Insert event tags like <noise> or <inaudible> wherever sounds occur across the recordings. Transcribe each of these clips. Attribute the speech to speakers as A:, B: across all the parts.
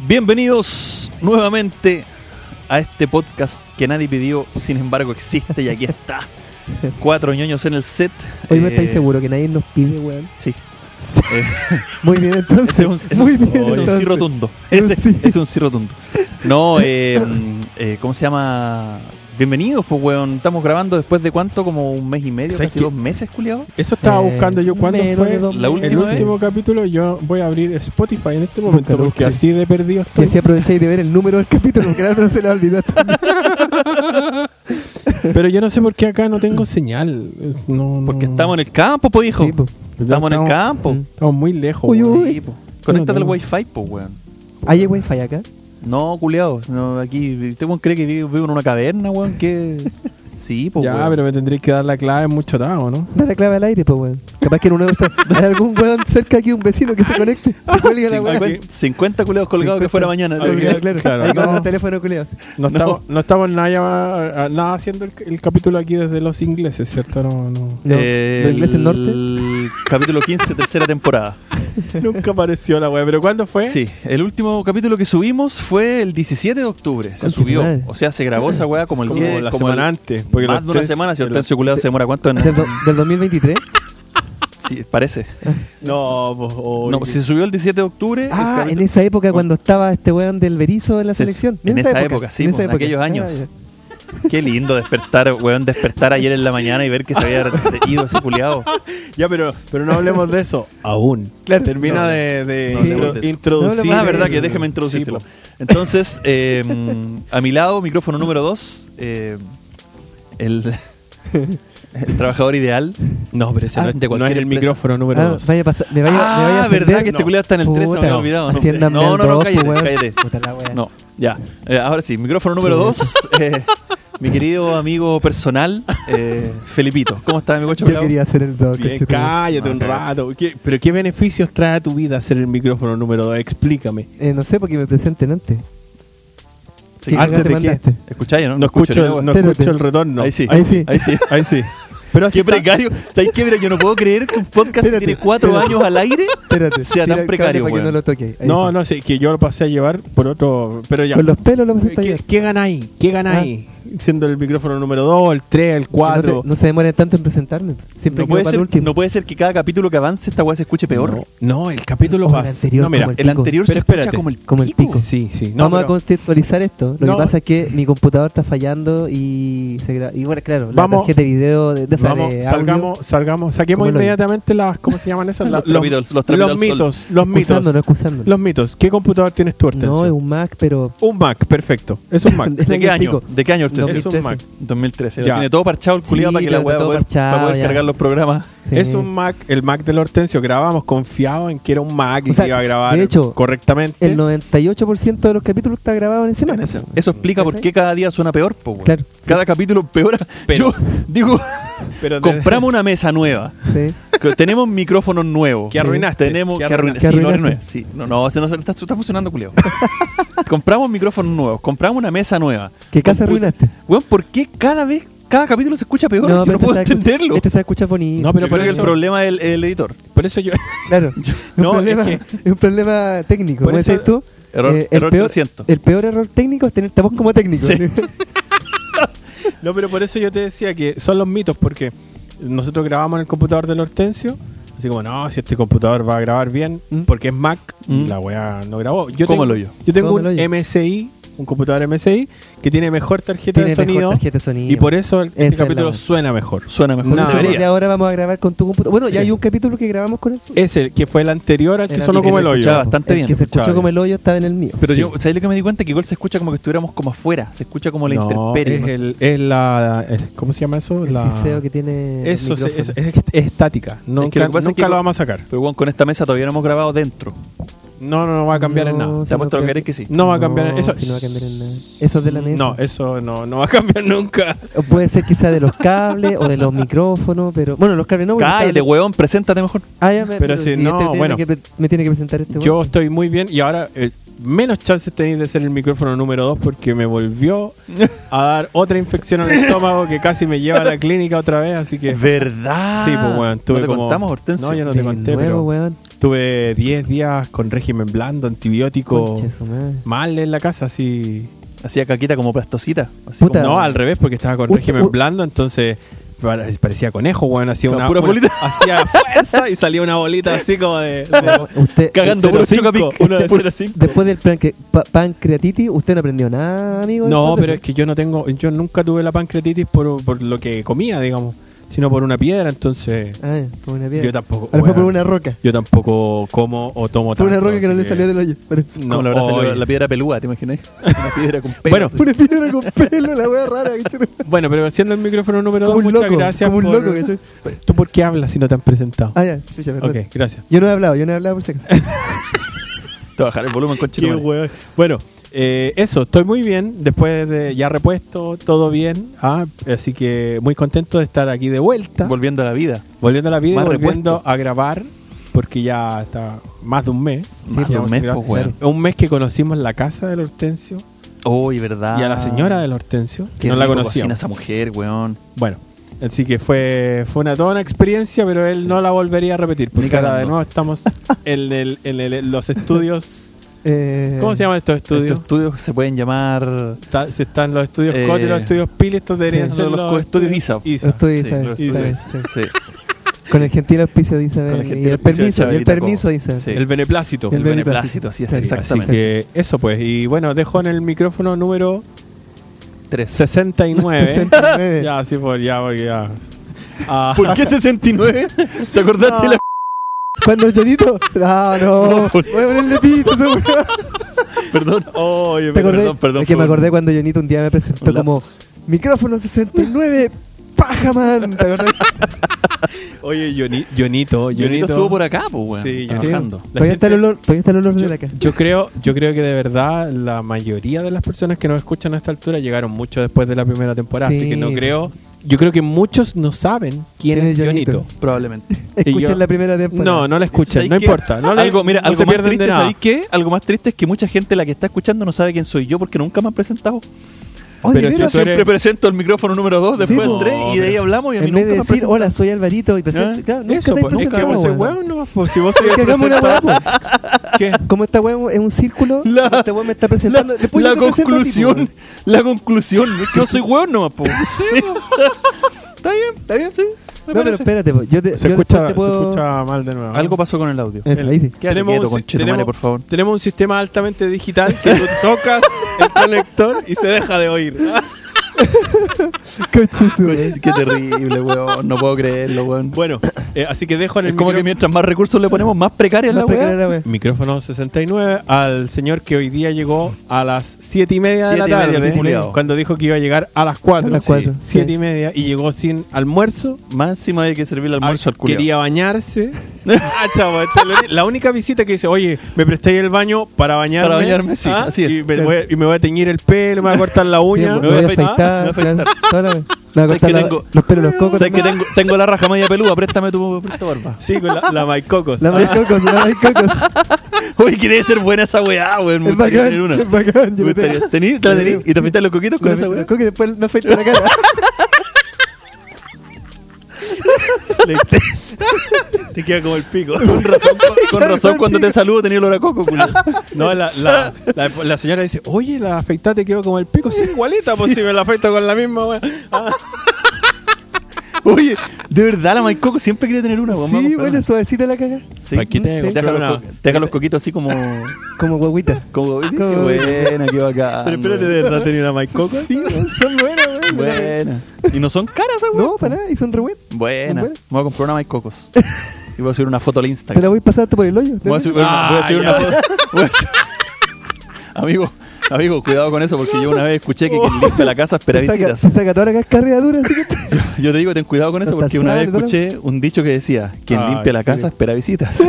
A: Bienvenidos nuevamente a este podcast que nadie pidió, sin embargo existe y aquí
B: <laughs>
A: está. Cuatro ñoños en el set.
B: Hoy me
A: Eh,
B: estáis seguro que nadie nos pide, weón. <laughs>
A: Sí. Eh,
B: Muy bien, entonces.
A: ese es un, es
B: Muy
A: un-
B: bien,
A: es un
B: entonces.
A: sí rotundo.
B: <laughs> Un
A: Ese,
B: sí.
A: ese es un sí rotundo. No, eh, mm, eh, ¿cómo se llama? Bienvenidos, pues, weón. Estamos grabando después de cuánto, como un mes y medio,
C: ¿Sabes
A: casi
C: qué?
A: dos meses, culiado.
C: Eso estaba
B: Eh,
C: buscando yo cuando
B: menos de
C: fue
B: dos
A: la
B: meses.
C: el
A: última vez.
C: último capítulo. Yo voy a abrir Spotify en este momento
B: Nunca lo busqué.
C: porque así de perdido
B: Y
C: estoy.
B: así aprovecháis de ver el número del capítulo, porque ahora no se le olvidó.
C: Pero yo no sé por qué acá no tengo señal. Es- No, no.
A: Porque estamos en el campo, pues, hijo.
B: Mm. Sí, po.
A: estamos en el campo.
B: Mm.
C: Estamos muy lejos.
B: Uy,
C: güey.
B: uy.
A: Sí, po. Conéctate al
C: tengo.
A: wifi, pues, weón.
B: ¿Hay wifi acá?
A: No, culiao. No, aquí, ¿usted weón, cree que vi- vivo en una caverna, weón?
C: <laughs>
A: Que. Sí, pues,
C: ya,
A: weón.
C: pero me tendréis que dar la clave mucho
A: <laughs>
C: tarde, ¿no?
B: Da la clave al aire, pues, weón. Capaz que en una de esas- Hay algún weón cerca aquí, un vecino que se conecte. Se cuelga la weá.
A: 50, 50 culeados colgados
B: 50.
A: que fuera mañana.
C: Ah,
B: Claro, claro.
C: Claro,
B: Ahí con
C: no.
B: los teléfonos culiados.
C: No, Estamos, no estamos nada, nada haciendo el, el capítulo aquí desde los ingleses, ¿cierto? No, no.
B: <laughs> Los los ingleses norte.
A: El <laughs> capítulo 15, tercera temporada.
C: Nunca apareció la web. ¿Pero cuándo fue?
A: Sí, el último capítulo que subimos fue el 17 de octubre. Se
B: Conche
A: subió.
B: madre.
A: O sea, se grabó esa weá como el
C: Como
A: 10
C: la
A: como
C: semana
A: el-
C: antes, porque
A: más
C: los
A: de una
C: tres-
A: semana, si
C: el-
A: Hortensio Culeado se demora
C: <laughs>
A: cuánto en.
B: Del, do- del 2023.
A: Sí, parece.
C: No, pues. oh,
A: No, si se subió el 17 de octubre. el
B: Ah, en
A: capítulo-
B: esa época cuando estaba este weón del Berizo en la
A: Se-
B: selección.
A: en esa época, sí, po, en aquellos años.
B: Ah, ya.
A: Qué lindo despertar, weón, despertar ayer en la mañana y ver que se había ido ese culeado.
C: Ya, pero, pero no hablemos de eso. Aún.
B: Claro.
C: Termina
A: No,
C: de, de
A: no
C: intro-
A: hablemos de eso.
C: introducir.
B: Sí,
A: ah,
B: sí,
A: verdad
B: sí,
A: que
B: sí.
A: déjame introducírselo.
C: Sí,
A: Entonces, eh, a mi lado, micrófono número 2, el, el trabajador ideal.
C: No, pero ese
B: Ah,
C: no, es,
A: de
C: no
A: cualquier
C: es el
A: empresa.
C: micrófono número
B: Ah,
C: 2.
B: vaya a pasar. Me vaya, me vaya a
A: ah,
B: ascender.
A: verdad que este
B: No.
A: culiado está en el 3, se me había
B: Puta,
A: olvidado.
B: así
A: No,
B: andan
A: no, no, no,
B: dos, pues,
A: cállate,
B: weón.
A: cállate.
B: Puta la wea.
A: No, ya. Eh, ahora sí, micrófono número 2, mi querido amigo personal, eh, Felipito. ¿Cómo estás, amigo
B: Yo quería hacer el doc.
C: Bien,
B: cachete.
C: cállate
A: Ah,
C: un
A: cagá.
C: rato. ¿Qué- ¿Pero qué beneficios trae a tu vida ser el micrófono número 2? Explícame.
B: Eh, no sé, porque me presenten antes.
A: Sí,
B: ¿Qué cagada
C: antes
B: te este.
C: de que-
B: mandaste?
A: ¿Escucháis, no?
C: No escucho, el- no
B: Espérate.
C: escucho el retorno.
A: Ahí sí.
B: Ahí sí.
A: Ahí sí.
C: Ahí sí. Pero así
A: Qué
C: está.
A: precario. ¿Sabes qué? Mira, yo no puedo creer que un podcast que
B: Espérate,
A: tiene cuatro
B: espérate.
A: años al aire
C: <laughs>
B: Espérate.
A: sea
B: tira
A: tan
B: el cable
A: precario,
B: Para que
A: weón.
B: no lo toque ahí. Ahí
C: No,
B: está.
C: no sé, que yo lo pasé a llevar por otro. Pero ya.
B: Con los pelos lo vas a
C: ¿Qué,
B: estallar.
C: qué ganáis? ¿Qué ganáis? Siendo el micrófono número 2, el 3, el
B: Que
C: 4.
B: No, te- no se demoren tanto en presentarme. Siempre
A: No
B: quedo
A: puede,
B: para el
A: ser,
B: último.
A: no puede ser que cada capítulo que avance esta weá se escuche peor.
C: No, no, el capítulo
B: O el
C: va.
B: anterior,
C: No, mira.
B: como
A: El
B: pico.
A: anterior se
C: Pero
A: escucha
C: espérate.
A: como el
B: Como el pico.
C: Sí, sí. No,
B: Vamos
C: pero-
B: a contextualizar esto. Lo
C: No.
B: que pasa es que mi computador está fallando y se gra- y bueno, claro, la
C: Vamos.
B: tarjeta de video de, de- o sea,
C: Vamos,
B: de audio.
C: salgamos, salgamos, saquemos
B: ¿Cómo lo
C: inmediatamente las, ¿cómo se
B: <laughs>
C: llaman esas?
A: Los
C: La-
A: trapitos, los trapitos
C: los
A: sol.
C: mitos, los mitos,
B: Excusando, no excusando.
C: los mitos. ¿Qué computador tienes tú, Hortensio?
B: No, es un Mac, pero
C: Un Mac, perfecto,
B: <laughs>
C: es un Mac.
B: De-
A: ¿De
B: Año
A: qué
B: y
A: año?
B: pico.
A: ¿De qué año usted?
C: es
B: 2013.
C: un Mac,
A: 2013. Lo
C: Ya.
A: tiene todo parchado el culiado
B: Sí,
A: para que la
B: lo
A: weá
B: está todo
A: pueda
B: parchado,
A: para poder
B: ya.
A: cargar los programas.
B: sí.
C: es un Mac, el Mac del Hortensio. Grabamos confiado en que era un Mac y
B: O sea,
C: que iba a grabar
B: de hecho,
C: correctamente.
B: el 98% de los capítulos está grabado en ese Mac.
A: Eso explica por qué cada día suena peor, po, weón.
B: Claro.
A: Cada capítulo empeora.
C: Pero-
A: Yo
B: <laughs>
A: digo,
C: Pero de-
A: compramos una mesa nueva.
B: Sí.
A: que tenemos micrófonos nuevos.
C: Que arruinaste.
A: Tenemos que
C: Que
A: arruinar.
C: arruinaste.
A: Sí, no,
B: Que
A: no, sí. no, no, se nos- está, está funcionando, culiao. <laughs> compramos micrófonos nuevos, compramos una mesa nueva.
B: ¿Qué casa arruinaste?
A: Weón, ¿por qué cada vez, cada capítulo se escucha peor? Yo no
B: este
A: puedo
B: se escucha-
A: entenderlo.
B: Este se escucha bonito.
C: No,
A: Yo
C: pero
A: creo
C: por
A: que el
C: eso,
A: problema es el, el editor.
C: por eso yo <laughs>
B: Claro,
C: No,
B: es, un problema,
C: es que-
B: es un problema técnico.
C: Por
B: Como
C: eso-
B: decís tú, Eh,
A: Error-
B: el,
A: error
B: peor,
A: 300.
B: el peor error técnico es tener esta voz como técnico. <laughs>
A: Sí.
C: No, pero por eso yo te decía que son los mitos, porque nosotros grabamos en el computador del Hortensio. Así como, no, si este computador va a grabar bien,
B: Mm.
C: porque es Mac,
A: Mm.
C: la weá no grabó. Yo
A: ¿Cómo
C: tengo,
A: lo yo?
C: yo tengo
B: ¿Cómo lo
C: un
B: yo?
C: MSI, un computador MSI, que tiene mejor tarjeta
B: Tiene
C: de sonido.
B: mejor tarjeta de sonido.
C: Y por eso el este
B: Esa es
C: capítulo
B: la-
C: suena mejor.
A: Suena mejor.
C: No,
B: Por eso
A: Debería.
B: desde ahora vamos a grabar con tu computador. Bueno, ya
C: Sí.
B: hay un capítulo que grabamos con el tuyo.
C: Ese, que fue el anterior al que
B: Era
C: solo
B: que
C: como
B: se
C: el hoyo.
A: escuchaba bastante
B: el
A: bien,
B: que se
C: escuchaba
B: escuchó
C: bien.
B: como el hoyo estaba en el mío.
A: Pero
C: Sí.
A: yo, ¿sabes lo que me di cuenta? Que igual se escucha como que estuviéramos como afuera. Se escucha como la
C: No,
A: intemperie.
C: es, el- es la. es- ¿Cómo se llama eso?
B: el
C: la...
B: siseo que tiene.
C: Eso
B: el
C: se- es,
B: micrófono.
C: es- es estática. Nunca,
A: que lo que pasa es
C: nunca
A: que-
C: lo vamos a sacar.
A: Pero bueno, con esta mesa todavía no hemos grabado dentro.
C: No, no, no va a cambiar en
B: No,
C: nada.
B: Sí,
A: ¿Te apuesto lo
B: porque-
A: que queréis que sí?
C: No va a cambiar en- eso.
B: sí, no va a cambiar en nada. Eso es de la mesa.
C: No, eso no, no va a cambiar nunca.
B: O puede ser quizá de los cables o de los micrófonos, pero. Bueno, los cables no. porque los
A: Cállate,
B: cables-
A: weón, preséntate mejor.
B: Ah, ya me,
C: Pero si no,
B: tiene
C: bueno.
B: que pre- me tiene que presentar este
C: Yo
B: weón.
C: estoy muy bien y ahora eh, menos chances tenéis de ser el micrófono número 2 porque me volvió a dar otra infección en el estómago que casi me lleva a la clínica otra vez, así que...
A: ¿Verdad?
C: Sí, pues weón, tuve
A: ¿No te
C: como-
A: contamos, Hortensio?
C: No, yo no
B: De
C: te conté,
B: nuevo,
C: pero
B: weón.
C: tuve 10 días con régimen blando, antibiótico,
B: Conche su madre.
C: mal en la casa, así...
A: Hacía caquita como plastosita. Así
B: Puta.
A: como-
C: No, al revés, porque estaba con
B: Ut-
C: régimen
B: ut-
C: blando, entonces pare- parecía conejo, weón, hacía
A: Con
C: una,
A: pura
C: una-
A: bolita.
C: hacía fuerza y salía una bolita así como de...
B: <laughs>
C: de-
B: Usted,
A: Cagando
C: de
A: puro
C: 0,5,
A: chocapic.
C: una de
A: Después-
C: 0,5.
B: después del plan que, pa- pancreatitis, usted no aprendió nada, amigo.
C: No,
B: después de
C: pero es
B: eso.
C: que yo no tengo, yo nunca tuve la pancreatitis por, por lo que comía, digamos, sino por una piedra, entonces
B: Ah, ya, por una piedra.
C: yo tampoco.
B: Ahora fue
C: weón,
B: por una roca.
C: Yo tampoco como o tomo
B: Por una
C: tanto,
B: roca que no
C: así
B: le salió del hoyo. parece.
A: Como
C: no,
A: le habrá salido
C: oye.
A: la piedra pelúa, ¿te imaginas? Una piedra <laughs> con pelo.
C: Bueno,
A: así.
B: Una pinora
C: <laughs>
B: con pelo, la wea rara, cachai.
C: Bueno, pero siendo el micrófono número
B: Como
C: 2,
B: un
C: muchas
B: loco,
C: gracias
B: como un
C: por-
B: loco, ¿cachai?
C: <laughs> ¿Tú por qué hablas si no te han presentado?
B: Ah, ya, chucha, perdón.
C: ok, gracias.
B: Yo no he hablado, yo no he hablado por si acaso.
C: <laughs>
A: Te voy a bajar el volumen con
C: Qué weón. Bueno, eh, eso, estoy muy bien, después de ya repuesto, todo bien, ah, así que muy contento de estar aquí de vuelta.
A: Volviendo a la vida.
C: Volviendo a la vida y
A: Más
C: volviendo
A: repuesto.
C: a grabar, porque ya está más de un mes.
A: Más de un
C: Llevamos
A: mes,
C: sin grabar.
A: pues, weón.
C: Un mes que conocimos la casa del Hortensio
A: Uy, verdad.
C: y a la señora del Hortensio, que
A: Qué
C: no la
A: rico
C: conocíamos.
A: cocina esa mujer, weón.
C: Bueno, así que fue, fue una toda una experiencia, pero él no la volvería a repetir,
A: Ni
C: porque
A: cagando.
C: ahora de nuevo estamos en, el- en el- en
A: <laughs>
C: los estudios.
B: Eh,
C: ¿Cómo se llaman estos estudios?
A: Estos estudios se pueden llamar...
C: Está- si están los estudios
A: Eh,
C: Cot y los estudios Pili, estos deberían
A: son
C: ser
A: los
C: los,
A: coestudios Isa.
B: Estoy,
A: Sí,
B: ¿sabes?
A: los
B: Está bien,
A: estudios.
B: sí.
A: Sí.
B: Con el gentil auspicio de Isabel.
A: Con el
B: y
A: gentil
B: el
A: auspicio de
B: permiso, y el
A: Isabel Itaco.
B: permiso de Isabel.
A: Sí.
C: El beneplácito.
A: El
B: El
A: beneplácito,
B: beneplácito,
A: así es.
B: claro,
C: Así
A: Exactamente.
C: que eso pues, y bueno, dejo en el micrófono número
A: Tres.
C: 69.
B: 69.
C: ya, sí, por, ya, porque ya.
A: <laughs>
C: Ah,
A: <laughs> ¿Por qué 69? ¿Te acordaste
B: <laughs>
A: la
B: ¿Cuándo el Yotito? Ah, no.
A: No, pues. por-
B: no Voy a ponerle pito, esa wea.
A: Perdón. Oye,
B: ¿Te
A: <laughs>
B: acordás?
A: perdón, perdón.
B: es que me
A: por-
B: acordé cuando Jonito un día me presentó
A: Un
B: como micrófono 69, Pajaman. ¿Te
A: <laughs>
B: acordás?
C: <laughs> Oye, Yoni- Yonito, Yonito,
A: Yonito estuvo por acá, pues, weón.
C: Sí,
B: Sí.
A: trabajando.
C: La
B: Todavía está el
C: gente-
B: olor, todavía está el olor de la
C: Yo,
B: caja.
C: yo creo, yo creo que de verdad la mayoría de las personas que nos escuchan a esta altura llegaron mucho después de la primera temporada, así
B: Sí.
C: que no creo, yo creo que muchos no saben
B: ¿Quién
C: quién, es
B: es
C: Yonito.
B: Yonito?
A: Probablemente.
B: Escuchen
C: yo-
B: la primera temporada.
C: No, no la escuchan,
A: ¿Sabéis
C: no
A: qué?
C: importa. No le-
A: algo, mira,
C: no
A: algo
C: se
A: más
C: pierden de
A: triste,
C: nada.
A: ¿sabéis qué? Algo más triste es que mucha gente la que está escuchando no sabe quién soy yo porque nunca me han presentado.
B: Oye,
C: pero si
B: mira,
C: tú eres-
A: Siempre presento el micrófono número 2, después
B: Sí,
A: el
B: po.
A: 3 y de ahí
C: Pero-
A: hablamos y a mí
B: en vez
A: nunca
B: de
A: me han
B: decir,
A: presentado.
B: hola, soy Alvarito y presento.
A: Ah,
B: Claro, nunca
C: Eso,
B: te has
C: pues, es que
B: presentado,
C: vos sois
B: weón.
C: hueón, no, pues, si vos sois
B: que hagamos una
C: presentado,
B: hueá,
C: ¿Qué?
B: <laughs> Como esta weá es un círculo,
A: <laughs> La-
B: esta weá me está
A: La,
B: presentando. después
A: la
B: yo te presento a ti, pues,
A: conclusión,
B: weón.
A: la conclusión, es que yo soy hueón nomás, po. Está bien,
B: ¿Está bien?
A: sí. me
B: No, pero
A: parece.
B: espérate, po, yo te,
C: Se
B: yo
C: escucha,
B: después te puedo...
C: se escucha mal de nuevo.
A: Algo pasó con el audio.
B: Eso, ahí sí.
A: Quédate
C: Tenemos
A: quieto,
C: un si-
A: conchetumare,
C: tenemos-
A: por favor.
C: Tenemos un sistema altamente digital que <laughs> tú tocas el conector y se deja de <laughs> oír.
B: Coche su madre.
A: Qué terrible, weón. No puedo creerlo, weón.
C: Bueno, eh, así que dejo en el
A: Es como que
C: micro-
A: mientras más recursos le ponemos, más precaria es
B: Más
A: la
B: precaria
A: weá.
B: la weá.
C: micrófono 69 al señor que hoy día llegó a las 7 y media de
A: Siete
C: la
A: y media,
C: tarde,
A: sí, culiao.
C: cuando dijo que iba a llegar a las 4.
B: A las cuatro, sí.
C: 7 y media y llegó sin almuerzo.
A: Más encima hay que servir el almuerzo
C: Ah,
A: al culiao.
C: Quería bañarse. <laughs> Ah, chavo, esta <laughs> es la uni- la única visita que dice, oye, me prestáis el baño para bañarme.
A: Para bañarme, sí,
C: Ah,
A: así es.
C: Y me, voy <laughs> a, y me voy a teñir el pelo, me voy a cortar la
B: Sí,
C: uña.
B: me voy a
C: Ah,
B: afeitar, claro,
A: <laughs>
B: toda la weá. Me voy a
A: ¿Sabes
B: cortar
A: que
B: la-
A: tengo-
B: los pelos, los cocos.
A: ¿Sabes que
B: también.
A: tengo, tengo la raja media peluda? Préstame tu, préstame <laughs> barba.
C: Sí, con la, la Maicocos.
B: La
C: Ah,
B: más cocos, la
A: <laughs>
B: más cocos.
A: Uy, quiere ser buena esa weá, weón. Me
B: Es
A: gustaría
B: bacán,
A: tener una.
B: es bacán.
A: Me
B: yo
A: gustaría.
B: tengo-
A: ¿Tení? ¿Te la tení? ¿Y te pintas los coquitos con
B: La-
A: esa
B: los
A: weá?
B: cocos y después me
A: <laughs>
B: afeito la cara.
C: Te queda como el pico.
A: Con razón, con razón cuando te saludo tenía olor a coco, culiao.
C: No, la, la, la, la señora dice, oye, la afeitada te quedó como el pico. Sí, igualita, pues si me la afeito con la misma, weón. Ah,
A: Oye, de verdad, la Mike Coco siempre quiere tener una, weón. Vamos,
B: Sí,
A: perdón.
B: bueno, suavecita la caga.
A: Sí.
C: Aquí te-
A: Sí.
C: compré
A: deja,
C: una-
A: los, co- deja los coquitos así como.
B: Como guaguita.
A: como qué
B: Como-
A: buena, qué bacán.
C: <laughs> Pero espérate,
A: weón.
C: ¿de verdad tenía una Maicocos?
B: Sí, weón, son buenas, weón.
A: Buena. Y no son caras, esas weas.
B: No, para nada, y son re buenas.
A: Buena.
B: Buena.
A: Me voy a comprar una Mike Cocos. Y voy a subir una foto al
B: Te la
A: Instagram.
B: voy a pasar por el hoyo.
A: Voy a subir una, voy a subir una
C: Ah,
A: foto. <laughs> voy a subir- Amigo, amigo, cuidado con eso porque yo una vez escuché que quien limpia la casa espera
B: Te saca,
A: visitas.
B: te saca toda la cascarrea dura,
A: <laughs>
B: así que.
A: Yo te digo, ten cuidado con eso
B: Hasta
A: porque una vez
B: sale, ¿no?
A: escuché un dicho que decía, quien
C: Ay,
A: limpia la
C: qué
A: casa
C: bien.
A: <laughs> espera visitas.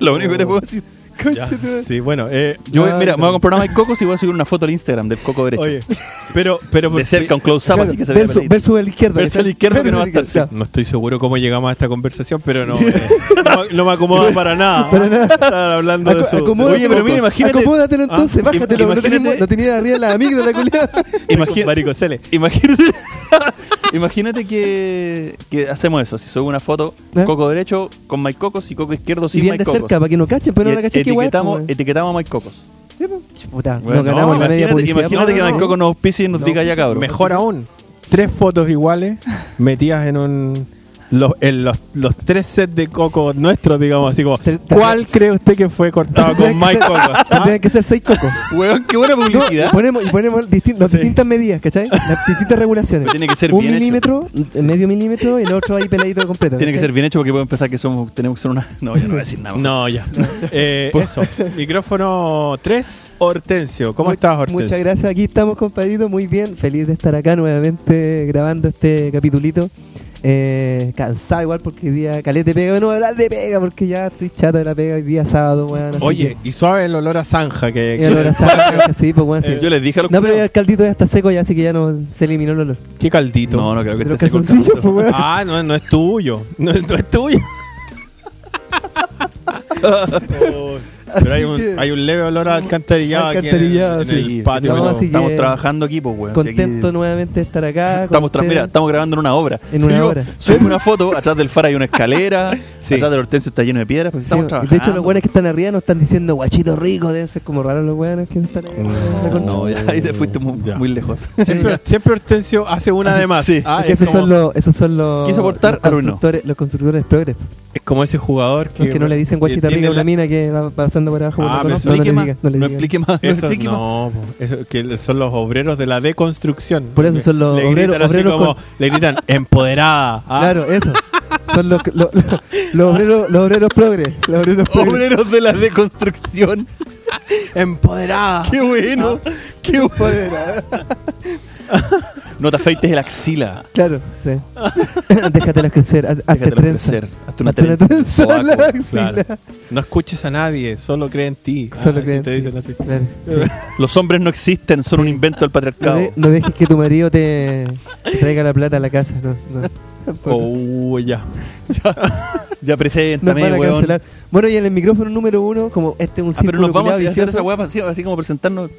A: Lo único que te puedo decir.
C: Ya,
B: Conche tu madre.
C: Sí, bueno, eh,
A: Yo, voy-
B: Ah,
A: mira, me voy a
B: no.
A: comprar una Mike Cocos y voy a subir una foto al Instagram del coco derecho.
C: oye, pero, pero
A: de
C: porque-
A: cerca, un close-up
B: Claro,
A: así que se vea.
B: versus,
A: peladito.
B: versus el izquierdo.
A: Versus el
B: ¿cachai?
A: izquierdo que no va a
B: Versus el
A: estar
B: izquierdo,
C: no estoy seguro cómo llegamos a esta conversación,
A: <laughs>
C: pero no, eh, no, me- no me acomoda para nada.
B: Para nada.
C: Estaban hablando de
B: Aco-
C: su.
B: acomoda-
A: Oye, pero mira,
C: cocos.
A: imagínate-
B: Acomódatelo
C: Ah,
B: entonces,
C: im-
B: bájatelo. No
A: imagínate-
B: tenía, no tenía arriba la amígdala, culiada.
A: Imagi-
C: Varicocele.
A: Imagínate, <laughs> imagínate que, que hacemos eso. Si subo una foto,
B: ¿Eh?
A: coco derecho con Mike Cocos y coco izquierdo
B: Y
A: sin
B: bien
A: Mike
B: de
A: Cocos.
B: cerca, para que no cachen, pero
A: Y
B: ahora caché que pues, guay.
A: etiquetamos, etiquetamos a Mike Cocos.
B: pues, Puta,
A: Bueno,
B: nos ganamos
A: no,
B: la media
A: imagínate,
B: publicidad. pues,
A: imagínate que
B: No, no,
A: Mike
B: no. <laughs>
A: Cocos nos auspicia y nos
B: No,
A: diga ya, cabrón.
C: Mejor aún, tres fotos
B: <laughs>
C: iguales metidas en un. Los, en los, los tres sets de coco nuestros, digamos, así como.
B: Tre-
C: ¿Cuál cree usted que fue cortado
B: Tendría
C: con
B: que
C: Mike
B: ser-
C: Coco? ¿Ah?
B: Tendrían que ser seis cocos.
A: Weón, qué buena <laughs>
B: No,
A: publicidad.
B: y ponemos, y ponemos distin- las
C: Sí.
B: distintas medidas, ¿cachai? Las distintas regulaciones.
A: Pero tiene que ser
B: Un
A: bien hecho.
B: milímetro, medio milímetro y el otro ahí peladito completo.
A: Tiene que
B: ¿cachai?
A: ser bien hecho porque pueden pensar que somos, tenemos que ser una. <laughs> No, yo no voy a decir nada.
C: No, <laughs> ya. Eh, eso. Micrófono 3, Hortensio. ¿Cómo
B: Mu-
C: estás, Hortensio?
B: Muchas gracias, aquí estamos compadrito, muy bien, feliz de estar acá nuevamente grabando este capitulito. Eh, cansado igual porque hoy día calete pega, bueno, hablar de pega porque ya estoy chato de la pega hoy día sábado, weón. así
C: Oye, y suave el olor a zanja
B: que- eh,
C: que.
B: y el olor a sábado, sí, pues, weón, sí.
A: Eh, Yo les dije a los
B: No, pero
A: culiados.
B: el caldito ya está seco ya, así que ya no se eliminó el olor.
C: Qué caldito.
A: No, no creo que
B: Pero
A: esté seco el
B: calzoncillos,
A: calor.
B: pues, weón.
C: Ah, no, no es tuyo. No, no
B: <laughs>
C: es tuyo. Pero hay
B: Así que-
C: un, hay un leve olor a alcantarillado, aquí en el-
B: Alcantarillado,
C: en,
B: pues, sí.
C: el patio.
B: No,
A: pero
B: así
A: estamos
B: que-
A: trabajando aquí, pues, weón. Si aquí-
B: Contento nuevamente de estar acá.
A: Estamos, tras,
B: contento.
A: mira, estamos grabando en una obra.
B: En una
A: Yo
B: obra.
A: Subo una foto, atrás del faro hay una
B: <laughs>
A: escalera,
C: Sí.
A: atrás del hortensio está lleno de piedras, pues
B: Sí,
A: estamos
B: y
A: trabajando.
B: de hecho, los weones que están arriba nos están diciendo guachito rico, deben ser como raros los weones que están ahí. La
A: No,
B: concha.
A: Mm. no, ya, ahí te fuiste muy,
C: Ya.
A: muy lejos. <laughs>
C: Siempre, siempre Hortensio hace una de más.
A: Sí.
C: Ah,
B: Es que
C: es,
B: esos,
C: como,
B: son los, esos son los,
A: Quiso aportar,
B: los
A: arruinó.
B: constructores, los constructores progres.
C: es como ese jugador que,
B: Los que no le dicen guachita
C: que
B: rica
C: tiene
B: a una
C: la- <laughs>
B: mina que va pasando por abajo. por
C: Ah, pero
B: abajo.
C: eso-
B: no, no,
A: explique
B: le
A: más,
B: diga, no le
A: no
B: diga.
A: explique más, no
C: Esos-
A: explique más.
C: no, po, eso- que son los obreros de la deconstrucción.
B: Por eso son los
C: le
B: obreros-
C: gritan así
B: obreros
C: como-
B: con-
C: Le gritan empoderada. ah.
B: Claro, eso. Son los, los, los- los obreros, los obreros progres.
A: <laughs>
B: Los obreros progres.
A: Obreros de la deconstrucción.
C: Empoderada.
B: <laughs>
A: Qué bueno. Qué bueno. <laughs> No te afeites el axila.
B: Claro, sí. <laughs> Déjatelas crecer. haz- Hazte
A: Déjatelo
B: trenza.
A: crecer. Hazte una
B: Hazte una
A: trenza.
B: trenza en la
A: Sobaco,
B: axila.
C: Claro. No escuches a nadie, solo cree en ti. Ah,
B: Solo
C: así
B: creen-
C: te dicen
A: <laughs>
C: así.
B: Claro, sí.
A: Los hombres no existen, son
B: Sí.
A: un invento del
B: No,
A: patriarcado.
B: de- no dejes que tu marido te te traiga la plata a la casa. No, no.
C: Oh, ya.
A: Ya
B: Nos van
A: preséntame,
B: a
A: weón.
B: cancelar. Bueno, y en el micrófono número uno, como este es un
A: Ah, pero
B: círculo
A: nos vamos a
B: culiao
A: hacer
B: vicioso,
A: esa weá así, así como presentarnos.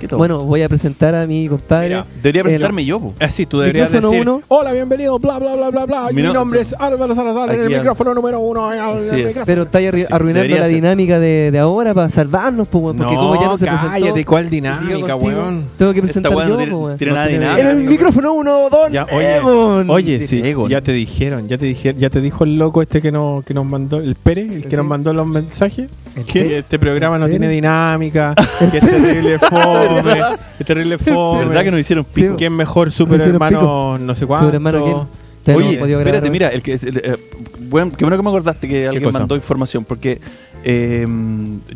A: ¿Qué todo?
B: Bueno, voy a presentar a mi compadre.
C: Mira,
A: debería
B: el-
A: presentarme yo, po.
C: Así tú deberías
B: Micrófono
C: decir.
B: uno.
C: Hola, bienvenido, bla, bla, bla, bla, bla.
A: Mi
C: Mi,
A: no-
C: nombre es Álvaro Salazar, en
A: Aquí
C: el
A: al-
C: micrófono número uno. en el
A: Así es.
C: micrófono.
B: Pero está ahí arru-
A: Sí,
B: arruinando
A: debería
B: la
A: ser.
B: dinámica de, de ahora para salvarnos, po, weón, porque
C: No,
B: como ya no se
C: cállate,
B: presentó.
C: ¿cuál
B: si sigo
C: dinámica,
B: contigo,
C: weón?
B: Tengo que
A: Esta
B: presentar
A: weá no
B: yo,
A: tiene-
B: po, weón.
A: tiene
B: No
A: nada
B: tiene-
A: dinámica,
B: En el
A: weón.
B: micrófono uno, don
C: Ya, oye,
B: Egon.
C: Oye, sí,
A: Egon.
C: ya te dijeron, ya te dijeron, ya te dijo el loco este que nos, que nos mandó, el Pérez, el que
B: Sí.
C: nos mandó los mensajes.
B: El
C: Que
B: Pérez.
C: este programa no
B: ¿El
C: tiene
B: Pérez?
C: dinámica, <laughs> que es terrible fome, es terrible fome.
A: ¿Verdad que nos hicieron pico?
C: ¿Quién mejor super
B: hicieron
C: hermano no sé cuánto?
B: Sobre hermano, ¿quién? Ustedes no
A: Oye,
B: han podido grabar
A: espérate,
B: hoy.
A: mira, el que, el, eh, bueno, qué bueno que me acordaste que alguien
C: cosa?
A: mandó información, porque eh,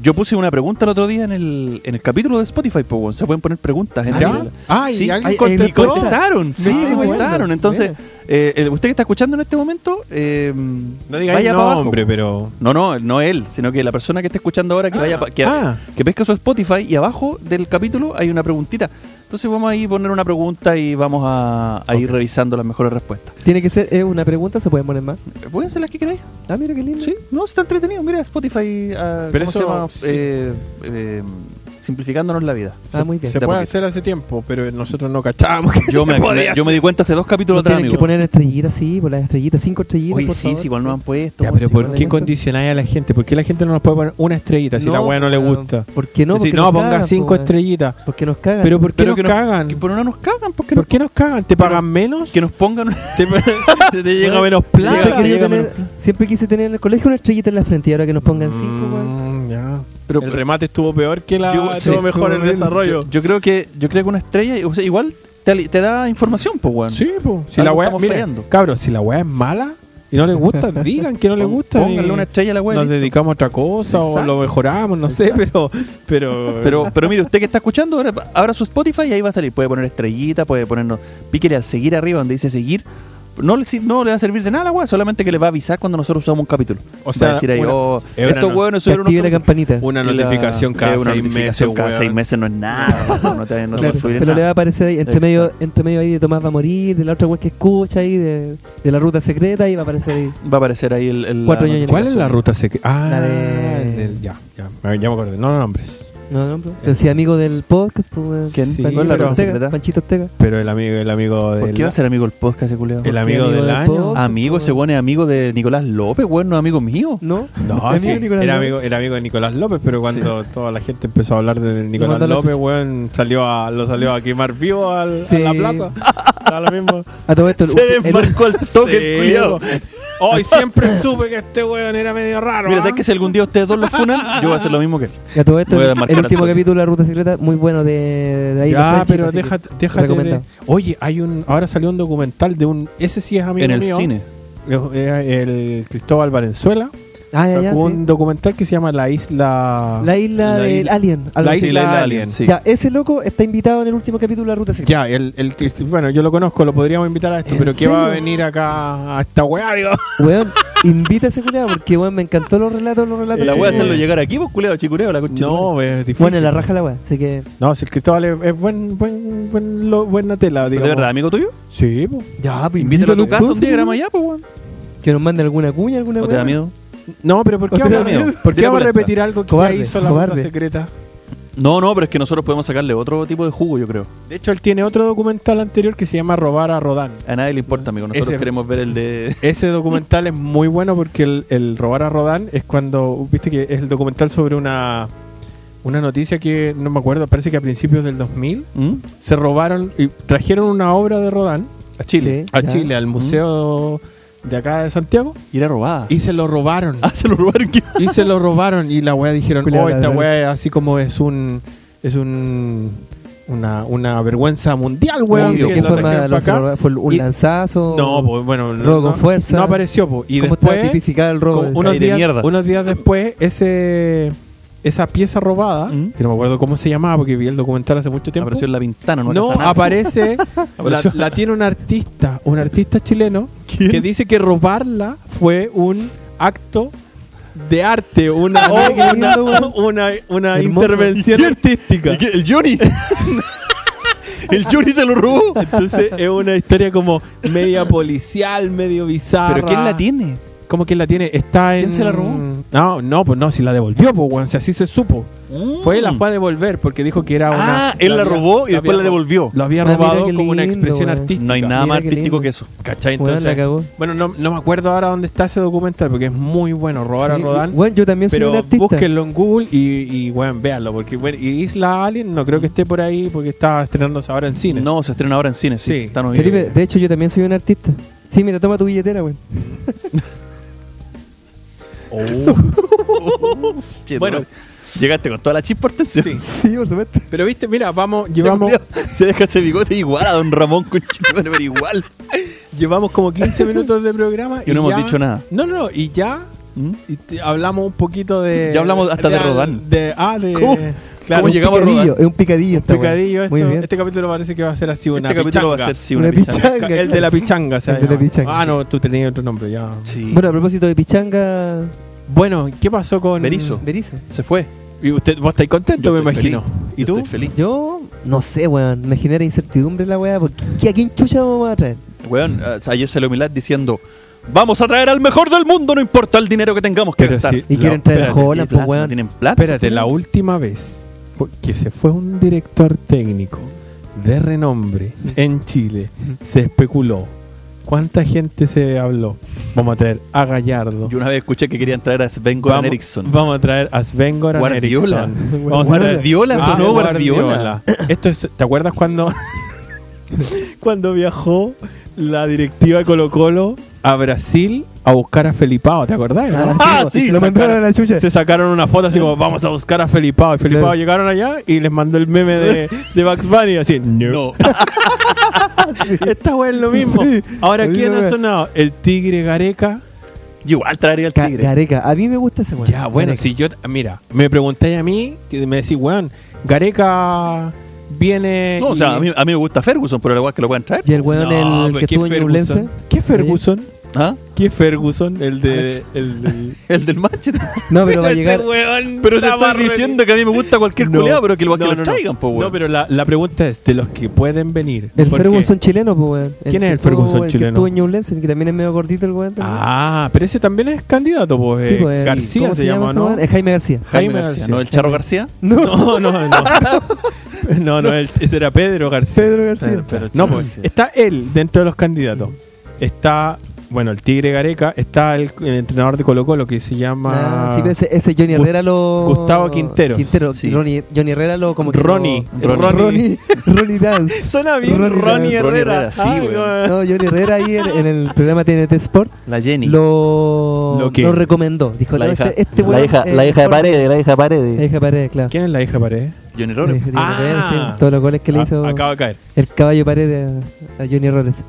A: yo puse una pregunta el otro día en el, en el capítulo de Spotify, pues, weón, se pueden poner preguntas en
C: ¿Ah,
A: el-
C: ya? Ah, ¿y
A: Sí,
C: alguien
A: hay-
C: contestó?
A: y contestaron, sí,
C: Ah,
A: contestaron.
B: bueno.
A: Entonces, eh, el- usted que está escuchando en este momento, eh,
C: No digáis
A: vaya para abajo.
C: nombre, pero...
A: No, no, no él, sino que la persona que está escuchando ahora que
C: Ah,
A: vaya pa- que,
C: ah.
A: que pesca su Spotify y abajo del capítulo hay una preguntita. Entonces vamos a ir poner una pregunta y vamos a, a ir revisando las mejores respuestas.
B: Tiene que ser eh, una pregunta, se pueden poner más.
A: Eh, Pueden ser las que queráis.
B: Ah, mira qué lindo.
A: Sí, no, está entretenido. Mira, Spotify, ah,
C: Pero
A: ¿cómo
C: eso,
A: se llama?
C: sí.
A: Eh, eh, simplificándonos la vida.
B: Ah, muy bien.
C: Se
A: Ya,
C: puede
A: porque-
C: hacer hace tiempo, pero nosotros no cachábamos que
A: Yo
C: <laughs> se
A: me,
C: podía
A: yo me di cuenta hace dos capítulos
B: No
A: atrás,
B: tienen que
A: amigo.
B: poner estrellitas, sí, por las estrellitas, cinco estrellitas.
A: Oye,
B: por
A: sí,
B: favor.
A: sí, igual no han puesto.
C: Ya,
A: weón,
C: pero
A: sí,
C: ¿por
A: igual
C: qué
A: han puesto.
C: condicionáis a la gente? ¿Por qué la gente no nos puede poner una estrellita si
B: No,
C: la weá no le
B: claro.
C: gusta?
B: ¿Por qué no?
C: Decir,
B: Porque
C: no,
B: nos
C: ponga
B: cagan,
C: cinco
B: po, weón.
C: estrellitas.
B: Porque nos cagan.
C: Pero ¿por qué
A: Pero
C: nos
A: que
C: cagan?
A: Que por una nos cagan, porque
C: ¿Por qué nos cagan? ¿Te pagan menos?
A: que nos pongan.
C: <laughs> ¿Te,
A: <laughs>
C: te llega menos
B: siempre,
A: Llega-
C: plata?
B: quería
A: llega
B: tener-
A: menos
B: siempre quise tener en el colegio una estrellita en la frente y ahora que nos pongan cinco, weón.
C: Mm, ya.
A: Pero-
C: el remate estuvo peor que la...
A: Yo-
C: estuvo
A: sí.
C: mejor el
B: Estuvo bien.
C: desarrollo.
A: Yo creo que yo creo que una estrella, o sea, igual te, ali- te da información, pues, weón.
C: Sí, po. Si la
A: Algo
C: weá,
A: estamos
C: mira,
A: fallando.
C: cabros, si la weá es mala y no les gusta, digan que no les
A: Pon-
C: gusta.
A: Pónganle
C: y
A: una estrella a la weá.
C: Nos
A: listo.
C: dedicamos a otra cosa o
A: Exacto.
C: lo mejoramos, no sé, pero... <laughs> Pero...
A: Pero, pero mire, usted que está escuchando, ahora abra su Spotify y ahí va a salir. Puede poner estrellita, puede ponernos. Píquele al seguir arriba donde dice seguir. No le, sir- no le va a servir de nada a la weá, solamente que le va a avisar cuando nosotros usamos un capítulo.
D: O sea,
A: va a decir ahí,
D: una-
A: oh,
D: es una
A: estos
D: no-
A: hueones
B: Que
A: subieron
B: active la
A: unos-
B: campanita.
D: Una
A: y la-
D: notificación cada
A: es una
D: seis meses,
A: notificación cada
D: weón.
A: seis meses no es
D: <laughs>
A: nada. weón, no te, no te
B: Claro,
A: va a subir
B: pero le va a
A: nada.
B: aparecer ahí, entre
A: Exacto.
B: medio, entre medio ahí de Tomás va a morir, de la otra web que escucha ahí, de, de la ruta secreta, y va a aparecer ahí.
A: Va a aparecer ahí el. el-
B: Cuatro
A: la
B: ñoños.
C: ¿Cuál es la ruta secreta? Ah,
B: La de-
C: el del- ya, ya, ya me acordé. No, no nombres.
B: No, no, pero- pero si amigo del podcast, pues weón.
A: ¿Quién?
C: Sí,
B: Panchito
C: ¿cuál es la
B: Ortega,
A: ruta secreta?
B: Panchito Ortega.
C: Pero el amigo, el amigo
A: notificación.
C: del.
A: ¿Por qué va a ser amigo el podcast, ese culiao?
C: El amigo,
B: amigo
C: del
B: del
C: año.
B: pop?
A: Amigo, ese weón es amigo de Nicolás López, weón, no es amigo mío.
B: ¿No?
C: No,
B: <laughs> ¿Amigo
C: sí,
B: de Nicolás
C: era,
B: López?
C: amigo, era amigo de Nicolás López, pero cuando toda la gente empezó a hablar de Nicolás
B: mandó a la
C: López,
B: chucha.
C: weón, salió a, lo salió a quemar vivo al,
B: Sí.
C: a la plaza. Da lo mismo.
B: A todo esto,
A: <laughs>
B: el,
A: Se
B: el-
A: desmarcó al toque el
C: Sí,
A: culiao.
C: weón. Hoy siempre supe que este weón era medio raro.
A: Mira,
C: ¿ah?
A: ¿sabes que si algún día ustedes dos lo funan, yo voy a hacer lo mismo que él?
B: a todo esto,
A: Voy a
B: el-
A: desmarcar
B: el
A: al
B: último
A: toque.
B: capítulo de la ruta secreta, muy bueno de, de ahí. los
C: Ya,
B: Panchitos,
C: pero
B: así que
C: déjate, déjate de,
B: recomendado.
C: Oye, hay un ahora salió un documental de un ese sí es amigo
A: En el
C: mío.
A: cine.
C: Eh, El Cristóbal Valenzuela.
B: Ah, ya, ya,
C: sacó un
B: sí.
C: documental que se llama La Isla
B: La isla
A: La
B: del
A: isla-
B: Alien. algo
C: La
B: así.
A: Sí,
B: Ah,
A: la isla
C: Isla
A: Alien,
C: Alien.
A: sí.
B: Ya, ese loco está invitado en el último capítulo de la ruta secreta.
C: Ya, el, el que- bueno, yo lo conozco, lo podríamos invitar a esto,
B: ¿En
C: pero ¿qué va a
B: serio?
C: venir acá a esta
B: <laughs>
C: weá, digo?
B: Weón, invita a ese culiado porque, weón, me encantó los relatos, los relatos.
A: La voy a
C: Eh,
A: hacerlo llegar aquí, vos, culiao, chicureo, la concha.
C: No, es difícil.
B: Bueno, la raja la weá. Así que,
C: No, si el Cristóbal es, es buen, buen, buen, lo- buena tela,
A: ¿De
C: digamos.
A: verdad, amigo tuyo?
C: Sí, po.
B: ya, pues,
A: Invítalo a tu casa un
B: entonces,
A: día, graba
B: weón.
A: allá, pues, weón.
B: Que nos mande alguna cuña, alguna
A: ¿O te da
B: weá.
A: miedo?
C: No, pero ¿por qué
B: ¿Te da
C: vamos,
A: miedo?
C: ¿por qué
A: Tira
C: vamos a
A: por esta.
C: repetir algo que
B: Cobarde,
C: ya hizo la
B: cobarde.
C: ruta secreta?
A: No, no, pero es que nosotros podemos sacarle otro tipo de jugo, yo creo.
C: De hecho, él tiene otro documental anterior que se llama Robar a Rodán.
A: A nadie le importa, amigo. Nosotros
C: Ese-
A: queremos ver el
C: <laughs>
A: de.
C: Ese documental es muy bueno porque el, el robar a Rodán es cuando, viste que es el documental sobre una, una noticia que no me acuerdo, parece que a principios del 2000
A: ¿Mm?
C: se robaron y trajeron una obra de Rodán
A: A Chile.
B: Sí.
C: a
B: Ya.
C: Chile, al museo de acá de Santiago
A: Y <laughs> era robada.
C: y se lo robaron.
B: <laughs>
A: Ah, se lo robaron. ¿qué?
C: y se lo robaron y la weá dijeron,
B: Culeado,
C: oh, esta
B: la verdad.
C: weá así como es un, es un, una, una vergüenza mundial, weón.
B: Weón, ¿de
C: que
B: ¿Qué
C: la
B: forma lo
C: trajeron pa' acá".
B: hicieron? ¿Fue un
C: Y-
B: lanzazo?
C: No, pues bueno, no,
B: Robo con
C: no-
B: fuerza.
C: no apareció, po. y
B: ¿Cómo
C: después
B: está tipificado el
C: como
B: robo?
C: unos,
A: Ahí de
C: días,
A: mierda.
C: unos días después, ese, esa pieza robada,
A: ¿Mm?
C: que no me acuerdo cómo se llamaba porque vi el documental hace mucho tiempo.
A: Apareció en la ventana, no,
C: no,
A: casa nada.
C: aparece, la,
A: Apareció.
C: la tiene un artista, un artista chileno, que dice que robarla fue un acto de arte, una,
B: Ah, qué
C: una,
B: lindo, weón.
C: una, una
B: Hermoso.
C: <laughs> intervención artística.
A: ¿Y qué? ¿El
C: <laughs>
A: Johnny? ¿El Johnny se lo robó?
C: Entonces es una historia como media policial, medio bizarra.
A: ¿Pero quién la tiene?
C: ¿Cómo que la tiene? Está en.
A: ¿Quién se la robó?
C: No, no, pues no, si la devolvió, pues, weón. Si así se supo. Fue,
A: Mm.
C: la fue a devolver porque dijo que era una.
A: Ah, él la
C: había-
A: robó y después la
C: había-
A: devolvió.
C: Lo había
B: Ah, mira
C: robado
B: qué
C: como una
B: lindo,
C: expresión
B: weón.
C: artística.
A: No hay nada
B: Mira
A: más
B: qué
A: artístico
B: lindo.
A: que eso.
C: ¿Cachai?
B: Weón,
C: Entonces.
B: la cagó.
C: Bueno, no, no me acuerdo ahora dónde está ese documental porque es muy bueno robar
B: Sí,
C: a Rodán.
B: Weón, yo también soy un
C: Pero
B: artista.
C: búsquenlo en Google y, y weón, véanlo. Porque, bueno, y Isla Alien no creo que esté por ahí porque está estrenándose ahora en cine.
A: No, se estrena ahora en cine. Sí,
C: Sí.
A: Está nominado.
B: Felipe, de hecho yo también soy un artista. Sí, mira, toma tu billetera, weón. <laughs>
C: Oh,
A: Che,
C: Bueno.
A: llegaste con toda la chispa Hortensio.
C: <laughs>
A: <laughs>
C: Sí.
B: Sí, por supuesto.
C: Pero viste, mira, vamos, llevamos.
A: Se deja ese bigote igual a Don Ramón con <laughs> pero igual.
C: Llevamos como
A: <laughs>
C: 15 minutos de programa
A: Y no hemos
C: ya-
A: dicho nada.
C: No, no, no, y ya
A: ¿Mm?
C: y te- hablamos un poquito de.
A: Ya hablamos hasta de
C: al-
A: Rodán.
C: de- ah, de.
A: ¿Cómo?
C: Claro,
A: ¿Cómo llegamos a
B: picadillo,
A: rodar?
B: Es un picadillo esta weá.
C: picadillo
B: Muy
C: esto-
B: bien.
C: Este capítulo parece que va a ser así una
A: Este capítulo va a
C: pichanga.
A: ser, sí, una,
B: Una
A: pichanga.
B: pichanga.
C: El de la pichanga, se
B: El de la
C: llama.
B: pichanga,
C: Ah, no, tú tenías otro nombre ya.
A: Sí.
B: Bueno, a propósito de pichanga,
C: Bueno, ¿qué pasó con.
A: Berizo.
B: Berizo.
A: se fue.
C: Y usted, vos estáis contento,
A: Yo
C: me
A: estoy
C: imagino.
A: feliz.
C: ¿Y
A: Yo
C: tú?
A: Estoy feliz.
B: Yo no sé, weón. Me genera incertidumbre la weá. Porque ¿qué- ¿A quién chucha vamos a traer?
A: Weón, eh, ayer salió Milad diciendo: Vamos a traer al mejor del mundo, no importa el dinero que tengamos que
C: Pero
A: gastar.
C: sí.
B: Y
C: No,
B: quieren traer a
A: Espérate,
B: Jolan,
A: ¿tienen plata?
B: pues weón.
A: ¿No tienen plata?
C: Espérate, la última vez fue- que se fue un director técnico de renombre en Chile, se especuló. ¿Cuánta gente se habló? Vamos a traer a Gallardo.
A: Yo una vez escuché que querían traer a Sven Goran
C: Vamos,
A: Eriksson.
C: vamos a traer a Sven Goran
A: Guardiola. <laughs>
C: Eriksson.
A: Guardiola, sonó Guardiola.
C: Esto es, ¿Te acuerdas cuando, <laughs> cuando viajó la directiva de Colo Colo a Brasil a buscar a Felipao? ¿Te acordás? no?
A: Ah,
B: pues,
A: sí,
B: Se lo mandaron a la chucha.
C: Se sacaron una foto así como vamos a buscar a Felipao. Y Felipao
B: Claro.
C: llegaron allá y les mandó el meme de, de Bugs Bunny así.
A: <laughs>
C: No. Esta wea es lo mismo.
B: Sí.
C: Ahora,
B: La
C: ¿quién
B: misma
C: ha
B: wea.
C: sonado? El Tigre Gareca.
A: Igual traería al
B: Ca-
A: tigre.
B: Gareca. A mí me gusta ese weón.
C: Ya, bueno,
B: Gareca.
C: si yo. Mira, me preguntáis a mí, que me decís, weón, Gareca viene.
A: No, o
C: y-
A: sea, a mí, a mí me gusta Ferguson, pero la weá es que lo pueden traer.
B: Y el weón
C: No,
B: el
C: pero
B: que
C: ¿qué
B: estuvo en ¿Eh? Ñublense.
C: Ferguson? ¿eh? ¿Qué Ferguson?
A: ¿Ah?
C: ¿Qué Ferguson? El de. El, el-
A: El del <laughs> Manchester.
B: No,
C: <laughs>
B: pero va a llegar.
A: Pero te estoy diciendo que a mí me gusta cualquier
C: No,
A: culeado, pero que lo, que
C: no,
A: lo
C: no, no.
A: traigan, po, weón.
C: No, pero la, la pregunta es: de los que pueden venir.
B: El
C: porque-
B: Ferguson chileno, pues, weón.
C: ¿Quién es
B: que
C: el Ferguson
B: estuvo- El que
C: chileno?
B: estuvo en Ñublense, el que también es medio gordito el weón. también.
C: Ah, pero ese también es candidato, pues.
B: Sí,
C: eh,
B: pues, el-
C: García
B: ¿cómo
C: se, llama,
B: ese
C: ¿no?
B: weón? Es Jaime García. <laughs>
A: Jaime
C: Jaime
A: García,
C: García.
A: ¿no? El Charro García.
C: <laughs> No, no, no. No, no, el- ese era Pedro García.
B: Pedro García.
A: Pero
C: No,
A: Charro
C: pues,
A: García.
C: está él dentro de los candidatos. Está, bueno, el Tigre Gareca, está el, el entrenador de Colo Colo que se llama
B: Ah, sí, pero ese, ese Johnny
C: Gus-
B: Herrera lo.
C: Gustavo Quinteros.
B: Quintero,
A: Sí.
B: Ronnie- Johnny Herrera lo. Como que
C: Ronnie.
B: lo-
A: Ronnie.
B: Ronnie. Ronnie Dance.
C: <laughs> Suena
B: bien, Ronnie Ronnie
A: Herrera. Herrera, sí, Ay, güey.
B: No, Johnny Herrera ahí en, en el programa TNT Sport
A: La Jenny.
B: lo,
C: ¿Lo qué?
B: recomendó. Dijo,
A: La
B: no,
A: hija-
B: este, este
D: La
B: weón
D: hija,
B: es
D: la hija de
B: mejor-
D: paredes, la hija de
B: La
D: paredes.
B: hija de paredes, claro.
C: ¿Quién es la hija Paredes?
A: Johnny
B: La
A: Robles.
B: hija de
C: Ah.
B: Paredes, sí, todos los goles que le
C: Ah,
B: hizo
C: Acaba de caer.
B: el caballo Paredes a, a Johnny Robles.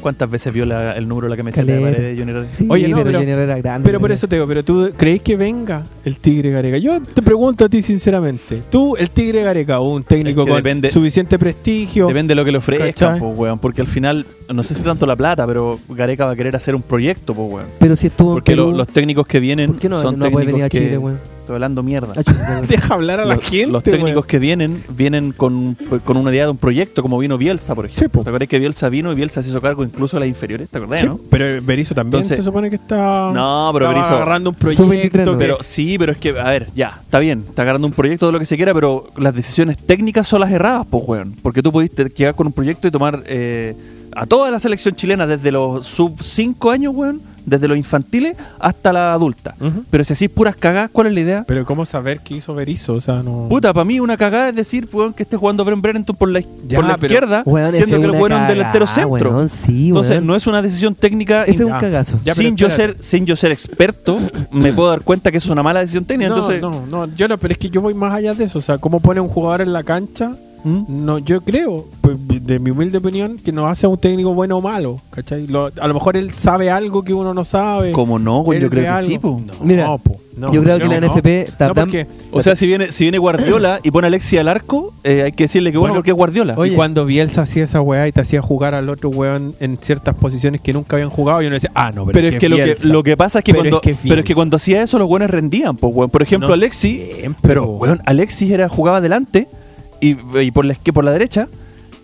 A: ¿Cuántas veces vio la- el número de la camiseta de
B: Caleta.
A: pared de Johnny Robles?
B: Sí,
C: Oye, no,
B: pero,
C: pero-
B: Johnny Herrera grande.
C: Pero por eso te digo, pero tú crees que venga el Tigre Gareca. Yo te pregunto a ti sinceramente, tú el Tigre Gareca, un técnico
A: Es que
C: con
A: depende-
C: suficiente prestigio,
A: Depende de lo que le ofrezcan,
C: ¿Cachai?
A: po, weón. Porque al final, no sé si tanto la plata, pero Gareca va a querer hacer un proyecto, po, weón.
B: Pero si estuvo en
A: Porque lo-
B: Perú,
A: los técnicos que vienen
B: ¿Por qué no,
A: son
B: no puede
A: técnicos
B: venir a
A: que-
B: Chile, weón?
A: Estoy hablando mierda.
B: Ah, chuta,
A: <laughs>
B: weón.
C: deja hablar a la
A: Los-
C: gente.
A: Los técnicos
C: weón.
A: que vienen, vienen con, con una idea de un proyecto, como vino Bielsa, por ejemplo.
C: Sí, po.
A: ¿Te acuerdas que Bielsa vino y Bielsa se hizo cargo incluso de las inferiores? ¿Te acordás,
C: Sí,
A: no?
C: Pero Berizzo también
A: Entonces-
C: se supone que está
A: No, pero
C: estaba
A: Berizzo-
C: agarrando un
B: Sub-23,
C: proyecto
B: ¿no?
C: que-
A: Pero sí, pero es que, a ver, ya, está bien, está agarrando un proyecto, todo lo que se quiera, pero las decisiones técnicas son las erradas, pues, weón. Porque tú pudiste llegar con un proyecto y tomar eh, a toda la selección chilena, desde los sub 5 años, weón, desde los infantiles hasta la adulta.
C: Ujú.
A: Pero si así puras cagadas, ¿cuál es la idea?
C: Pero cómo saber qué hizo Berizzo, o sea, no
A: Puta, para mí una cagada es decir, weón, que esté jugando Bren Brenton por la,
C: Ya,
A: por la
C: pero-
A: izquierda,
B: Weón, ese
A: siendo que
B: es
A: el
B: una
A: weón es un
B: cagada,
A: delantero centro.
B: weón, sí,
A: Entonces,
B: weón.
A: no es una decisión técnica
B: Ese es un
C: Ya.
B: cagazo.
C: Ya, pero
A: sin, yo
C: espérate.
A: ser, sin yo ser experto, me puedo dar cuenta que eso es una mala decisión técnica.
C: No,
A: entonces,
C: no, no, yo no, pero es que yo voy más allá de eso, o sea, cómo pone un jugador en la cancha
A: ¿Mm?
C: No, yo creo, pues, de mi humilde opinión, que nos hace un técnico bueno o malo, ¿cachai? Lo- a lo mejor él sabe algo que uno no sabe.
A: Como no, güey,
C: Él
A: yo creo
C: ve
A: que
C: algo.
A: sí, pues. po.
C: No,
B: Mira,
C: po, no,
B: yo creo que
C: no,
B: la
C: no.
B: NFP
C: No,
B: tardam-
C: porque-
A: O sea, si viene, si viene Guardiola y pone a Alexis al arco, eh, hay que decirle que bueno,
C: Bueno,
A: porque es Guardiola.
C: y cuando Bielsa hacía esa weá y te hacía jugar al otro weón en ciertas posiciones que nunca habían jugado, yo no decía, ah, no, pero,
A: pero es que lo, que
C: Bielsa.
A: lo que pasa es que
C: Pero
A: cuando
C: es que es
A: pero es que
C: Bielsa.
A: cuando hacía eso los buenos rendían, pues Por ejemplo,
C: No
A: Alexis,
C: siempre,
A: pero
C: po.
A: weón, Alexis era jugaba adelante y, y por la que por la derecha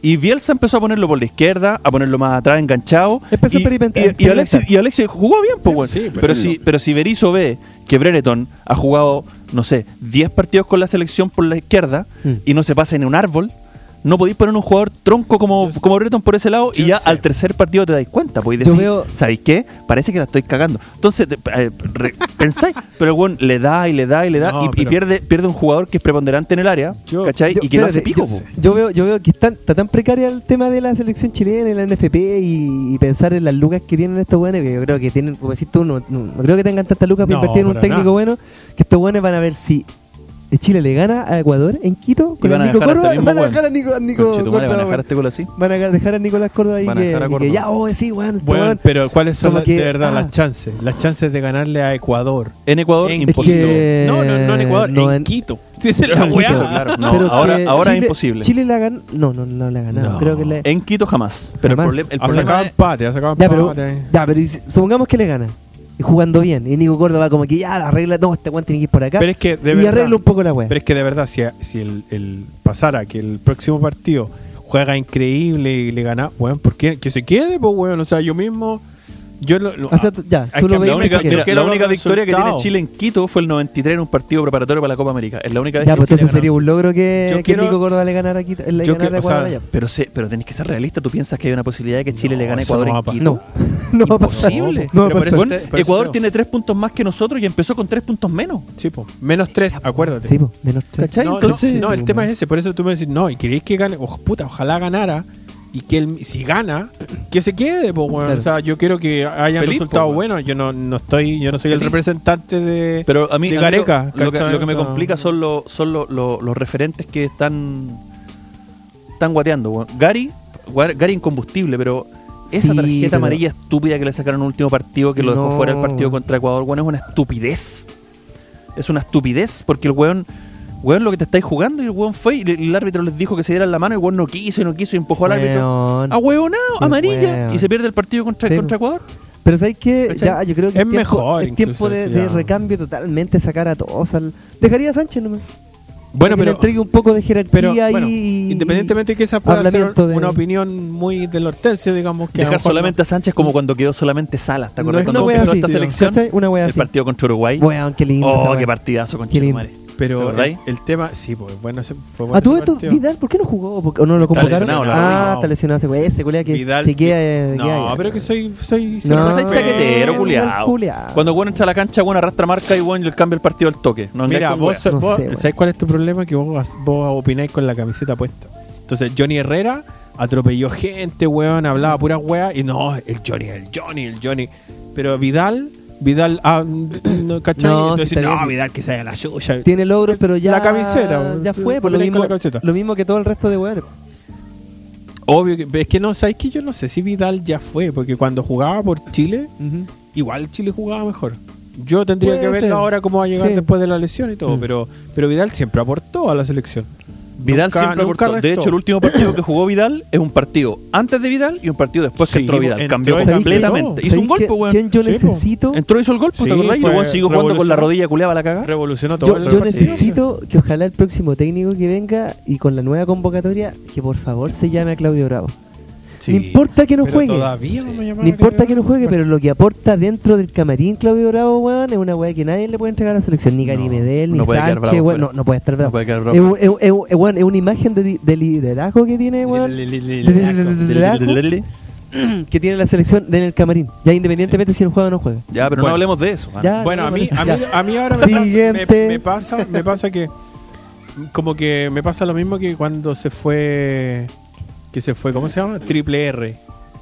A: y Bielsa empezó a ponerlo por la izquierda, a ponerlo más atrás enganchado
B: Empezó a
A: y,
B: experimentar,
A: y- y
B: experimentar.
A: Alexis y Alexis jugó bien, pues
C: Sí, sí,
A: pero,
C: pero
A: si
C: no.
A: pero si Berizzo ve que Brereton ha jugado, no sé, 10 partidos con la selección por la izquierda
B: Mm.
A: y no se pasa en un árbol no podéis poner un jugador tronco como,
C: Yo-
A: como Brereton por ese lado y
C: yo
A: ya
C: sé.
A: al tercer partido te dais cuenta. Pues, y
B: Yo
A: decís,
B: veo-
A: ¿sabéis qué? Parece que la estoy cagando. Entonces, te- eh, re- pensáis, pero el weón le da y le da y le da
C: No,
A: y, y
C: pero-
A: pierde, pierde un jugador que es preponderante en el área,
C: Yo-
A: ¿cachai?
B: Yo-
A: y que no hace
B: espérate,
A: pico, pues.
B: yo,
A: po.
B: yo veo, yo veo que están- está tan precaria el tema de la selección chilena y la NFP y, y pensar en las lucas que tienen estos buenos, que yo creo que tienen, como decís tú, no, no- no creo que tengan tantas lucas para
C: No,
B: invertir en un
C: para
B: técnico
C: nada.
B: bueno, que estos buenos van a ver si Chile le gana a Ecuador en Quito
A: Y
B: con
A: van
B: el
A: a
B: Nico
A: dejar a este
B: Córdoba,
A: mismo
B: van a
A: weón.
B: dejar a Nico, a Nico
A: Conchetumare, van a
B: Córdoba,
A: dejar a este culo así.
B: van a dejar a Nicolás Córdoba ahí
A: Van a
B: que,
A: dejar a
B: y que
A: Córdoba.
B: ya, oh, sí, weón, este
C: Bueno,
B: weón.
C: pero ¿cuáles son
B: como
C: las-
B: que,
C: de verdad
B: ah.
C: las chances? Las chances de ganarle a Ecuador.
A: En Ecuador,
C: En
A: imposible.
B: que-
C: No, no, no en Ecuador,
B: Eh, no
C: en,
B: en-
C: Quito. Sí, esa es la
A: En
C: weá.
A: Quito, claro. No,
B: Pero
A: ahora-
B: que
A: ahora es
B: Chile-
A: imposible.
B: Chile la ganó. No, no, no la ganaron.
C: No.
B: Creo que la.
A: En Quito jamás. Pero
B: Jamás.
A: el, problema- el
C: Ha
A: problema
C: sacado
A: es-
C: empate, ha sacado
B: Ya, pero,
C: empate.
B: ya, pero y si- supongamos que le gana. Y jugando bien. Y Nico Córdoba como que ya arregla. No, este guante tiene que ir por acá.
C: Pero es que de
B: y
C: verdad-
B: arregla un poco la wea.
C: Pero es que de verdad, si, si el, el pasara que el próximo partido juega increíble y le gana, weón, ¿por qué? Que se quede, pues, weón. O sea, yo mismo. Yo lo, lo-
B: O sea, tú- ya, tú lo
C: que
B: veis
A: La
B: Yo
A: única,
B: pensé que-
A: mira,
C: que
A: la
C: logre
A: única
C: el
A: victoria que tiene
C: resultado.
A: Chile en Quito fue el 93 en un partido preparatorio para la Copa América. Es la única vez
B: ya,
A: que
B: pues
A: Chile
B: entonces
A: ganó.
B: sería un logro que,
C: Yo
B: que
C: quiero-
B: Nico Córdoba le ganara aquí. Le ganara
C: yo
B: a
C: quiero- o sea,
B: Ecuador allá.
A: Pero, se, pero tenés que ser realista. ¿Tú piensas que hay una posibilidad de que Chile
C: No,
A: le gane a
C: eso
A: Ecuador
C: no
A: en
C: va a pasar.
A: Quito?
B: No, <laughs> no va a pasar.
A: Imposible.
B: No va a
C: Pero por
B: pasar.
C: eso
A: Bueno,
C: te- por eso
A: Ecuador
C: creo.
A: tiene tres puntos más que nosotros y empezó con tres puntos menos.
C: Sí, po. Menos tres, acuérdate.
B: Sí, pues, menos tres.
A: ¿Cachai?
C: No,
A: Entonces-
C: no, no, el tema es ese. Por eso tú me decís, no, y queréis que gane. Oh, puta, ojalá ganara. Y que él, si gana, que se quede, pues, weón.
B: Claro.
C: O sea, yo quiero que haya un
A: Feliz, po,
C: resultado
A: weón.
C: bueno. Yo no, no estoy, yo no soy el
A: Feliz.
C: representante de,
A: Pero a mí,
C: de
A: a mí lo-
C: Gareca.
A: lo, que,
C: ¿cachai?
A: lo que me
C: O sea,
A: complica son, los- son los- los- los referentes que están, están guateando. weón. Gary, Guar- Gary incombustible, pero esa
B: Sí,
A: tarjeta
B: pero-
A: amarilla estúpida que le sacaron en el último partido que lo dejó
B: No,
A: fuera el partido
B: weón.
A: contra Ecuador, bueno, es una estupidez. Es una estupidez porque el weón Weón, lo que te estáis jugando y el weón fue y el, el árbitro les dijo que se dieran la mano y el weón no quiso y no quiso y empujó al árbitro.
B: Weón.
A: A
B: Qué
A: amarilla.
B: weón.
A: Y se pierde el partido contra,
B: Sí,
A: contra Ecuador.
B: Pero ¿sabes qué?
A: ¿Cachai?
B: Ya, yo creo que
C: Es
B: tiempo-
C: mejor
B: Es tiempo
C: incluso
B: de,
C: eso, ya.
B: de recambio totalmente sacar a todos. al- Dejaría a Sánchez nomás.
C: Bueno,
B: Que le
C: pero,
B: entregue un poco de jerarquía
C: pero
B: ahí
C: bueno,
B: y-
C: independientemente que esa pueda ser
B: hablamiento de-
C: una opinión muy del hortensio, digamos que a lo
A: Dejar
C: mejor
A: solamente a Sánchez como cuando quedó solamente Salas. ¿Te
C: No
A: acuerdas
C: es
A: cuando
C: una wea
A: empezó
C: así,
A: esta
C: tío.
A: selección?
B: ¿Cachai? Una wea
A: el
B: así.
A: partido contra Uruguay.
B: Weón, qué lindo. esa
A: oh,
B: wea.
A: qué partidazo con
B: Qué lindo.
A: Chile.
C: no.
A: ¿Te
C: pero
A: acordáis?
C: el, el tema, sí, pues bueno, se- fue bueno
B: A todo
C: ese
B: Ah, esto,
C: partido.
B: Vidal, ¿por qué no jugó? ¿O por qué- ¿O no lo
C: Está
B: convocaron?
A: lesionado, la
B: ah,
C: verdad.
B: está lesionado ese güey. Ese culea que
C: Vidal-
B: se queda. eh,
C: No,
B: queda-
C: pero que soy soy
B: No,
A: No, eh,
C: soy
A: soy chaquetero,
B: no,
A: culiao.
B: culiao.
A: Cuando bueno entra a la cancha, bueno arrastra marca y bueno le cambia el partido al toque. No
C: Mira,
A: vengáis con
C: vos,
A: wea.
B: No
C: vos-
B: sé, weón.
C: ¿sabes cuál es tu problema? Que vos, has- vos opináis con la camiseta puesta. Entonces, Johnny Herrera atropelló gente, weón, hablaba pura wea. Y no, el Johnny, el Johnny, el Johnny. Pero Vidal, Vidal, ah, no, ¿cachai?
B: No,
C: Entonces,
B: sí, está bien,
C: no,
B: sí.
C: Vidal que se haga la suya.
B: Tiene logros, pero ya.
C: La camiseta, weón.
B: Ya fue, por lo
C: Opináis con
B: mismo,
C: la camiseta.
B: lo mismo que todo el resto de weones.
C: Obvio que, es que no, ¿sabes que Yo no sé si Vidal ya fue, porque cuando jugaba por Chile,
B: Ujú.
C: igual Chile jugaba mejor. Yo tendría
B: Puede
C: que verlo
B: ser.
C: ahora cómo va a llegar
B: Sí.
C: después de la lesión y todo,
B: Mm.
C: pero, pero Vidal siempre aportó a la selección.
A: Vidal
C: Nunca-
A: siempre
C: nunca
A: aportó. De
C: restó.
A: hecho, el último partido que jugó Vidal es un partido antes de Vidal y un partido después que
C: Sí,
A: entró Vidal.
C: entró
A: Cambió
C: y
B: cambió.
A: completamente. Hizo
B: ¿Sabéis
A: un golpe,
B: qué-
A: weón.
B: ¿Quién yo
C: pues, Sí, po.
B: necesito?
A: Entró y hizo el golpe,
C: Sí,
A: ¿te acordás? Y el
C: fue
A: weón siguió jugando con la
C: revolucionó.
A: rodilla culeaba la caga.
C: Revolucionó todo.
B: Yo,
C: el
B: yo
C: partido.
B: necesito que ojalá el próximo técnico que venga y con la nueva convocatoria, que por favor se llame a Claudio Bravo.
A: Sí.
B: No importa que no
C: Pero
B: juegue.
C: Todavía no me
B: No importa que no juegue, pero lo que aporta dentro del camarín Claudio Bravo, weón, es una weá que nadie le puede entregar a la selección. Ni
A: No,
B: Gary Medel, ni
A: no puede quedar
B: Sánchez,
A: bravo,
B: weón.
A: pero-
B: No, no puede estar
A: No
B: bravo.
A: puede quedar
B: Es
A: bravo.
B: un- es un- es un- es un- es una imagen de, li- de liderazgo que tiene, weón, <clears throat> que tiene la selección en el camarín. Ya independientemente si no juega o no juega.
A: <laughs> Ya, pero no
C: Bueno.
A: hablemos de eso. man.
B: Ya,
C: Bueno, a mí, a mí,
B: Ya.
C: a mí ahora me pasa-
B: Siguiente.
C: me, me pasa, me pasa que como que me pasa lo mismo que cuando se fue que se fue, ¿cómo se llama? Triple R.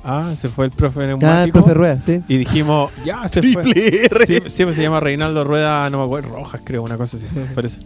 C: Ah, se fue el profe
B: Ah, el
C: neumático.
B: profe Rueda, sí.
C: y dijimos, ya se
A: Triple
C: fue.
A: R.
C: Sí, Siempre se llama Reinaldo Rueda, no me acuerdo, Rojas creo, una cosa así. parece.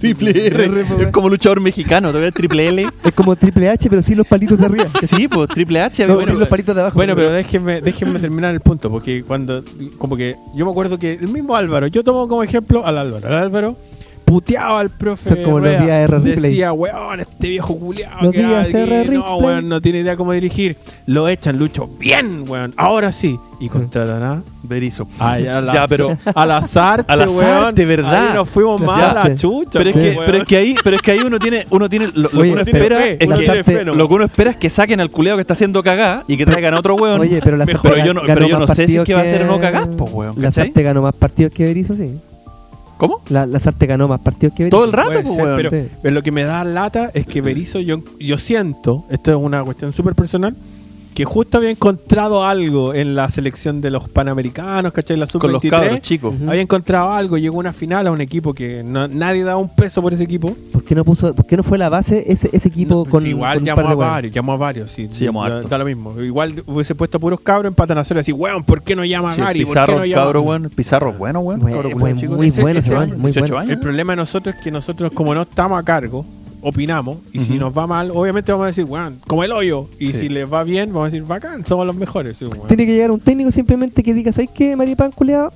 A: Triple R. Es como luchador mexicano, todavía triple L.
B: Es como triple H, pero sin los palitos de arriba.
A: <laughs> Sí, pues triple H.
B: No,
A: bueno,
B: sin los palitos de abajo.
C: Bueno, pero déjenme, déjenme terminar el punto, porque cuando, como que, yo me acuerdo que el mismo Álvaro, yo tomo como ejemplo al Álvaro, el Álvaro puteaba al profe.
B: Son como los
C: Rueda,
B: días de R. Ripley.
C: Decía, weón, este viejo culiao
B: Los
C: que
B: días
C: aquí,
B: R.
C: no,
B: Ripley".
C: weón, no tiene idea cómo dirigir. Lo echan, Lucho, bien, weón, ahora sí. Y contratan a...
A: Berizo.
B: Ah,
C: Ay, a la-
A: Ya, pero.
C: <laughs> a las artes,
A: A las
C: weón.
A: artes, ¿verdad?
C: Ahí nos fuimos
B: Las
C: mal a la
B: artes.
C: chucha,
A: Pero es,
C: po,
A: que,
C: weón.
A: pero es que ahí, pero es que ahí uno tiene, uno tiene, lo, lo que
B: Oye,
A: uno
B: pero-
A: espera
C: fe,
A: es
C: uno
A: que,
C: tiene fe, ¿no?
A: lo que uno espera es que saquen al culeado que está haciendo cagá y que traigan a otro weón.
B: Oye, pero la
A: pero,
B: Sarte
A: yo no,
B: ganó
A: pero yo
B: más
A: no sé si
B: partidos
A: es que va a
B: que-
A: ser o no cagá, pues weón.
B: La
A: ¿cachai?
B: Sarte ganó más partidos que Berizzo, sí.
A: ¿Cómo?
B: La, la Sarte ganó más partidos que Berizzo.
A: Todo el rato,
C: Puede
A: pues
C: ser,
A: weón.
C: Pero,
B: Sí.
C: pero lo que me da lata es que Berizzo, yo, yo siento, esto es una cuestión súper personal, que justo había encontrado algo en la selección de los panamericanos, ¿cachai? La
A: con los cabros
C: sub-23.
A: chicos.
B: Ujú.
C: Había encontrado algo, llegó a una final a un equipo que no- nadie daba un peso por ese equipo.
B: ¿Por qué no puso, por qué no fue la base ese, ese equipo
A: pues
C: No, pues
B: con,
C: sí, igual
B: con un
C: llamó
B: par de
C: a
B: huevos?
C: varios, llamó a varios, sí,
A: Sí, llamó
C: da-
A: harto.
C: da lo mismo. Igual hubiese puesto a puros cabros en patanazola así, weón, ¿por qué no llama a
A: Sí,
C: Gary? ¿Por qué
A: Pizarro,
C: no
A: el
C: llama?
A: cabro bueno, Pizarro bueno, weón.
B: Bueno,
A: Cabro
B: bueno,
A: culiao chico,
B: muy
A: pues, ese-
B: bueno,
A: ese
B: ese
A: weón,
B: weón, muy
A: 18
B: bueno.
A: años.
C: El problema de nosotros es que nosotros, como no estamos a cargo, opinamos. Y si
A: Ujú.
C: nos va mal, obviamente vamos a decir, weón, como el hoyo. Y
A: Sí.
C: si les va bien, vamos a decir, bacán, somos los mejores. Sí, weón.
B: Tiene que llegar un técnico simplemente que diga, ¿sabes qué, Maripán, culeado?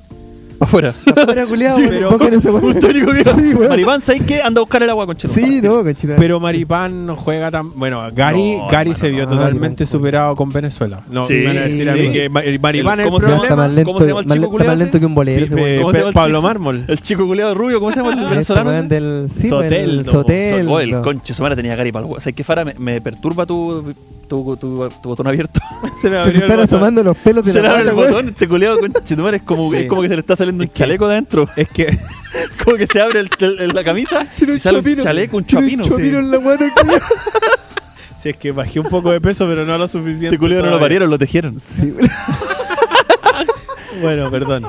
A: <laughs> Afuera.
B: Era culeado,
C: Sí,
B: weón,
C: pero-
B: invoquen ese weón.
A: Un técnico que-
B: Sí, weón.
A: Maripán, ¿sabes qué? Anda a buscar el agua con
B: Sí, no, conchita.
C: Pero Maripán no juega tan. Bueno, Gary,
A: No,
C: Gary
A: hermano,
C: se vio
B: no.
C: totalmente
B: Maripán,
C: superado con Venezuela. No,
A: Sí.
C: me van a decir a mí que Ma- el
A: El-
C: Maripán es el
A: ¿cómo se llama?
B: está
C: problema.
B: más lento,
A: ¿Cómo se llama el
B: más,
A: chico
B: le- está más
A: culiao
B: lento
A: ese?
B: que un bolero ese
C: Pe-
B: weón.
A: ¿Cómo se
C: Pe-
A: llama el
C: Pablo
A: chico?
C: Mármol.
A: El chico culeado rubio, ¿cómo se llama el
B: Este weón
A: venezolano? ese?
B: del sí,
C: Soteldo,
B: el Sotel.
A: Oh, el conche, su madre tenía cari para el huevo. O sea, que Fara me, me perturba tu, tu, tu, tu botón abierto.
C: Se me
B: Se
C: abrió
B: me
C: el
B: están
C: botón.
B: asomando los pelos de
A: se le
B: la
A: abre el
B: pata, weón.
A: botón, este culeado, conche, tu madre es como,
C: Sí.
A: es como que se le está saliendo un chaleco de adentro. <laughs>
C: Es que. <laughs>
A: Como que se abre el- el- la camisa
B: Tiene
A: y sale un chaleco, un chapino.
B: Tiene un chapino
A: Sí.
B: en la guata,
A: <laughs>
B: el culiao.
C: Si es que bajé un poco de peso, pero no lo suficiente.
A: Este culeado no lo
C: todavía.
A: parieron, lo tejieron.
B: Sí, weón.
A: <laughs>
C: Bueno, perdón.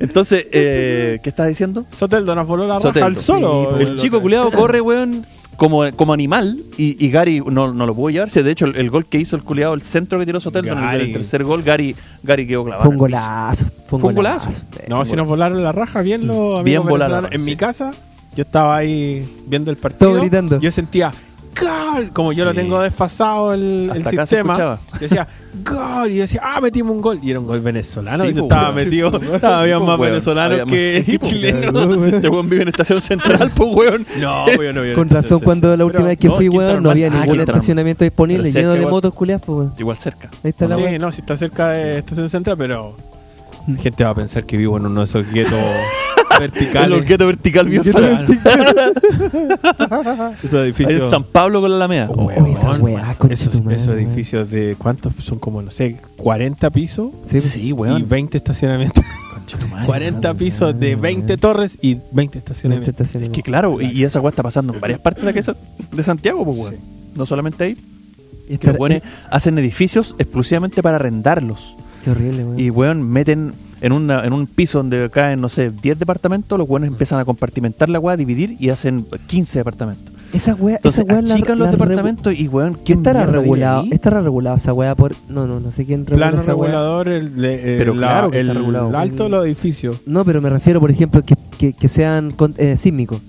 A: Entonces, eh, ¿qué estás diciendo?
C: Soteldo nos voló la raja
A: Soteldo.
C: al solo. eh,
B: Sí, pues,
A: El
C: weón.
A: chico
C: <laughs>
A: culeado corre, weón, como, como animal. Y, y Gary no, no lo pudo llevarse. De hecho, el, el gol que hizo el culeado, el centro que tiró Soteldo en el,
C: Gary.
A: el tercer gol, Gary, Gary quedó clavado.
B: Fue
A: en
B: un
A: el piso.
B: golazo.
A: Fue
B: Fue
A: un
B: un golazo.
A: golazo.
B: Eh,
C: No, si nos volaron la raja, bien los amigos
A: Bien volaron,
C: venezolanos. En
A: sí.
C: mi casa, yo estaba ahí viendo el partido.
B: Todo gritando.
C: Yo sentía, ¡Gol! Como yo lo
A: Sí.
C: tengo desfasado el, el
A: Hasta acá se
C: sistema.
A: escuchaba.
C: Yo decía, ¡Gol! Y decía, ¡Ah, metimos un gol! Y era un gol venezolano.
A: Sí,
C: y yo
A: po,
C: estaba
A: weón.
C: metido. estaba- había
A: po,
C: más
A: pues, weón.
C: venezolanos
A: Había más-
C: que
A: <laughs> sí, po,
C: chilenos.
A: Este weón vive en estación central, pues, weón.
C: No, weón, no había
B: Con
C: estación
B: razón,
C: central.
B: cuando la
A: Pero-
B: última vez que
A: no,
B: fui,
A: aquí
B: weón,
A: entraron
B: no
A: más-
B: había
A: ah, aquí
B: ningún
A: entraron.
B: estacionamiento disponible,
A: Pero si es
B: lleno
A: que
B: de
A: igual-
B: motos culiadas, pues, weón.
A: Igual cerca.
B: Ahí está la Mm.
C: Sí,
B: weón.
C: no, si está cerca de Estación Central, pero. La gente va a pensar que vivo en uno de esos
A: <laughs>
C: guetos
A: El
C: verticales.
A: objeto vertical bien
C: Gueto
A: feo.
C: esos
A: Ahí en
C: edificios.
A: San Pablo con la Alameda.
B: Oh, weón, esas weas, concha
C: esos,
B: tu madre,
C: esos
B: weón.
C: edificios de. ¿Cuántos? Son como, no sé, 40 pisos
B: Sí, pues.
A: Sí,
C: y
A: weón.
C: 20 estacionamientos.
A: Concha
C: <laughs>
A: tu madre.
C: 40
B: esa
C: pisos de
B: weá.
C: 20 torres y 20
B: No te
C: estacionamientos.
A: Es
B: estaciones,
A: que claro, y, y esa weá está pasando en varias partes de, la que es- de Santiago, pues, weón.
C: Sí.
A: No solamente ahí.
B: weón.
A: Que los
B: Estar-
A: weones hacen edificios exclusivamente para arrendarlos.
B: Qué horrible, weón.
A: Y, weón, meten en, una, en un piso donde caen, no sé, 10 departamentos, los weones empiezan a compartimentar la weá, a dividir y hacen 15 departamentos.
B: Esa weá, esa
A: Entonces,
B: weá la-
A: achican
B: la
A: los
B: re-
A: departamentos y, weón, ¿quién
B: Estará
A: mierda vive
B: regulado,
A: ahí?
B: estará regulado esa weá por. No, no, no sé quién regula
C: Plano
B: esa weá.
C: regulador, el, le- eh,
A: Pero
C: la-
A: claro que está
C: el
A: regulado.
C: alto de los edificios.
B: No, pero me refiero, por ejemplo, que, que, que sean con- eh, sísmicos.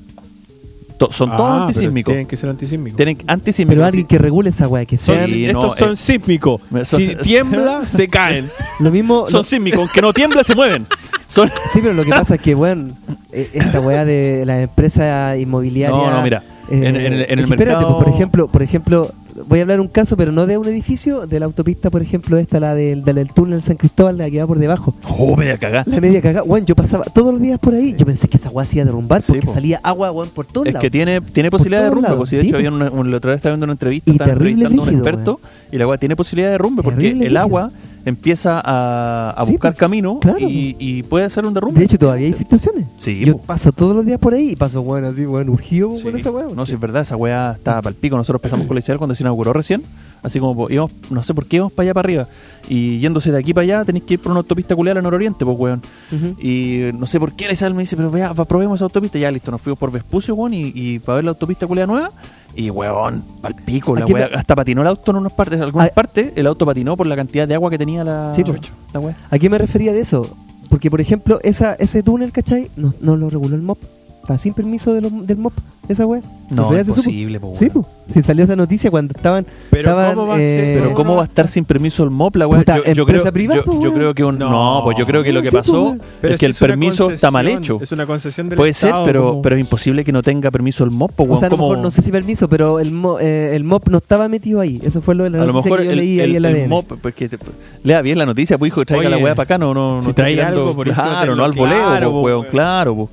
A: To- son todos
C: Ah, pero
A: antisísmicos.
C: Tienen que ser antisísmicos.
A: Tienen antisísmicos.
B: Pero alguien que regule esa weá, que
C: Son-
B: sean.
A: Sí,
C: estos
A: no,
C: son
A: eh,
C: sísmicos.
A: me- son- <laughs>
C: Si tiembla, se caen.
B: Lo mismo.
A: Son
B: lo-
A: sísmicos, aunque no tiembla se
B: <laughs>
A: mueven. Son...
B: Sí, pero lo
A: <laughs>
B: que pasa es que, weón, eh, esta weá de las empresas inmobiliarias.
A: No, no, mira, en- en el- en el
B: es que espérate,
A: mercado-
B: pues, por ejemplo, por ejemplo, voy a hablar un caso, pero no de un edificio, de la autopista, por ejemplo, esta, la del, del- del túnel San Cristóbal, la que va por debajo.
A: Oh, media cagá.
B: La media cagada, weón, yo pasaba todos los días por ahí. Yo pensé que esa weá se iba a derrumbar
A: Sí,
B: porque
A: po.
B: salía agua, weón, por todos
A: Es
B: lados.
A: que tiene, tiene posibilidad de
B: todos
A: derrumbe.
B: lados,
A: pues, si de
B: sí,
A: hecho,
B: po.
A: había una, un- la otra vez estaba viendo una entrevista,
B: Y
A: estaban
B: terrible
A: entrevistando a un
B: brígido,
A: experto y la agua tiene posibilidad de derrumbe porque
B: Terrible
A: el
B: brígido.
A: agua empieza a, a
B: Sí,
A: buscar
B: po.
A: camino
B: Claro,
A: y, y puede hacer un derrumbe.
B: De hecho, todavía hay filtraciones.
A: Sí,
B: yo
A: po.
B: paso todos los días por ahí y paso, weón, así, weón, urgido
A: Sí.
B: con esa weá.
A: No, si es verdad, esa weá estaba para el pico. Nosotros pasamos con la inicial cuando se inauguró recién. Así como po, íbamos, no sé por qué íbamos para allá para arriba. Y yéndose de aquí para allá, tenéis que ir por una autopista culeada al nororiente, pues weón.
B: Ujú.
A: Y eh, no sé por qué la Isabel me dice, pero vea, va, probemos esa autopista. Ya listo, nos fuimos por Vespucio, weón, y, y para ver la autopista culeada nueva. Y weón, al pico, la
B: Aquí
A: weá.
B: me-
A: Hasta patinó el auto en unas partes. En algunas
B: Ah.
A: partes, el auto patinó por la cantidad de agua que tenía la,
B: Sí, pues, po.
A: la weá.
B: ¿A qué me refería de eso? Porque, por ejemplo, esa, ese túnel, ¿cachai? No, no lo reguló el MOP. Está sin permiso de los- del MOP, esa weá.
A: No,
B: Pero ya se supo.
A: imposible, po,
B: Sí,
A: weón.
B: po. Sí, salió esa noticia cuando estaban.
C: Pero
B: estaban,
C: ¿cómo va a ser?
B: eh,
A: Pero ¿cómo va a estar sin permiso el MOP la weá?
B: Puta, empresa privada,
A: yo,
B: pues,
A: yo
B: weón.
A: creo que un- no.
C: No.
A: pues yo creo que lo que
B: Sí, pues,
A: pasó
B: weón.
A: es
C: Pero
A: que
C: si
A: el
C: es una
A: permiso está mal
C: concesión,
A: hecho.
C: Es una concesión del
A: Puede ser,
C: Estado,
A: pero,
C: como-
A: pero es imposible que no tenga permiso el MOP, pues,
B: O sea,
A: weón,
B: a lo
A: ¿cómo?
B: mejor, no sé si permiso, pero el, mo- eh, el MOP no estaba metido ahí. Eso fue lo de la
A: a lo
B: noticia
A: mejor
B: que yo
A: el,
B: leí ahí
A: el-
B: en la
A: el
B: ADN.
A: MOP, pues que te- lea bien la noticia, pues hijo, traiga
C: Oye,
A: la weá para acá, no, no,
C: si
A: no
C: trae
A: tirando-
C: algo, por esto,
A: claro,
C: tenlo
A: no al voleo,
C: claro,
A: pues,
C: po,
A: weón,
C: weón.
A: claro, pues.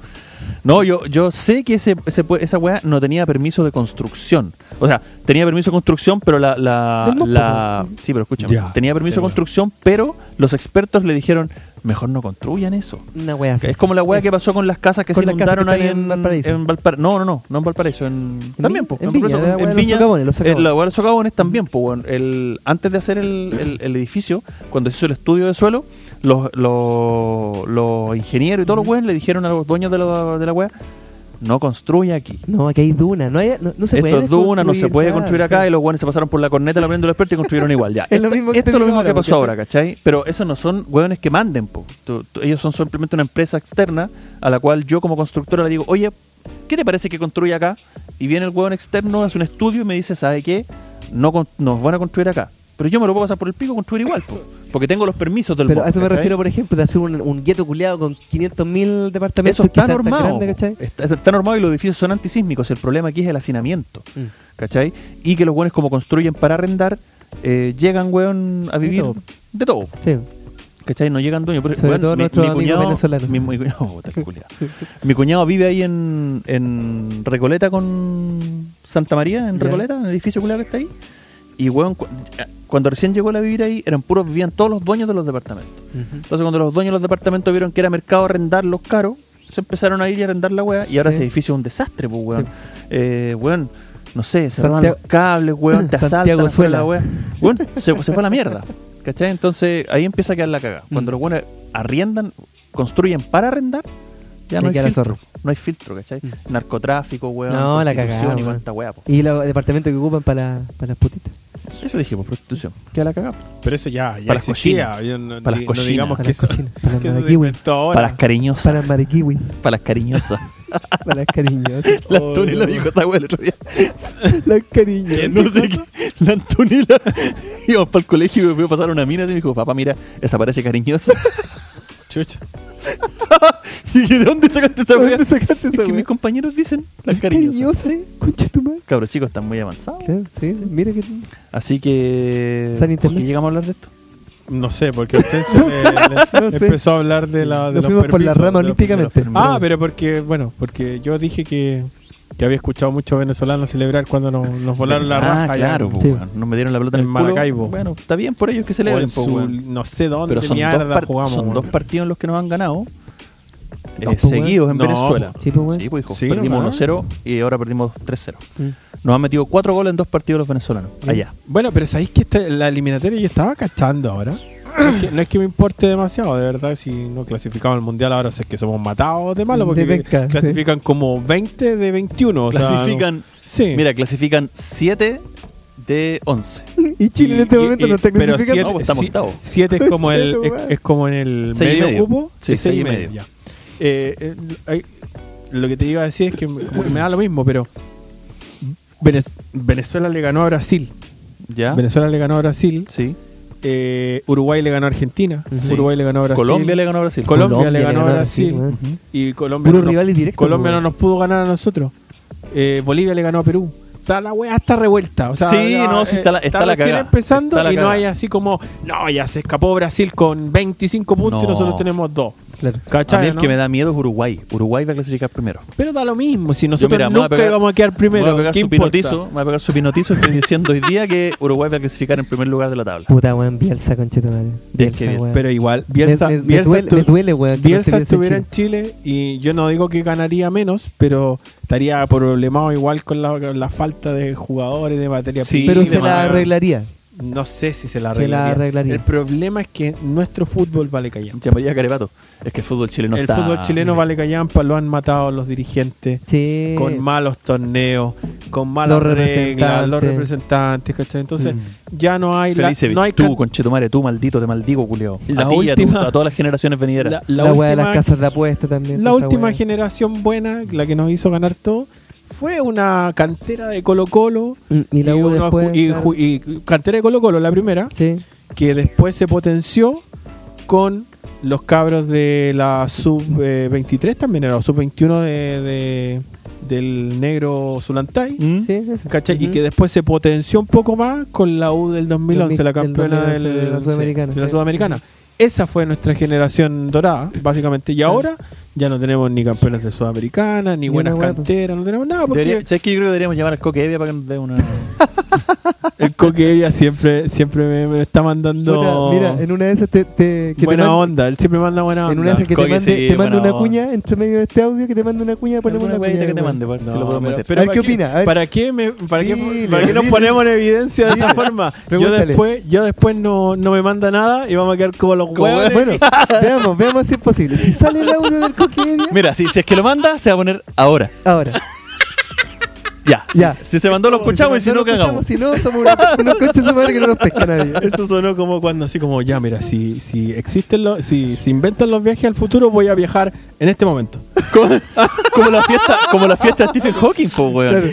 A: No, yo, yo sé que ese, ese pu- esa weá no tenía permiso de construcción. O sea, tenía permiso de construcción, pero la. la,
B: Del pues. mospo,
A: la- sí, pero escúchame.
C: Ya,
A: tenía permiso de
C: tengo.
A: construcción, pero los expertos le dijeron: mejor no construyan eso.
B: Una weá así.
A: Es como la weá
B: Eso.
A: que pasó con las casas que
B: Con
A: se
B: las casas
A: inundaron
B: que
A: ahí
B: están en
A: en
B: Valparaíso.
A: Valparaíso. no, no, no, no en Valparaíso. En,
B: En
A: también,
B: Vi-
A: pues.
B: en Viña, la weá de los socavones, los socavones.
A: eh, la weá de los socavones también, pues, weón. El, antes de hacer el, el- el edificio, cuando se hizo el estudio de suelo, los, los, los ingenieros y todos los weones le dijeron a los dueños de la, de la weá, no construya aquí.
B: No, aquí hay duna. No, hay, no, no se puede.
A: Esto es duna, no se puede
B: claro,
A: construir
B: sí.
A: acá. Y los weones se pasaron por la corneta, la prendieron los expertos y construyeron igual. Ya.
B: <laughs> Es lo
A: Esto-
B: mismo que
A: esto
B: te
A: es lo
B: digo
A: mismo que
B: ahora,
A: pasó ahora,
B: ¿cachai?
A: ¿cachai? Pero esos no son weones que manden, po. Tú- tú- ellos son simplemente una empresa externa a la cual yo como constructora le digo, oye, ¿qué te parece que construya acá? Y viene el weón externo, hace un estudio y me dice, ¿sabe qué? No con- nos van a construir acá. Pero yo me lo puedo pasar por el pico y construir igual, po, porque tengo los permisos del
B: Pero a
A: BOP,
B: eso me
A: ¿cachai?
B: refiero, por ejemplo, de hacer un, un gueto culeado con 500.000 departamentos.
A: Eso está
B: quizás tan
A: normado.
B: grande, ¿cachai?
A: está, está normado y los edificios son antisísmicos. El problema aquí es el hacinamiento.
B: Mm.
A: ¿Cachai? Y que los buenos como construyen para arrendar, eh, llegan, weón, a
B: De
A: vivir
B: todo.
A: de todo.
B: Sí.
A: ¿Cachai? No llegan dueños. Pero,
B: Sobre
A: weón,
B: todo
A: mi,
B: nuestros
A: mi
B: amigos
A: cuñado,
B: venezolanos.
A: Mi, <laughs> mi cuñado, puta el culiao. Mi cuñado vive ahí en, en Recoleta con Santa María, en
B: Ya.
A: Recoleta, en el edificio culiao que está ahí. Y weón, cu- eh, cuando recién llegó él a vivir ahí, eran puros, vivían todos los dueños de los departamentos. Entonces cuando los dueños de los departamentos vieron que era mercado arrendarlos caro, se empezaron a ir y a arrendar la weá y ahora
B: Sí.
A: ese edificio es un desastre, pues weón.
B: Sí.
A: Eh, weón, no sé, se roban
B: Santiago-
A: los cables, weón, te asaltan,
B: <laughs> Santiago
A: afuera la
B: Suela.
A: weá. Weón, se, se fue a la mierda. ¿Cachai? Entonces ahí empieza a quedar la cagada. Cuando
B: Mm.
A: los buenos arriendan, construyen para arrendar, ya
B: Ahí
A: no hay,
B: queda la
A: filtro,
B: zorra.
A: no hay filtro, ¿cachai?
B: Mm.
A: Narcotráfico, weón,
B: No, la
A: prostitución
B: cagada,
A: y
B: weón.
A: cuánta weá, po.
B: Y los departamentos que ocupan para, para las putitas.
A: Eso dije, pues, prostitución. Queda la cagada.
C: Pero eso ya, ya
A: Para las
C: existía.
A: cochinas.
C: Yo no,
A: Para las
C: di- no
A: cochinas.
C: digamos
B: Para
C: <laughs> que
B: las
C: eso,
B: cochinas. Para las
C: que eso se
B: maraquihuis.
C: inventó ahora. <laughs>
A: Para las cariñosas,
B: Para el mariquiwi.
A: para las cariñosas.
B: <laughs> Para las cariñosas.
A: <laughs> La Antonella dijo esa weá el otro día.
B: Las
A: <laughs>
B: cariñosas.
A: No sé qué- La <laughs> Antonella. Íbamos para el colegio y me vio pasar una mina y me dijo, papá, mira, esa parece cariñosa. <laughs>
C: Chucha.
A: Y dije, ¿de dónde sacaste esa
B: ¿De
A: weá?
B: dónde sacaste
A: Es
B: esa
A: que
B: weá?
A: mis compañeros dicen las cariñosas.
B: Cariñosa. Concha tu madre.
A: Cabros chicos, están muy avanzados.
B: Claro, sí, mira que.
A: Así que...
B: San
A: ¿Por
B: Internet.
A: qué llegamos a hablar de esto?
C: No sé, porque
A: <laughs>
C: usted se le- le-
B: no sé.
C: empezó a hablar de la. De
B: Nos
C: los
B: fuimos por la
C: permisos,
B: rama
C: de los
B: olímpicamente.
C: permisos. Ah, pero porque, bueno, porque yo dije que, que había escuchado muchos venezolanos celebrar cuando nos, nos volaron la
A: ah,
C: raja. allá
A: claro,
C: en-
A: po,
B: Sí.
A: weón. Nos metieron la pelota en,
C: En
A: el culo.
C: Maracaibo.
A: Bueno, está bien por ellos que
C: o
A: celebren,
C: en
A: po,
C: su-
A: weón.
C: no sé dónde
A: Pero son, dos,
C: mierda
A: par-
C: jugamos.
A: son dos
C: weón.
A: partidos en los que nos han ganado eh,
B: No, pues,
A: seguidos en
C: No,
A: Venezuela.
B: sí, pues, weón.
A: Sí, pues, hijo.
C: Sí,
A: perdimos
C: nomás.
A: 1-0 y ahora perdimos 3-0.
B: Mm.
A: Nos han metido cuatro goles en dos partidos los venezolanos. Allá.
C: Bueno, pero sabéis que este- la eliminatoria yo estaba cachando ahora. No es, que, no es que me importe demasiado, de verdad. Si no clasificamos al mundial ahora, si es que somos matados de malo, porque
B: De penca,
C: clasifican como 20 de 21. o sea,
A: clasifican,
C: no- sí.
A: mira, clasifican 7 de 11.
B: Y Chile en este
C: Y-
B: momento
C: y-
B: no está
C: pero
B: clasificando.
C: siete-
A: No, pues estamos
C: si-
A: octavos.
C: siete es
B: <laughs>
C: como, el,
B: Conchetumare.
C: es, es como en el
A: Seis y
C: medio,
A: medio.
C: cupo.
A: Sí, seis
C: es seis
A: y medio.
C: ya. Eh, eh, ay, lo que te iba a decir es que, me- como que me da lo mismo, pero Venez- Venezuela le ganó a Brasil.
A: ¿Ya?
C: Venezuela le ganó a Brasil.
A: Sí.
C: Eh, Uruguay le ganó a Argentina.
A: Sí.
C: Uruguay le ganó a Brasil.
A: Colombia le ganó a Brasil.
C: Colombia le ganó a Brasil.
B: weón.
A: Ujú.
C: Y Colombia,
B: Puros
C: no, nos-
B: rivales directos, pues,
C: Colombia no
B: weón.
C: nos pudo ganar a nosotros. Eh, Bolivia le ganó a Perú. O sea, la weá está revuelta. O sea,
A: Sí,
C: ya, eh,
A: no, sí, está la- está la
C: recién
A: cagá.
C: empezando
A: Está la
C: y no
A: cagá.
C: hay así como, no, ya se escapó Brasil con 25 puntos y
A: No.
C: nosotros tenemos dos.
B: Claro.
A: A mí
C: ¿Cachai?
A: el
C: no?
A: que me da miedo es Uruguay. Uruguay va a clasificar primero.
C: Pero da lo mismo, si
A: Yo,
C: nosotros
A: mira, me voy
C: nunca
A: a pegar-
C: íbamos a quedar primero.
A: Me voy a pegar
C: ¿qué
A: su
C: importa?
A: pinotizo. Me voy a pegar su pinotizo. Estoy diciendo hoy día que Uruguay va a clasificar en primer lugar de la tabla.
B: Puta, weón, Bielsa, conchetumare. Bielsa,
A: que Bielsa.
B: weón.
C: Pero igual, Bielsa,
B: me, me- me
C: Bielsa
B: duele,
C: estu-
B: me duele, weón. que no
C: Bielsa
B: esté
C: estuviera
B: en
C: en Chile y yo no digo que ganaría menos, pero estaría problemado igual con la, con la falta de jugadores, de materia
A: Sí,
B: Chile.
C: prima.
B: Pero se la
A: demás.
B: arreglaría.
C: No sé si se la
B: Se la
C: arreglaría.
B: arreglaría.
C: El problema es que nuestro fútbol vale callampa.
A: Llamaría a Carepato. Es que el fútbol chileno
C: el
A: está...
C: fútbol chileno
A: Sí.
C: vale callampa, lo han matado los dirigentes
B: Sí.
C: con malos torneos, con malas
B: Los
C: reglas, los
B: representantes.
C: representantes, ¿cachai? Entonces ya no hay la-
A: Mm. Felicevich,
C: no hay
A: tú,
C: can-
A: conchetumare, tú, maldito, te maldigo, culeo.
C: La
A: a ti y a tu-
C: última-
A: a, todas las generaciones
C: la,
A: venideras.
C: la
B: la, weá de las
C: última
B: casas de apuesta también.
C: La
B: toda esa
C: última
B: weá.
C: generación buena, la que nos hizo ganar todo, fue una cantera de Colo Colo.
B: Mm, Y la U
C: unos
B: después.
C: ju- y
B: claro.
C: ju- y cantera de Colo Colo, la primera,
B: Sí.
C: que después se potenció con los cabros de la sub-23 también, era o sub-21 de, de- del negro Zulantay.
A: ¿Mm?
B: Sí, eso.
C: ¿Cachai? Y
B: Ujú.
C: que después se potenció un poco más con la U del 2011, la
B: Del mil- del
C: campeona
B: 2011
C: del-
B: de la
C: sí,
B: Sudamericana,
C: de la
B: sí.
C: Sudamericana. Esa fue nuestra generación dorada, básicamente. Y ahora ya no tenemos ni campeones de Sudamericana, ni,
B: Ni
C: buenas
B: una hueá, pues.
C: canteras, no tenemos nada. Porque
A: Debería- ¿Sabes que yo creo que deberíamos llamar al Coque Evia para que nos dé una...
C: <laughs> el coque ella siempre, siempre me, me está mandando
B: Puta, Mira, en una de esas te, te- que te
C: buena
B: mand-
C: onda. Él siempre manda buena onda.
B: En una de esas que te
A: Coque,
B: mande,
A: sí,
B: te manda
A: buena
B: una
A: onda.
B: cuña entre medio de este audio que te manda una cuña, ponemos
A: Alguna
B: una
A: huevita
B: cuña.
A: que te
B: weón.
A: mande, por- si lo podemos meter.
B: pero- A ver qué
C: ¿para qué-
B: opina, a ver.
C: ¿Para qué, me, para qué-
B: Dile,
C: para qué nos
B: dile.
C: ponemos en evidencia de esa
B: Dile.
C: forma? Yo
B: Pregúntale.
C: después, yo después no, no me manda nada y vamos a quedar como los
B: Bueno,
A: pues.
C: huevos.
B: bueno, veamos, veamos si es posible. Si sale el audio del coqueño,
A: <laughs> Mira, si, si es que lo manda, se va a poner ahora.
B: ahora.
A: Ya.
B: Ya.
A: Si, si se mandó, lo escuchamos y si no,
B: lo escuchamos,
A: cagamos.
B: Si no, somos unos, unos conchos de madre que no nos pesca nadie.
C: Eso sonó como cuando así como, ya mira, si, si existen los, si, si inventan los viajes al futuro, voy a viajar en este momento.
A: <laughs> Como, como la fiesta, como la fiesta de Stephen Hawking, po, weón.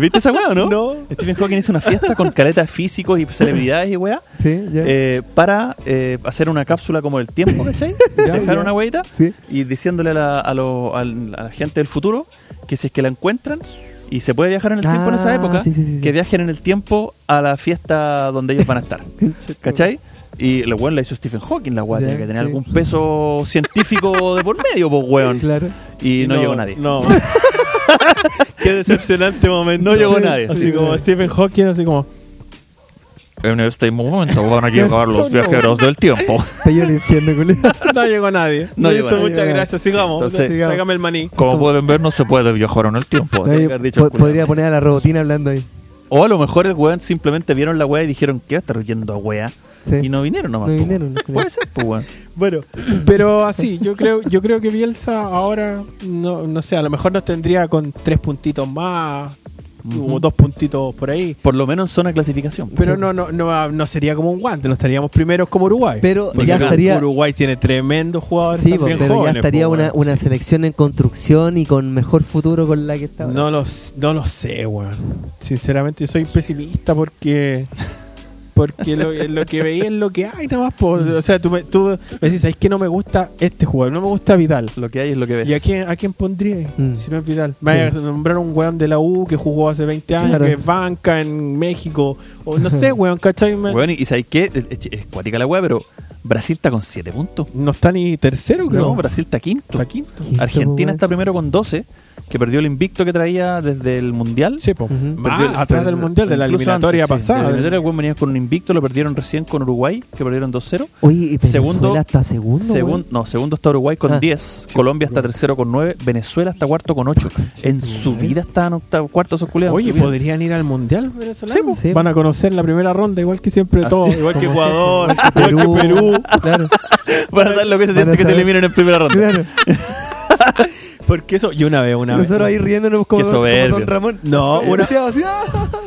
A: ¿Viste esa weá o no?
C: No.
A: Stephen Hawking hizo una fiesta con caretas físicos y celebridades y weá.
B: Sí, ya.
A: eh, para eh, hacer una cápsula como el tiempo, ¿cachai?
B: <laughs> Ya,
A: Dejar
B: ya.
A: una huevita
B: Sí.
A: y diciéndole a la, a lo- al- a la gente del futuro que si es que la encuentran y se puede viajar en el tiempo en esa
B: Ah,
A: época,
B: sí, sí, sí, sí.
A: que viajen en el tiempo a la fiesta donde ellos van a
B: <laughs>
A: estar, ¿cachai? Y el weón la hizo Stephen Hawking, la weá,
B: Ya,
A: tenía que tener
B: sí.
A: algún peso científico de por medio, pues weón.
B: Claro.
A: Y no, llegó nadie. <laughs>
C: No. Qué decepcionante momento.
A: No llegó
B: <laughs>
A: nadie.
C: Así como Stephen Hawking, así como.
A: En este momento van a llegar
B: <laughs> los viajeros
A: del <laughs> tiempo.
B: Está yo le entiendo, culo.
A: <laughs>
C: No llegó nadie.
A: No llegó
C: Listo,
A: nadie.
C: Muchas gracias. Sigamos.
A: Entonces-
C: Sigamos. Tráigame el maní.
A: Como pueden ver, no se puede viajar en el tiempo.
B: Nadie po- podría poner a la robotina hablando ahí.
A: O a lo mejor el weón simplemente vieron la weá y dijeron que va a estar yendo a weá.
B: Sí.
A: Y no vinieron nomás.
B: No
A: po,
B: vinieron,
A: weón.
B: no creo.
A: Puede ser, pues weón.
C: Bueno, pero así, yo creo, yo creo que Bielsa ahora, no, no sé, a lo mejor nos tendría con tres puntitos más, hubo dos puntitos por ahí.
A: Por lo menos en zona de clasificación.
C: Pero no, no, no, no sería como un guante, no estaríamos primeros como Uruguay.
B: Pero
C: Porque
B: ya
C: acá
B: estaría-
C: Uruguay tiene tremendos jugadores.
B: Sí,
C: también
B: pero
C: jóvenes,
B: ya estaría
C: pues,
B: una,
C: weón,
B: una
C: sí.
B: selección en construcción y con mejor futuro con la que está ahora.
C: No lo, s- no lo sé, weón. Sinceramente, soy pesimista porque. Porque lo, lo que veía es lo que hay, nada más. po. O sea, tú me, tú me decís, es que no me gusta este jugador, no me gusta Vidal.
A: Lo que hay es lo que ves.
C: ¿Y a quién, a quién pondría?
B: Mm.
C: Si no es Vidal. Vaya
B: Sí.
C: a nombrar un weón de la U que jugó hace 20 años,
B: Claro.
C: que es banca en México. O no
B: <laughs>
C: sé, weón, ¿cachai? Me-
A: Weón, y, y ¿sabes qué? Es, es- es cuática la weá, pero Brasil está con 7 puntos.
C: No está ni tercero, creo.
A: No, Brasil está quinto.
C: Está quinto.
B: Quinto,
A: Argentina
B: weón.
A: está primero con 12, que perdió el invicto que traía desde el Mundial.
C: Sí, po.
B: Ujú.
C: Más
A: Perdió el-
C: atrás del
A: perdió-
C: mundial, de la
A: incluso
C: eliminatoria
A: antes, sí. De
C: pasada.
A: La eliminatoria, weón, venían con un invicto, lo perdieron recién con Uruguay, que perdieron 2-0.
B: Oye, y
A: Segundo-
B: Venezuela está segundo.
A: Segun-
B: weón.
A: no, segundo está Uruguay con
B: Ah.
A: 10, Colombia está tercero con 9, Venezuela está cuarto con 8. En su vida estaban octavo, cuarto esos culiados.
C: Oye,
A: En su vida.
C: podrían ir al mundial venezolano.
B: Sí, po. Sí, po.
C: Van a conocer la primera ronda, igual que siempre
A: Así
C: todo.
A: es.
C: Ah, Igual que
B: Como
C: Ecuador,
B: <laughs> siempre,
C: igual que Perú.
B: Claro,
A: <laughs> Para saber lo que se
B: Van a
A: siente que te
B: saber.
A: eliminen en primera ronda.
B: claro.
C: Porque eso, y una vez, una vez.
B: Nosotros ahí riéndonos como,
A: Qué
B: como
A: soberbio.
B: Don Ramón.
C: No,
B: Eh, <laughs>
C: una-
B: volteado así, ¡ah!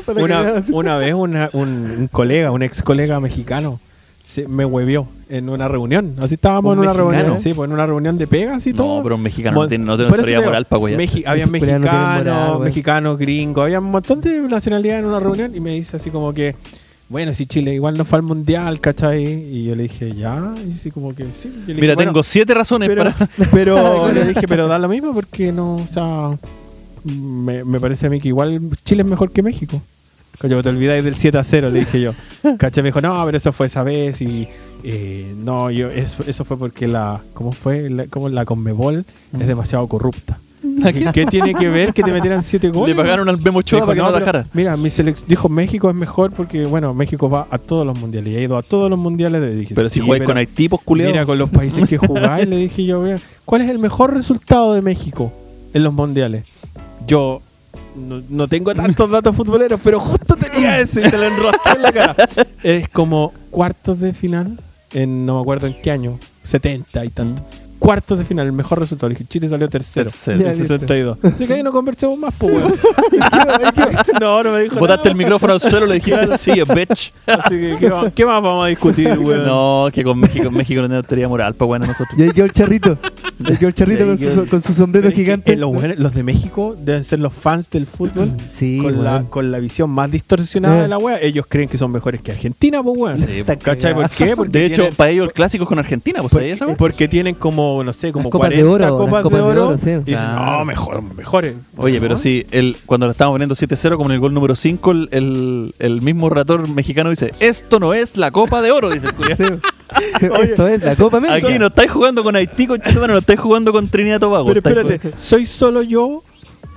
B: Para que
C: una,
B: vean así.
C: una vez una- un, un colega, un ex colega mexicano, se, me huevió en una reunión. Así estábamos
A: ¿Un
C: en una
A: mexicano?
C: reunión. Sí, pues en una reunión de pegas y
A: No,
C: todo.
A: pero un mexicano no tiene- no tiene
C: Por eso
A: autoridad
C: te digo,
A: moral pa' huear.
C: Meji- Había
B: Esos culiados no tienen moral,
C: mexicanos,
B: weón.
C: mexicanos, gringos, había un montón de nacionalidades en una reunión y me dice así como que. Bueno, si Chile igual no fue al mundial, ¿cachai? Y yo le dije, ya. Y así como que, sí. Yo le dije,
A: Mira,
C: bueno,
A: tengo 7 razones
C: <laughs> pero,
A: para. <laughs>
C: pero le dije, pero da lo mismo porque no, o sea, me, me parece a mí que igual Chile es mejor que México. Coño, te olvidáis del 7 a 0,
A: <laughs>
C: le dije yo. Caché me dijo, no, pero eso fue esa vez y eh, no, yo eso, eso fue porque la, ¿cómo fue? La, como la Conmebol
A: Mm.
C: es demasiado
A: <laughs>
C: corrupta. ¿Qué, qué tiene que ver que te metieran 7
A: Le
C: goles?
A: pagaron al Memo Ochoa
C: Dijo,
A: para que no,
C: pero
A: atajara.
C: Mira, mi selec- dijo México es mejor porque, bueno, México va a todos los mundiales y ha ido a todos los mundiales. Le dije,
A: Pero si
C: "Sí,
A: juegas
C: pero-
A: con Haití, pues <laughs>
C: Mira,
A: culiado.
C: con los países que jugáis, le dije yo, vea, ¿cuál es el mejor resultado de México en los mundiales? Yo no, no tengo tantos datos futboleros, pero
A: <laughs>
C: justo tenía ese y te lo enrosqué en la cara. Es como cuartos de final, en no me acuerdo en qué año, 70 y tanto. Cuartos de final, el mejor resultado. Le dije, Chile salió tercero.
A: Tercero.
C: En 62. Así que ahí no conversamos más, pues, weón. <laughs> No, no me dijo
A: Botaste el
C: nada.
A: micrófono al suelo, le dijiste, sí, bitch.
C: Así que, ¿qué, va- qué más vamos a discutir,
A: <laughs>
C: weón?
A: No, que con México, México no tiene autoridad moral, pues bueno, nosotros.
B: Y ahí quedó el charrito. Y ahí quedó el charrito con su, con su sombrero
C: Pero es que,
B: gigante. <laughs>
C: eh, los, buenos- los de México deben ser los fans del fútbol
B: <clears throat> Sí,
C: con, la,
B: weón.
C: con la visión más distorsionada
B: Eh.
C: de la wea. Ellos creen que son mejores que Argentina, pues weón.
A: Sí,
B: Está
C: ¿Cachai?
A: <laughs>
B: cagado.
C: ¿Por qué? Porque
A: De hecho,
C: tienen,
A: para ellos el clásico es con Argentina, pues ahí
C: porque,
A: esa weá.
C: porque tienen como, no sé, como
B: Las copas de
C: 40
B: oro,
C: copas,
B: las copas
C: de
B: de
C: oro.
B: oro, sí.
C: Y dicen,
A: Claro.
C: no, mejor, mejores.
A: Oye, pero sí, el, cuando lo estábamos poniendo 7-0, como en el gol número 5, el, el, el mismo relator mexicano dice: Esto no es la Copa de Oro, dice el
C: <laughs>
A: culiao.
B: Sí, Esto es la Copa América.
A: Aquí no estáis jugando con Haití, con no estáis jugando con Trinidad y Tobago.
C: Pero
A: estáis
C: espérate, ¿soy solo yo?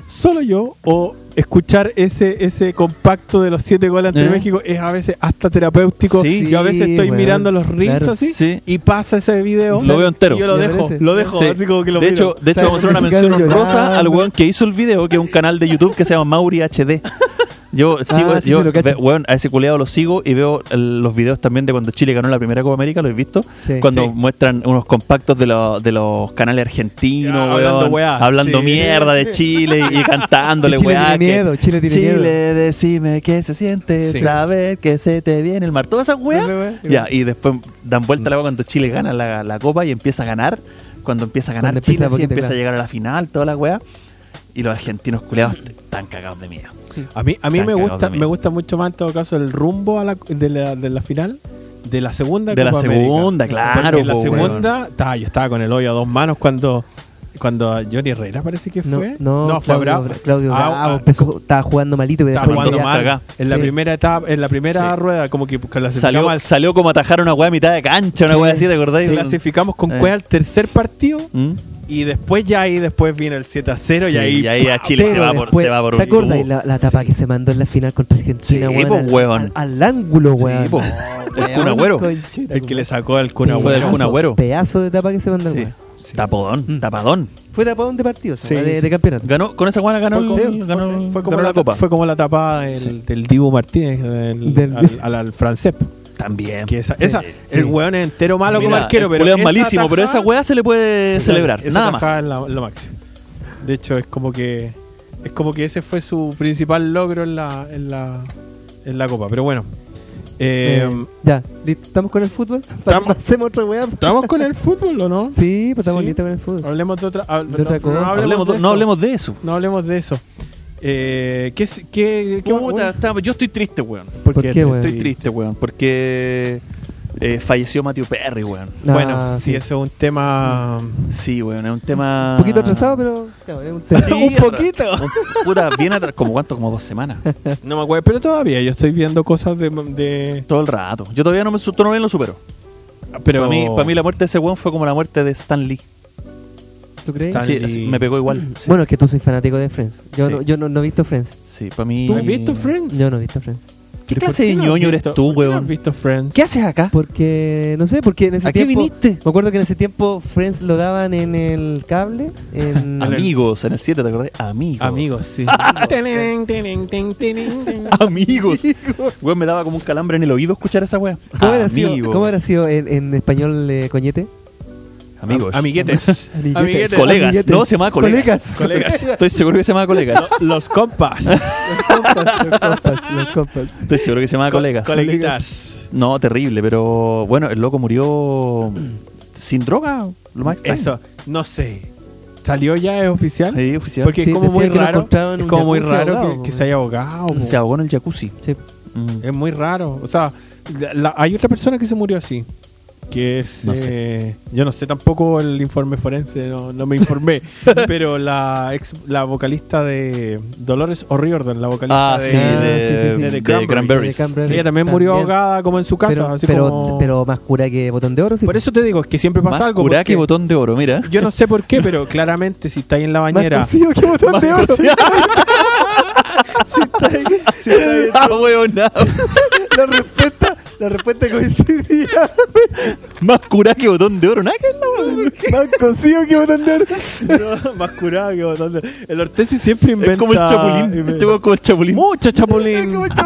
C: ¿Solo yo? ¿O escuchar ese, ese compacto de los siete goles ante
A: ¿Eh?
C: México es a veces hasta terapéutico?
A: Sí.
C: yo a veces
B: Sí,
C: estoy
B: weón.
C: mirando los reels
B: Claro.
C: así
A: Sí.
C: y pasa ese video.
A: Lo veo entero.
C: Y yo lo
B: Me
C: dejo,
B: parece.
C: lo dejo,
A: Sí.
C: así como que lo
A: de
C: miro.
A: hecho, de hecho, vamos a
B: <laughs>
C: <laughs>
A: hacer una mención
B: Mexicano
A: honrosa
B: llorando.
A: al weón que hizo el video, que es un canal de YouTube que se llama Mauri HD. Yo sigo,
B: Ah, sí,
A: yo
B: sí, lo cacho.
A: ve- weón, a ese culeado lo sigo y veo el- los videos también de cuando Chile ganó la primera Copa América, lo he visto.
B: Sí.
A: cuando
C: Sí.
A: muestran unos compactos de, los- de los canales argentinos,
C: Ah,
A: weón,
C: hablando weá,
A: hablando
C: sí.
A: mierda de Chile
B: <laughs>
A: y, y cantándole,
B: Que Chile
A: weá.
B: tiene
A: que-
B: miedo, Chile tiene
A: Chile,
B: miedo.
A: decime qué se siente,
C: Sí.
A: saber que se te viene el mar. Todas esas weas.
B: Dale, weá.
A: Ya, y después dan vuelta la agua cuando Chile gana la, la copa y empieza a ganar. Cuando empieza a ganar
B: Cuando
A: Chile,
B: empieza
A: sí,
B: poquito,
A: empieza a
B: claro.
A: llegar a la final, toda la wea. Y los argentinos culeados están cagados de miedo.
C: A mí, a mí
A: Están
C: me,
A: cagados
C: gusta,
A: de miedo.
C: me gusta mucho más en todo caso el rumbo a la, de, la, de la final. De la segunda
A: De la
C: Copa América.
A: segunda, claro,
C: Porque en la
A: po,
C: segunda, ta, yo estaba con el hoyo a dos manos cuando, cuando a Johnny Herrera parece que
B: No,
C: fue.
B: no,
C: fue
B: Claudio,
C: Bravo.
B: Bra- Claudio
C: Ah,
B: Bravo
C: ah,
B: empezó- estaba jugando malito. Pero
C: Estaba
B: después
C: jugando
B: ya-
A: Hasta
C: mal.
A: acá.
C: En la
B: Sí.
C: primera etapa, en la primera rueda, como que clasificamos,
A: Salió,
C: al-
A: salió como a atajar una wea a mitad de cancha, una
B: Sí.
A: wea así, ¿te acordáis?
C: clasificamos con
A: Eh.
C: Cueva al tercer partido
A: ¿Mm?
C: y después ya ahí después vino el 7 a 0
A: Sí,
C: y ahí,
A: y ahí a
C: ¡pah!
A: Chile se
B: Pero
A: va, por,
B: después,
A: se va por
B: ¿Te
A: un tubo.
B: acuerdas la, la tapa que se mandó en la final contra Argentina,
A: Sí,
B: weón,
A: po,
B: al-
A: huevón.
B: Al, al ángulo, weón. <laughs>
A: po. El Kun pues. Agüero.
B: Conchita,
C: El que le sacó al Kun
B: weón.
A: Fue del
C: Agüero.
A: Kun Agüero.
B: Pedazo de tapa que se mandó,
A: Sí.
B: weón.
A: Tapodón,
B: Mm.
A: tapadón.
B: Fue tapadón de partido,
C: Sí,
B: de,
C: sí.
B: de campeonato.
A: Ganó, con esa wea ganó,
B: Fue-
A: el-
B: fue-
A: ganó,
C: Fue como,
A: ganó
C: la,
A: la copa.
C: fue como la tapada del, del Dibu Martínez del-
B: Del-
C: al, al- al francés.
A: También.
C: Que esa,
B: Sí,
C: esa-
B: sí.
C: El weón es entero malo
A: Mira,
C: como arquero,
A: el
C: pero.
A: culeo
C: esa
A: es malísimo, pero
C: tajada-
A: esa weá se le puede
C: Sí,
A: celebrar.
C: esa
A: Nada más.
C: tajada es la- lo máximo. De hecho, es como que Es como que ese fue su principal logro en la, en la, en la Copa. Pero bueno. eh,
B: Eh, ya, listo. ¿estamos con el fútbol?
C: Estamos-
B: ¿Hacemos otra weá?
C: ¿Estamos con el fútbol o no?
B: Sí, pues estamos
C: Sí.
B: listos con el fútbol.
C: <laughs> Hablemos de otra, hab-
B: De otra
C: no,
B: cosa.
C: No hablemos
A: Hablemos
C: de
A: de-
C: eso.
A: no hablemos de eso.
C: No hablemos de eso. Eh, ¿Qué, es- qué, qué-
A: Puta, está- yo estoy triste, weón.
B: ¿Por qué,
C: te-
B: weón?
A: Estoy triste, weón. Porque eh, falleció Matthew Perry, weón.
B: Ah,
C: bueno, sí,
B: sí.
C: ese es un
A: <laughs>
C: tema.
A: Sí, weón, es un tema.
B: Un poquito atrasado, pero. claro, es un tema.
A: Sí,
C: Ah. <laughs> Un poquito.
A: Un- puta, bien atrás. ¿Como cuánto? Como dos semanas.
C: <laughs> No me acuerdo, pero todavía yo estoy viendo cosas de. de-
A: Todo el rato. Yo todavía no me, su- todavía no lo supero.
C: pero
A: Para mí, para mí la muerte de ese weón fue como la muerte de Stan Lee.
B: ¿Tú crees?
C: Stan
A: Sí,
C: Lee.
A: así- me pegó igual. Sí,
B: Bueno, es que tú soy fanático de Friends. Yo,
A: Sí.
B: no, yo no, no he visto Friends.
A: para mí.
C: ¿Tú has visto Friends?
B: Yo no he visto Friends.
A: ¿Qué
C: ¿Pero por
A: clase de
C: no has
A: ñoño eres
C: visto-
A: tú,
C: por qué no
A: weón?
C: has visto Friends?
A: ¿Qué haces acá?
B: Porque, no sé, porque en ese
A: ¿A qué
B: tiempo.
A: viniste?
B: Me acuerdo que en ese tiempo Friends lo daban en el cable.
C: <laughs>
B: En,
A: Amigos, en el 7, ¿te acordás? Amigos.
C: Amigos, sí.
B: Ah,
C: Tenen, tenen, tenen, tenen, tenen.
A: Amigos. Weón, me daba como un calambre en el oído escuchar esa weá.
B: ¿Cómo habrá sido,
A: Amigos.
B: cómo habrá sido en, en español eh,
C: <laughs>
B: coñete?
A: Amigos. <laughs>
C: Am- Amiguetes.
B: Amiguetes.
A: Colegas. No, se llamaba colegas. <laughs>
C: Colegas.
A: Estoy seguro que se llamaba colegas.
C: Los
B: <laughs>
C: compas.
B: Los compas, los compas, los compas.
A: Estoy seguro que se llamaba Ah, colegas.
C: Coleguitas.
A: No, terrible, pero bueno, el loco murió sin droga, lo más extraño.
C: Eso, no sé. ¿Salió ya? ¿Es oficial?
A: Sí, oficial.
C: Porque
B: Sí,
C: es como
B: decían
C: muy
B: que lo
C: raro.
B: encontraron
C: Es
B: un
C: como muy
B: jacuzzi
C: raro
B: ahogado,
C: que, que
B: pues.
C: se haya ahogado. pues.
A: Se ahogó en el jacuzzi.
B: Sí.
A: Mm.
C: Es muy raro. O sea, la- la- hay otra persona que se murió así. Que es.
A: No
C: eh, yo no sé tampoco el informe forense, no, no me
A: <laughs>
C: informé. pero la ex, la vocalista de Dolores O'Riordan, la vocalista
A: Ah,
C: de,
A: sí,
B: Ah,
A: de,
B: sí, sí, sí.
A: de
C: de
A: Cranberries.
C: Cranberries.
B: De Cranberries.
C: Ella también murió
B: También.
C: ahogada, como en su casa.
B: pero,
C: así
B: pero,
C: como-
B: pero más cura que botón de oro, sí.
C: Por eso te digo, es que siempre pasa
A: Más
C: algo.
A: curá
C: porque
A: que botón de oro,
C: <laughs>
A: mira.
C: Yo no sé por qué, pero claramente si estáis en
A: <laughs>
C: la
B: más
C: bañera.
B: cursivo que botón de oro. <laughs>
C: si estáis- si estáis-
A: <laughs> Ah, weón, no.
B: la respuesta, la respuesta coincidía.
A: Más curá que botón de oro, nada que es la weá, ¿por qué?
B: Más cocido que botón de oro.
C: No, <laughs> más curado que botón de- El Ortesi siempre inventa.
A: Es como el chapulín. Este
C: inventa-
A: weón es como el chapulín.
C: Mucho chapulín. <laughs>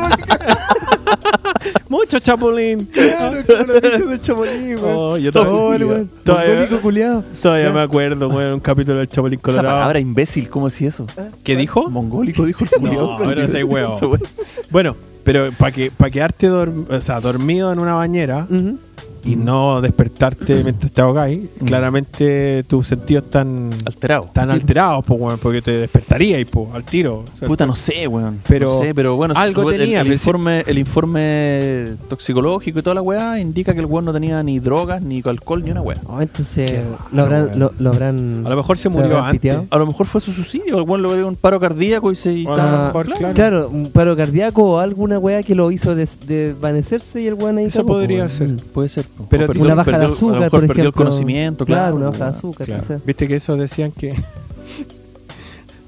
C: Mucho chapulín.
B: Claro, como los bichos de Chamonix, weón.
C: Oh, yo
B: Oh, el
C: todavía-
B: weón.
C: todavía-
B: Mongólico culiao.
C: Todavía
B: Ya.
C: me acuerdo, weón, un capítulo del Chapulín
A: Esa
C: Colorado.
A: palabra imbécil, ¿cómo así eso?
C: ¿Qué dijo?
A: Mongólico dijo el
C: No, pero ese huevo.
A: Ese weón.
C: Bueno, pero para que, pa' quedarte dorm- o sea, dormido en una bañera
B: Ujú.
C: y no
A: <clears throat>
C: despertarte mientras te ahogáis, claramente tus sentidos están,
A: Alterado.
C: están alterados, po, weón, porque te despertarías po, al tiro. O sea,
A: Puta, no sé, weón.
C: Pero
A: No sé, pero bueno,
C: algo
A: el,
C: tenía,
A: el
C: pero sí.
A: informe, el informe toxicológico y toda la weá indica que el weón no tenía ni drogas, ni alcohol, ni una weá.
B: Ah, entonces
C: Qué raro,
B: lo habrán,
C: weón.
B: lo, lo habrán.
C: A lo mejor se
B: lo
C: murió
B: habrán
C: antes.
B: piteado.
A: A lo mejor fue su suicidio, el weón le dio un paro cardíaco y se... y
C: A lo
A: estaba-
C: mejor, claro.
B: claro. un paro cardíaco o alguna weá que lo hizo des- desvanecerse y el weón ahí
C: Eso
B: cagó,
C: podría
B: weón.
C: ser.
A: Puede ser. po.
C: Pero
A: O perdió-
B: Una baja de
A: perdió- a
B: azúcar,
A: lo mejor
B: por
A: perdió
B: ejemplo.
A: el conocimiento, claro.
B: una baja de
A: weá.
B: azúcar,
C: Claro.
B: quizás.
C: Viste que esos decían que. <laughs>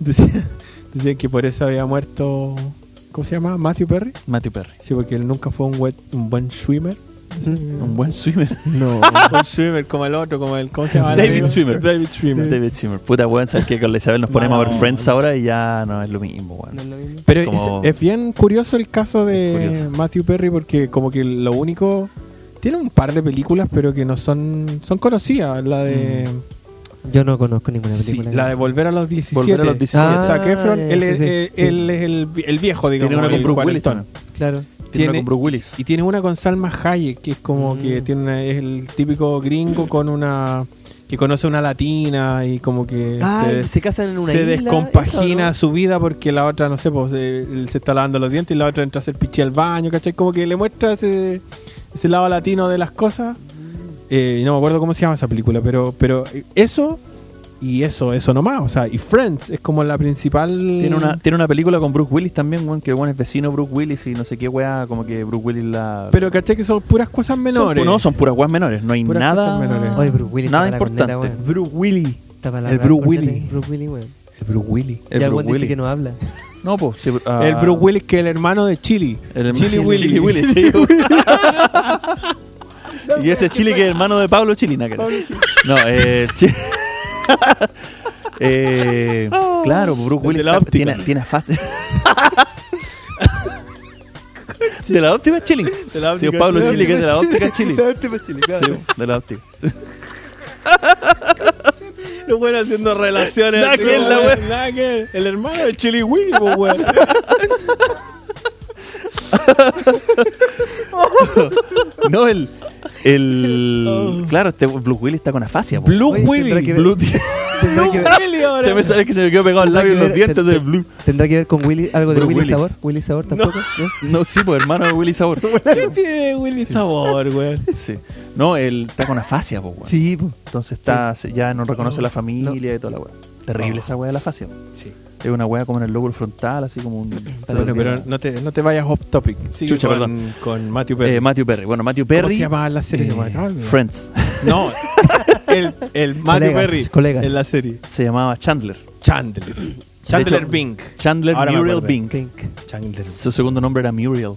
C: decían, decían que por eso había muerto. ¿Cómo se llama? Matthew Perry.
A: Matthew Perry.
C: Sí, porque él nunca fue un, wet- un buen swimmer.
A: Un buen swimmer.
B: No.
C: <laughs> Un buen swimmer como el otro, como el. ¿Cómo se llama? el
A: David
C: amigo?
A: Swimmer.
C: David Swimmer.
A: David Schimmer. Puta weón, sabes que con la Isabel nos ponemos a
C: No.
A: ver Friends ahora y ya no es lo mismo,
B: no es
A: weón.
B: lo mismo.
C: Pero es-
A: Como-
C: es, bien curioso el caso
A: Es
C: de
A: curioso.
C: Matthew Perry porque como que lo único... Tiene un par de películas pero que no son son conocidas. La de...
B: Yo no conozco ninguna
C: sí,
B: película.
C: la de Volver a los 17.
A: Mm. Volver a los 17.
C: Ah, Zac Efron,
B: ya,
C: él,
B: sí,
C: es,
B: sí,
C: eh,
B: sí.
C: él es el, vi- el viejo, digamos.
A: Tiene una con
C: el
A: Bruce Willis.
C: cuarentón.
A: también.
B: Claro.
A: Tiene una
C: Tiene-
A: con Bruce Willis.
C: Y tiene una con Salma Hayek, que es como
B: Mm.
C: que tiene una- es el típico gringo con una... que conoce una latina y como que...
A: Este,
B: Ah,
C: se-
B: y se casan en una
C: se
B: isla.
C: descompagina
B: eso,
C: su vida porque la otra, no sé, pues se, se está lavando los dientes y la otra entra a hacer pichi al baño, ¿cachai? Como que le muestra ese, ese lado latino de las cosas. Eh, y no me acuerdo cómo se llama esa película, pero, pero eso y eso, eso nomás. O sea, y Friends es como la principal.
A: Tiene una, tiene una película con Bruce Willis también, weón, que el weón es vecino Bruce Willis y no sé qué weá, como que Bruce Willis la...
C: Pero ¿cachai? Que son puras cosas menores.
A: Son, no, son puras weas menores, no hay
C: Puras
A: nada...
C: cosas menores.
B: ¿no? Oye, Bruce Willis.
A: nada
B: tapa la corneta,
A: importante.
B: weón.
C: Bruce Willis.
B: Tapa la
C: El
B: gran
C: Bruce
B: corneta,
C: Willis.
B: Bruce Willis, weón.
C: El Bruce Willis.
A: El
B: ya el
A: Bruce
B: weón dice
A: Willis.
B: que no
A: <laughs>
B: habla.
A: No, pues... sí, ah,
C: El Bruce Willis, que es el hermano de Chili.
A: El hermano-
C: Chili Willis.
A: Chili Willis,
C: <laughs>
A: sí, weón. y ese Chili que es hermano de Pablo Chili, nada que ver. No, eh, Chi- <laughs> Eh, claro, Bruce
C: de
A: Willis
C: la
A: está-
C: óptica.
A: tiene, tiene
C: <laughs>
A: fase... de la óptima Chili.
C: De la
A: Sí,
C: óptica
A: Pablo Chili,
C: Chili.
A: que es
C: <laughs>
A: de la óptica Chili.
B: Date pa' Chile, claro.
A: Sí, de la óptica. Los buenos haciendo relaciones. así
C: Nagel,
A: como,
C: la
A: weón.
C: wea, Nagel, el hermano del Chili Willy, po, weón.
A: No, el. el Claro, este Blue Willy está con afasia. po.
C: <laughs> Oh. Blue
B: Oye, tendrá
C: Willy.
B: que ver-
A: Blue di-
B: Tendrá que ver-
A: Se me sale que se me quedó pegado el labio y los
B: tendrá que ver-
A: dientes de Blue.
B: ¿Tendrá que ver con Willy, algo de
A: Bruce
B: Willy
A: Willis.
B: Sabor? ¿Willy Sabor tampoco? ¿No?
A: No, sí, pues hermano de Willy Sabor.
C: ¿Qué tiene Willy Sabor, weón?
A: Sí. No, él está con afasia, po, weón.
B: Sí, po.
A: Entonces está, se- ya no reconoce la familia y toda la weá. Terrible esa weá de la afasia.
C: Sí.
A: Es una weá como en el lóbulo frontal, así como un.
C: Ah, Bueno, pero no te, no te vayas off topic. Sigue
A: Chucha,
C: con,
A: perdón.
C: Con Matthew Perry.
A: Eh, Matthew Perry. Bueno, Matthew
C: ¿Cómo
A: Perry.
C: se llamaba la serie?
B: Eh,
C: Se me acaba de olvidar.
A: Friends. <laughs>
C: No, el, el Matthew
B: Colegas,
C: Perry
B: colegas.
C: en la serie.
A: Se llamaba Chandler.
C: Chandler. Chandler
A: hecho,
C: Bing.
A: Chandler
C: Ahora me
A: Muriel
C: acordé.
A: Bing.
B: Pink.
C: Chandler.
A: Su segundo nombre era Muriel.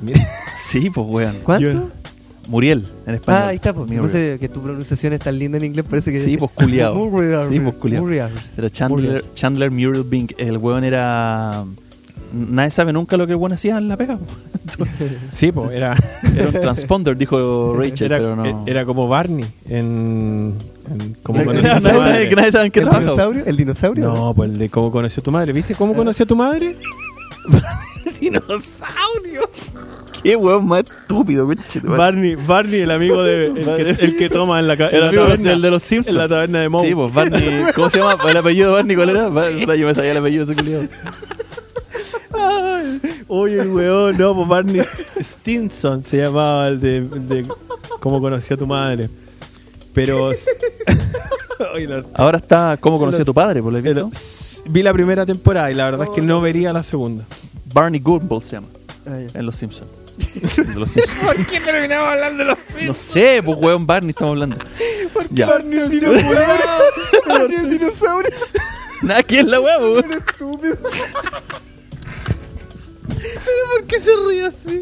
C: Mira,
A: Sí, pues weón.
B: ¿Cuánto?
C: Yo-
A: Muriel, en español.
B: Ah, ahí está, pues.
A: Muriel.
B: No sé que tu pronunciación es tan linda en inglés, parece que
A: Sí,
B: decía-
A: pues, culiao.
B: Murray,
A: Sí, pues, culiao.
B: Murray.
A: Era Chandler,
B: Muriel.
A: Chandler Muriel Bing. El weón era. Nadie sabe nunca lo que el weón hacía en la pega. po. <laughs>
C: Sí, pues era,
A: Era un transponder, dijo Rachel,
C: era,
A: pero no. <laughs>
C: era como Barney en, en- como
B: Era-
C: cuando
B: era-
C: nació tu
A: nadie, sabe,
C: madre.
A: que nadie sabe en qué
B: ¿El
A: trabaja. po.
B: dinosaurio? ¿El dinosaurio?
C: No, pues el de cómo conoció tu madre. ¿Viste cómo conoció tu madre? Dinosaurio.
A: Qué weón más estúpido, coche.
C: Barney, Barney, el amigo de el que, el que toma en la, ca- en
A: El
C: la
A: amigo
C: taberna,
A: del de los Simpsons.
C: en la taberna de Moe.
A: Sí, pues Barney. <laughs> ¿Cómo se llama? ¿El apellido de Barney cuál era? Puta, Yo me sabía el apellido de ese culiao.
C: Oye, el weón, no, pues Barney Stinson se llamaba el de, de cómo conocí a tu madre.
A: <laughs>
C: Pero. Oye, la-
A: Ahora está. ¿Cómo conocí a tu padre? Por lo que he
C: la-
A: visto?
C: vi la primera temporada y la verdad es que no vería la segunda.
A: Barney Gumble se llama.
B: Ah, ya.
A: En Los <laughs> Simpsons. ¿Por qué terminamos hablando de Los Simpsons? No sé, pues weón Barney estamos hablando. ya.
B: Barney
A: <laughs>
B: el dinosaurio. Barney el dinosaurio.
A: Nada, ¿quién es la weá, po, weón?
B: Estúpido. ¿Pero por qué se ríe así?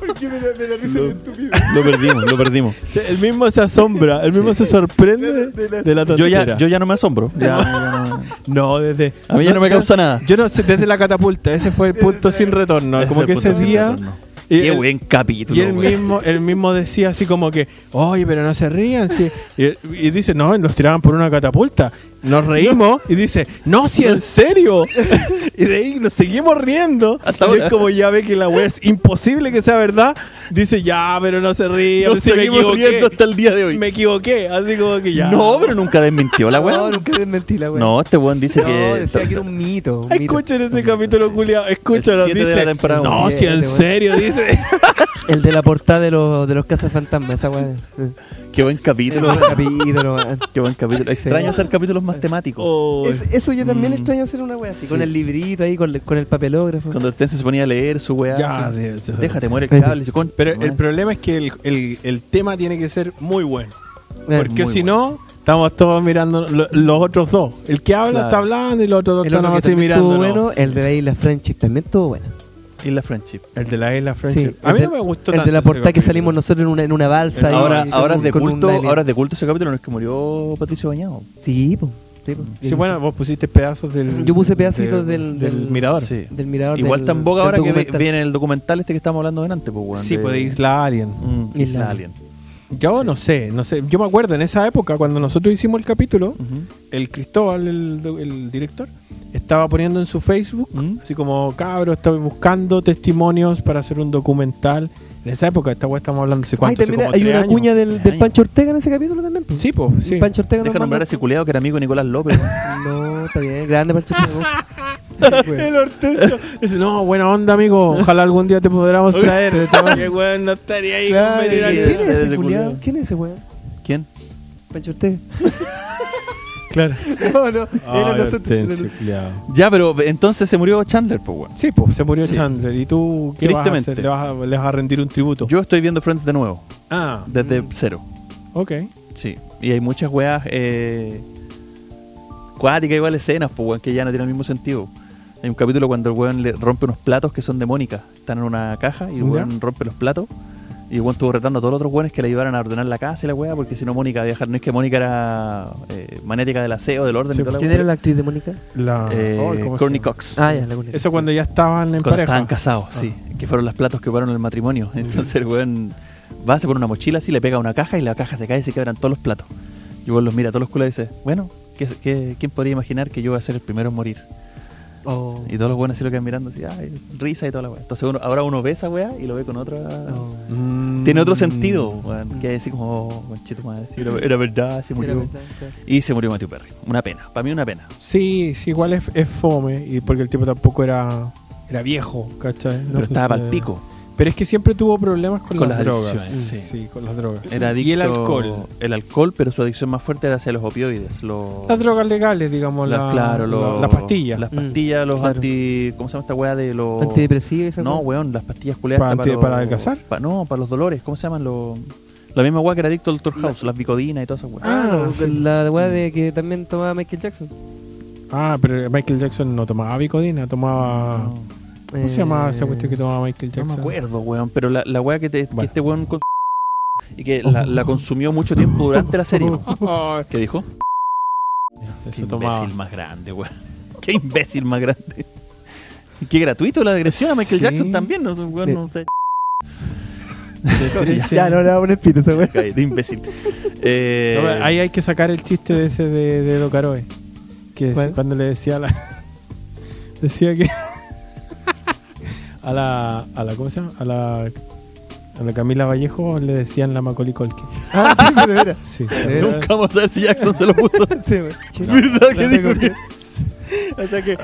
B: Porque me la, me la risa
C: No.
B: el estúpido.
A: Lo perdimos, lo perdimos.
C: Se- El mismo se asombra, el mismo se sorprende
B: De la-
C: de la
A: Yo
C: tontera.
A: ya, yo ya no me asombro. Ya, ya no-
C: no, desde.
A: A mí ya no me causa nada.
C: Yo no sé, desde la catapulta, ese fue el punto sin retorno.
A: Ese
C: Como
A: fue
C: que
A: el punto
C: ese
A: sin
C: día.
A: retorno.
C: y
A: <laughs> Qué
C: el-
A: buen capítulo.
C: Y él
A: weón.
C: mismo, él mismo decía así como que, oye, pero no se rían. sí". Y, y dice, no, nos tiraban por una catapulta. Nos reímos y dice, no, si en serio. <laughs> y de ahí nos seguimos riendo.
A: Hasta
C: y él
A: ahora.
C: como ya ve que la wea es imposible que sea verdad, dice, ya, pero no se rían.
A: Nos
C: si me
A: seguimos
C: equivoqué.
A: riendo hasta el día de hoy.
C: Me equivoqué, así como que ya.
A: No, pero nunca desmintió la weá.
B: No, nunca desmentí la weá.
A: No, este weón dice
B: No,
A: que.
B: decía que era un mito. un
C: Ay,
B: mito.
C: Escuchen ese capítulo, culiao. Escúchalo.
A: El siete
C: Dice,
A: de la temporada
C: no,
B: uno.
C: si
B: Siete,
C: en
B: weón.
C: serio, <laughs> dice.
B: El de la portada de los, de los cazafantasmas, esa weá. Eh,
A: Qué buen
C: <laughs>
A: capítulo.
B: un
A: weón.
B: capítulo, weón.
A: Qué buen capítulo. Extraño hacer capítulos más temáticos.
C: Oh,
B: Es- eso yo también
A: Mm.
B: extraño hacer una weá así, con
A: Sí.
B: el librito ahí, con, el- con el papelógrafo.
A: Cuando el Ten se ponía a leer su weá.
C: ya,
A: así,
C: de- se-
A: Déjate morir el
B: Ese.
A: cable. yo, concha,
C: Pero
A: madre.
C: el problema es que el, el- el tema tiene que ser muy bueno.
B: Eh,
C: Porque
A: muy
C: si
A: bueno.
C: no, estamos todos mirando lo- los otros dos. El que habla
A: Claro.
C: está hablando y los otros dos
B: el
C: están
B: otro que
C: así
B: también estuvo
C: mirando.
B: bueno, el de la isla Friendship también estuvo bueno.
A: Y la friendship.
C: El de la isla
B: Sí,
C: Friendship. a mí
B: el
C: no
B: de-
C: me gustó
B: El
C: tanto
B: de la
C: ese
B: portada que
C: capítulo.
B: salimos nosotros en una, en una balsa.
C: Sí,
A: Ahora,
B: y-
A: ahora es
B: con-
A: de
B: con un
A: culto,
B: alien.
A: ahora es de culto ese capítulo, no es que murió Patricio Bañado.
B: Sí, po. sí, po.
C: Sí, bueno, vos pusiste pedazos del.
B: Yo puse pedacitos del- del-
C: mirador.
A: Sí.
B: del mirador.
A: Igual
B: del-
A: tan boca
B: del
A: ahora que ve-
B: documental.
A: viene el documental este que estamos hablando delante, pues weón.
C: Sí,
A: de-
C: pues de Isla Alien.
A: Mm,
B: Isla
A: Isla
B: Alien.
A: Alien.
C: Yo no sé, no sé. Yo me acuerdo en esa época, cuando nosotros hicimos el capítulo,
A: Ujú.
C: el Cristóbal, el, do- el director, estaba poniendo en su Facebook,
A: ¿Mm?
C: así como, cabro, estaba buscando testimonios para hacer un documental. En esa época, esta weá estamos hablando hace
B: Ay,
C: cuánto, hace
B: también
C: como
B: hay
C: tres
B: una
C: años.
B: cuña del,
A: tres
B: del
A: años.
B: Pancho Ortega en ese capítulo también. po.
C: Sí, pues, sí.
B: Pancho Ortega
A: Deja
B: nos
A: nombrar a
B: manda-
A: ese culeado que era amigo de Nicolás López.
B: <laughs> No, está bien, grande Pancho
C: <laughs>
B: Ortega.
C: El Hortensio <laughs> dice, no, buena onda, amigo. Ojalá algún día te podamos traer. Qué weón, no estaría ahí.
B: Claro,
C: con
B: ¿Quién
C: venir aquí.
B: es ese
A: Desde
B: culiado?
A: culiao.
B: ¿Quién es ese weón?
A: ¿Quién?
B: Pancho Ortega. <laughs>
C: Claro.
B: No, no, era
C: Ay,
B: nosotros. era
C: Hortensio,
B: nosotros.
C: culiao.
A: Ya, pero entonces se murió Chandler, pues weón.
C: Sí, pues, se murió
A: Sí.
C: Chandler. ¿Y tú qué vas a
A: Tristemente.
C: hacer? ¿Le vas a, le vas a rendir un tributo?
A: Yo estoy viendo Friends de nuevo,
C: Ah,
A: desde cero.
C: ok.
A: Sí. Y hay muchas weas eh, cuáticas, igual escenas, pues weón, que ya no tienen el mismo sentido. Hay un capítulo cuando el weón le rompe unos platos que son de Mónica. Están en una caja y el
C: Ya.
A: weón rompe los platos. Y el weón estuvo retando a todos los otros weones que le ayudaran a ordenar la casa y la wea, porque si no Mónica iba a viajar. No es que Mónica era eh, maniática del aseo, del orden
C: Sí,
A: y toda la
B: ¿Quién
A: wea.
B: era la actriz de Mónica?
C: La,
A: Eh,
C: ay, Ah, oh, ¿cómo se
A: Courtney
C: llama?
A: Cox.
B: Ah, ya, la conozco.
C: Eso cuando ya estaban en
A: Cuando
C: pareja.
A: estaban casados, sí. Que fueron los platos que ocuparon el matrimonio. Entonces el weón va, se pone una mochila así, le pega una caja y la caja se cae y se quebran todos los platos. Y vos los mira a todos los culos y dice, bueno, ¿qué, qué, quién podría imaginar que yo voy a ser el primero en morir?
B: Oh.
A: Y todos los buenos así lo quedan mirando, así, ay, risa y toda la weá. Entonces uno, ahora uno ve esa weá y lo ve con otra...
B: Oh.
C: Mm.
A: Tiene otro sentido, weón, que decir como, oh, conchito madre, sí, era, era verdad, se murió.
B: Era verdad, claro.
A: Y se murió Matthew Perry. Una pena, para mí una pena.
C: Sí, sí, igual es, es fome, y porque el tipo tampoco era, era viejo, ¿cachai?
A: pero
C: Entonces,
A: estaba pal pico.
C: Pero es que siempre tuvo problemas con,
A: Con
C: las,
A: las
C: drogas. Mm,
A: adicciones, sí.
C: con las drogas.
A: Era adicto,
C: y el alcohol.
A: El alcohol, pero su adicción más fuerte era hacia los opioides. Los,
C: Las drogas legales, digamos,
A: las-
C: la,
A: claro, los-
C: la pastilla. Mm,
A: Las pastillas, los
B: claro.
A: anti. ¿Cómo se llama esta weá de
C: Oh.
A: los.
B: Antidepresivo, esa
A: No,
B: cosa.
A: weón, las pastillas culeadas.
C: ¿Para anti-
A: los-
C: para adelgazar?
A: pa- no, para los dolores. ¿Cómo se llaman los.? La misma weá que era adicto al Dr. House, las bicodinas y todas esas weas.
C: Ah,
B: Ah,
C: sí.
B: la weá de que también tomaba Michael Jackson.
C: Ah, pero Michael Jackson no tomaba bicodina, tomaba...
A: No,
C: ¿Cómo se llamaba esa cuestión que
B: tomaba?
C: tomaba Michael
A: no
C: Jackson?
A: me acuerdo, weón, pero la, la weá que, te- que
C: Bueno.
A: este weón. con- y que la, la consumió mucho tiempo durante la
C: <laughs>
A: serie. ¿Qué dijo? Qué
C: Eso tomaba.
A: imbécil más grande, weón. <laughs> Qué imbécil más grande. Y qué gratuito la agresión a Michael
C: Sí.
A: Jackson también. No, weón, no te-
C: <laughs> De 13.
B: Eh, Ya, no le vamos a poner pito esa weá. <laughs>
A: Cállate, de
C: <laughs>
A: imbécil. Eh,
C: No, pero ahí hay que sacar el chiste de ese de, de Edo Caroe. Que es
B: ¿Cuál?
C: cuando le decía a la. <laughs> decía que. a la. a la. ¿Cómo se llama? A la. A la Camila Vallejo le decían la Macaulay Culkin.
B: Ah, sí, pero era.
C: <laughs> Sí.
B: Eh,
A: Nunca vamos a ver si Jackson se lo
C: <laughs>
A: puso. <laughs>
B: Sí, weá.
A: ¿Verdad que dijo que-
C: o sea que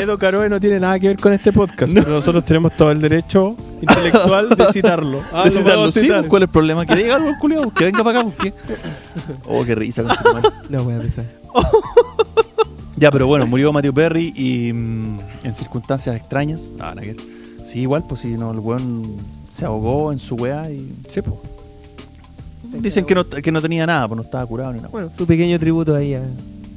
C: Edo Caroe no tiene nada que ver con este podcast, pero nosotros tenemos todo el derecho intelectual de <laughs> citarlo. Ah, pues,
A: de citarlo? Sí, ¿Cuál es el problema? Que diga algo el culiao, que venga para acá.
C: <laughs>
A: pues, ¿qué? Oh, qué risa. con su madre.
B: No, weá, esa.
A: ya, pero bueno, murió Matthew Perry y mm, en circunstancias extrañas. Ah, nada que ver. Sí, igual, pues si no, el weón se ahogó en su weá y. pues. Dicen que no, que no tenía nada, pues no estaba curado ni nada.
B: Bueno, su pequeño tributo ahí a.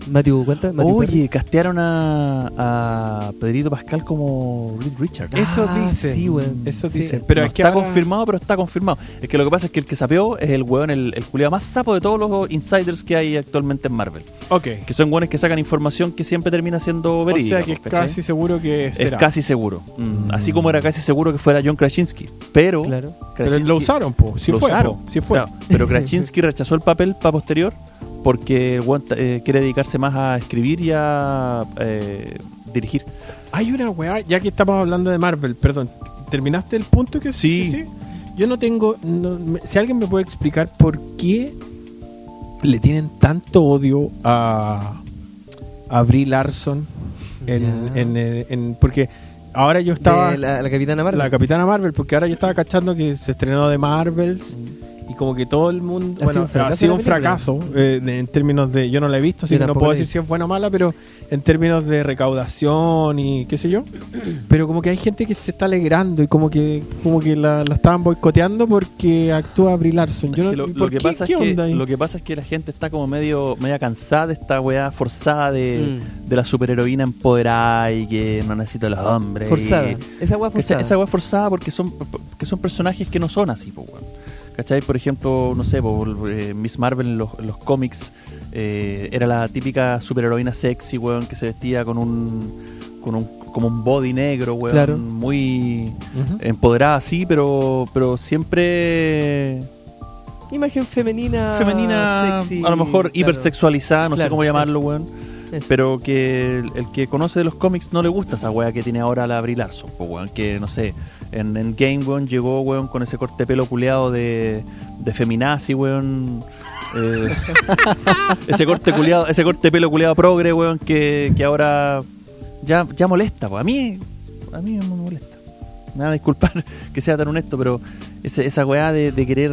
B: Matthew, ¿cuánto? Matthew
A: Oye,
B: Perry.
A: castearon a, a Pedrito Pascal como Reed Richards.
B: Es-
C: Eso
B: Ah,
C: dice.
B: sí, weón.
C: Eso
B: Sí.
C: dice. Pero
A: No
C: es que
A: está
C: ahora-
A: confirmado, pero está confirmado. Es que lo que pasa es que el que sapeó es el weón, el, el culiao más sapo de todos los insiders que hay actualmente en Marvel.
C: Ok.
A: Que son weones que sacan información que siempre termina siendo
C: O
A: verídica. pues,
C: sea que es
A: ¿cachai?
C: casi seguro que
A: Es
C: será.
A: casi seguro. Mm, Así como era casi seguro que fuera John Krasinski. Pero,
B: Claro.
C: Pero
A: Krasinski-
C: lo usaron, po. Si
A: lo
C: fue,
A: usaron.
C: po. Si fue.
A: Claro, pero
C: <laughs>
A: Krasinski rechazó el papel para posterior porque el weón, eh, quiere dedicarse más a escribir y a eh, dirigir.
C: Hay una weá, ya que estamos hablando de Marvel, perdón, ¿terminaste el punto que
A: Sí.
C: que Yo no tengo. no- me- si alguien me puede explicar por qué le tienen tanto odio a. a Brie Larson. En,
B: Ya.
C: en, eh, en- porque ahora yo estaba.
B: De la, la capitana Marvel.
C: La capitana Marvel, porque ahora yo estaba cachando que se estrenó de Marvels y como que todo el mundo.
B: Ha sido
C: bueno,
B: un fracaso
C: ha sido
B: la
C: un
B: película.
C: fracaso eh, de- en términos de. Yo no la he visto, así
B: Yo
C: que no
B: tampoco
C: puedo
B: la he
C: decir si es buena o mala, pero en términos de recaudación y qué sé yo. Pero como que hay gente que se está alegrando y como que como que la, la estaban boicoteando porque actúa Brie Larson. Yo no,
A: Que lo,
C: ¿por
A: lo que
C: qué?
A: pasa
C: ¿Qué
A: es
C: onda
A: que,
C: ahí?
A: lo que pasa es que la gente está como medio media cansada de esta weá forzada de,
C: Mm.
A: de la superheroína empoderada y que no necesita a los hombres. y-
B: Forzada. Esa weá
A: ¿Cachai?
B: forzada.
A: Esa weá forzada porque son, porque son personajes que no son así, po, weón. ¿Cachai? Por ejemplo, no sé, po, eh, Miss Marvel en los, en los cómics eh, era la típica superheroína sexy, weón, que se vestía con un. Con un como un body negro, weón.
B: Claro.
A: Muy
C: Ujú.
A: empoderada, sí, pero, pero siempre
B: Imagen femenina.
A: femenina,
B: sexy,
A: a lo mejor
B: claro.
A: hipersexualizada, no sé
B: Claro,
A: cómo
B: eso.
A: llamarlo, weón.
B: Eso.
A: Pero que el, el que conoce de los cómics no le gusta esa weá que tiene ahora la Brie Larson, po, weón. Que no sé, en, en Game, weón, llegó, weón, con ese corte de pelo culeado de, de feminazi, weón. Eh, <laughs> ese corte culeado, ese corte de pelo culeado progre, weón, que, que ahora ya, ya molesta, po. A mí, a mí me molesta. Me van a disculpar <laughs> que sea tan honesto, pero ese- esa weá de, de querer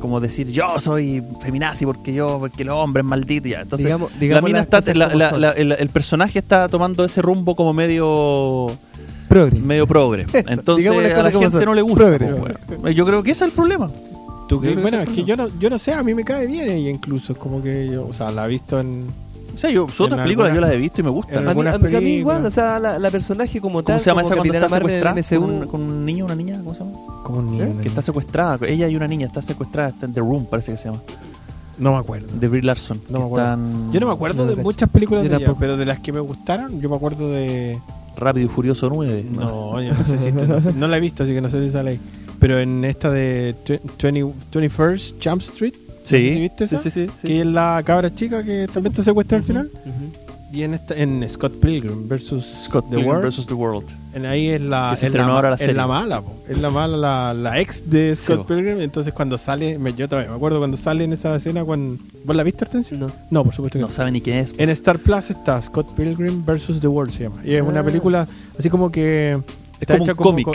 A: como decir yo soy feminazi porque yo, porque los hombres malditos, ya. Entonces,
B: Digamos-
A: la
B: digamos
A: mina
B: las
A: está,
B: cosas
A: la-
B: como
A: la-
B: son.
A: la- el, el personaje está tomando ese rumbo como medio
B: Progre.
A: medio progre.
B: <laughs> Eso,
A: Entonces
B: digamos las
A: a
B: cosas
A: la
B: como
A: gente
B: son.
A: no le gusta.
B: Progre.
A: pues, weón. Yo creo que ese es el problema.
C: ¿Tú crees?
A: creo que
C: Bueno,
A: sí,
C: es que yo no, yo no sé, a mí me cae bien ella incluso. Es como que yo, o sea, la he visto en.
A: O sea, yo, sus
C: En
A: otras películas yo
C: algunas-
A: las he visto y me gustan.
C: en
B: A mí,
C: algunas
B: a mí- a mí
C: películas.
B: igual, o sea, la, la personaje como tal.
A: ¿Cómo se llama esa cuando
B: Capitana
A: está
B: Marvel en
A: secuestrada?
B: el
A: Con
B: MCU.
A: un, con un niño una niña? ¿Cómo se llama?
C: Como un niño.
B: ¿Eh?
C: ¿no?
A: Que está secuestrada. Ella y una niña está secuestrada. Está en The Room, parece que se llama.
C: No me acuerdo.
A: De Brie Larson.
C: No
A: que
C: me acuerdo.
A: están-
C: Yo no me acuerdo
B: No,
C: de
B: cacho.
C: muchas películas
B: Yo
C: de ella,
B: tampoco.
C: pero de las que me gustaron, yo me acuerdo de.
A: Rápido y Furioso 9.
C: No, yo no sé si. No, sé- no la he visto, así que no sé si sale ahí. Pero en esta de twe- 20 21st Jump Street, No sé si viste
A: sí,
C: esa,
A: sí, sí, sí.
C: Que es la cabra chica que también te secuestra al final.
A: Ujú.
C: Y en, esta, en Scott Pilgrim versus
A: Scott
C: The
A: Pilgrim
C: World.
A: versus the World.
C: En ahí es la,
A: Que se
C: es la,
A: estrenó ahora la
C: es
A: serie.
C: la mala, po. es la mala, la, la ex de Scott
A: po.
C: Pilgrim. Entonces cuando sale, me, yo todavía me acuerdo cuando sale en esa escena, cuando, ¿vos la viste, Hortensio?
B: No.
C: por supuesto que no.
A: No sabe ni quién es.
C: En Star Plus está Scott Pilgrim vs. The World, se llama. Y es una
B: Ah.
C: película así como que. está
A: como
C: hecha
A: un cómic.
C: co-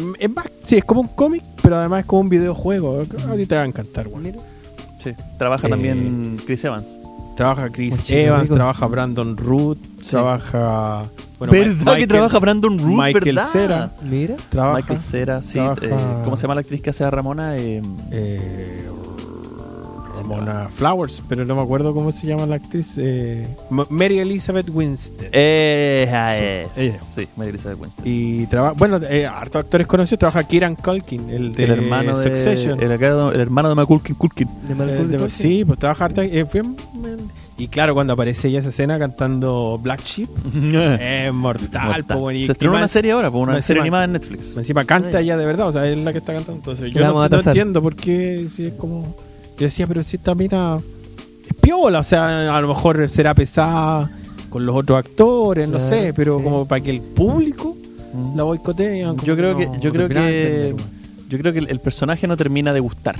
C: mm, es más- sí, es como un cómic, pero además es como un videojuego. Ah, A ti te va a encantar, güey.
A: Sí. Trabaja
C: Eh,
A: también Chris Evans.
C: Trabaja Chris
B: Un chico
C: Evans,
B: rico.
C: trabaja Brandon Root,
A: Sí.
C: trabaja.
A: ¿Verdad
C: Ma-
A: que
C: Michael-
A: trabaja Brandon Root?
C: Michael
A: ¿verdad?
C: Cera.
B: Mira.
C: Trabaja.
A: Michael Cera, sí.
C: trabaja-
A: eh, ¿Cómo se llama la actriz que hace a Ramona? Eh,
C: eh, Ramona Flowers, pero no me acuerdo cómo se llama la actriz. eh, Ma- Mary Elizabeth Winstead.
A: eh, ah, eh,
C: Sí, ella.
A: sí, Mary Elizabeth Winstead.
C: Y trabaja, bueno, eh, harto actores conocidos, trabaja Kieran Culkin, el de
A: el hermano de
C: Succession.
A: el, hermano- el hermano de Maculkin
C: <laughs>
A: Culkin.
B: De
C: Eh,
B: Malcolm
C: de-
B: Gladwell.
C: sí, pues trabaja harto, eh, fue- y claro, cuando aparece ella esa escena cantando Black Sheep, es mortal.
A: Mortal.
C: po, bueno, y-
A: Se estrenó
C: y
A: una
C: más-
A: serie ahora, po, una
C: más
A: serie
C: encima-
A: animada en Netflix.
C: más Encima canta ella de verdad, o sea, es la que está cantando. Entonces yo
B: La
C: no,
B: vamos a
C: sé- no
B: tasar.
C: entiendo por qué, si es como. Yo decía, pero si esta mina es piola, o sea, a lo mejor será pesada con los otros actores, no
B: Claro,
C: sé, pero
B: sí.
C: como para que el público
A: Mm.
C: la boicotea. como
A: Yo creo
C: no-
A: que yo
C: no
A: creo
C: terminaba de
A: que
C: entender, weón.
A: yo creo que el, el personaje no termina de gustar.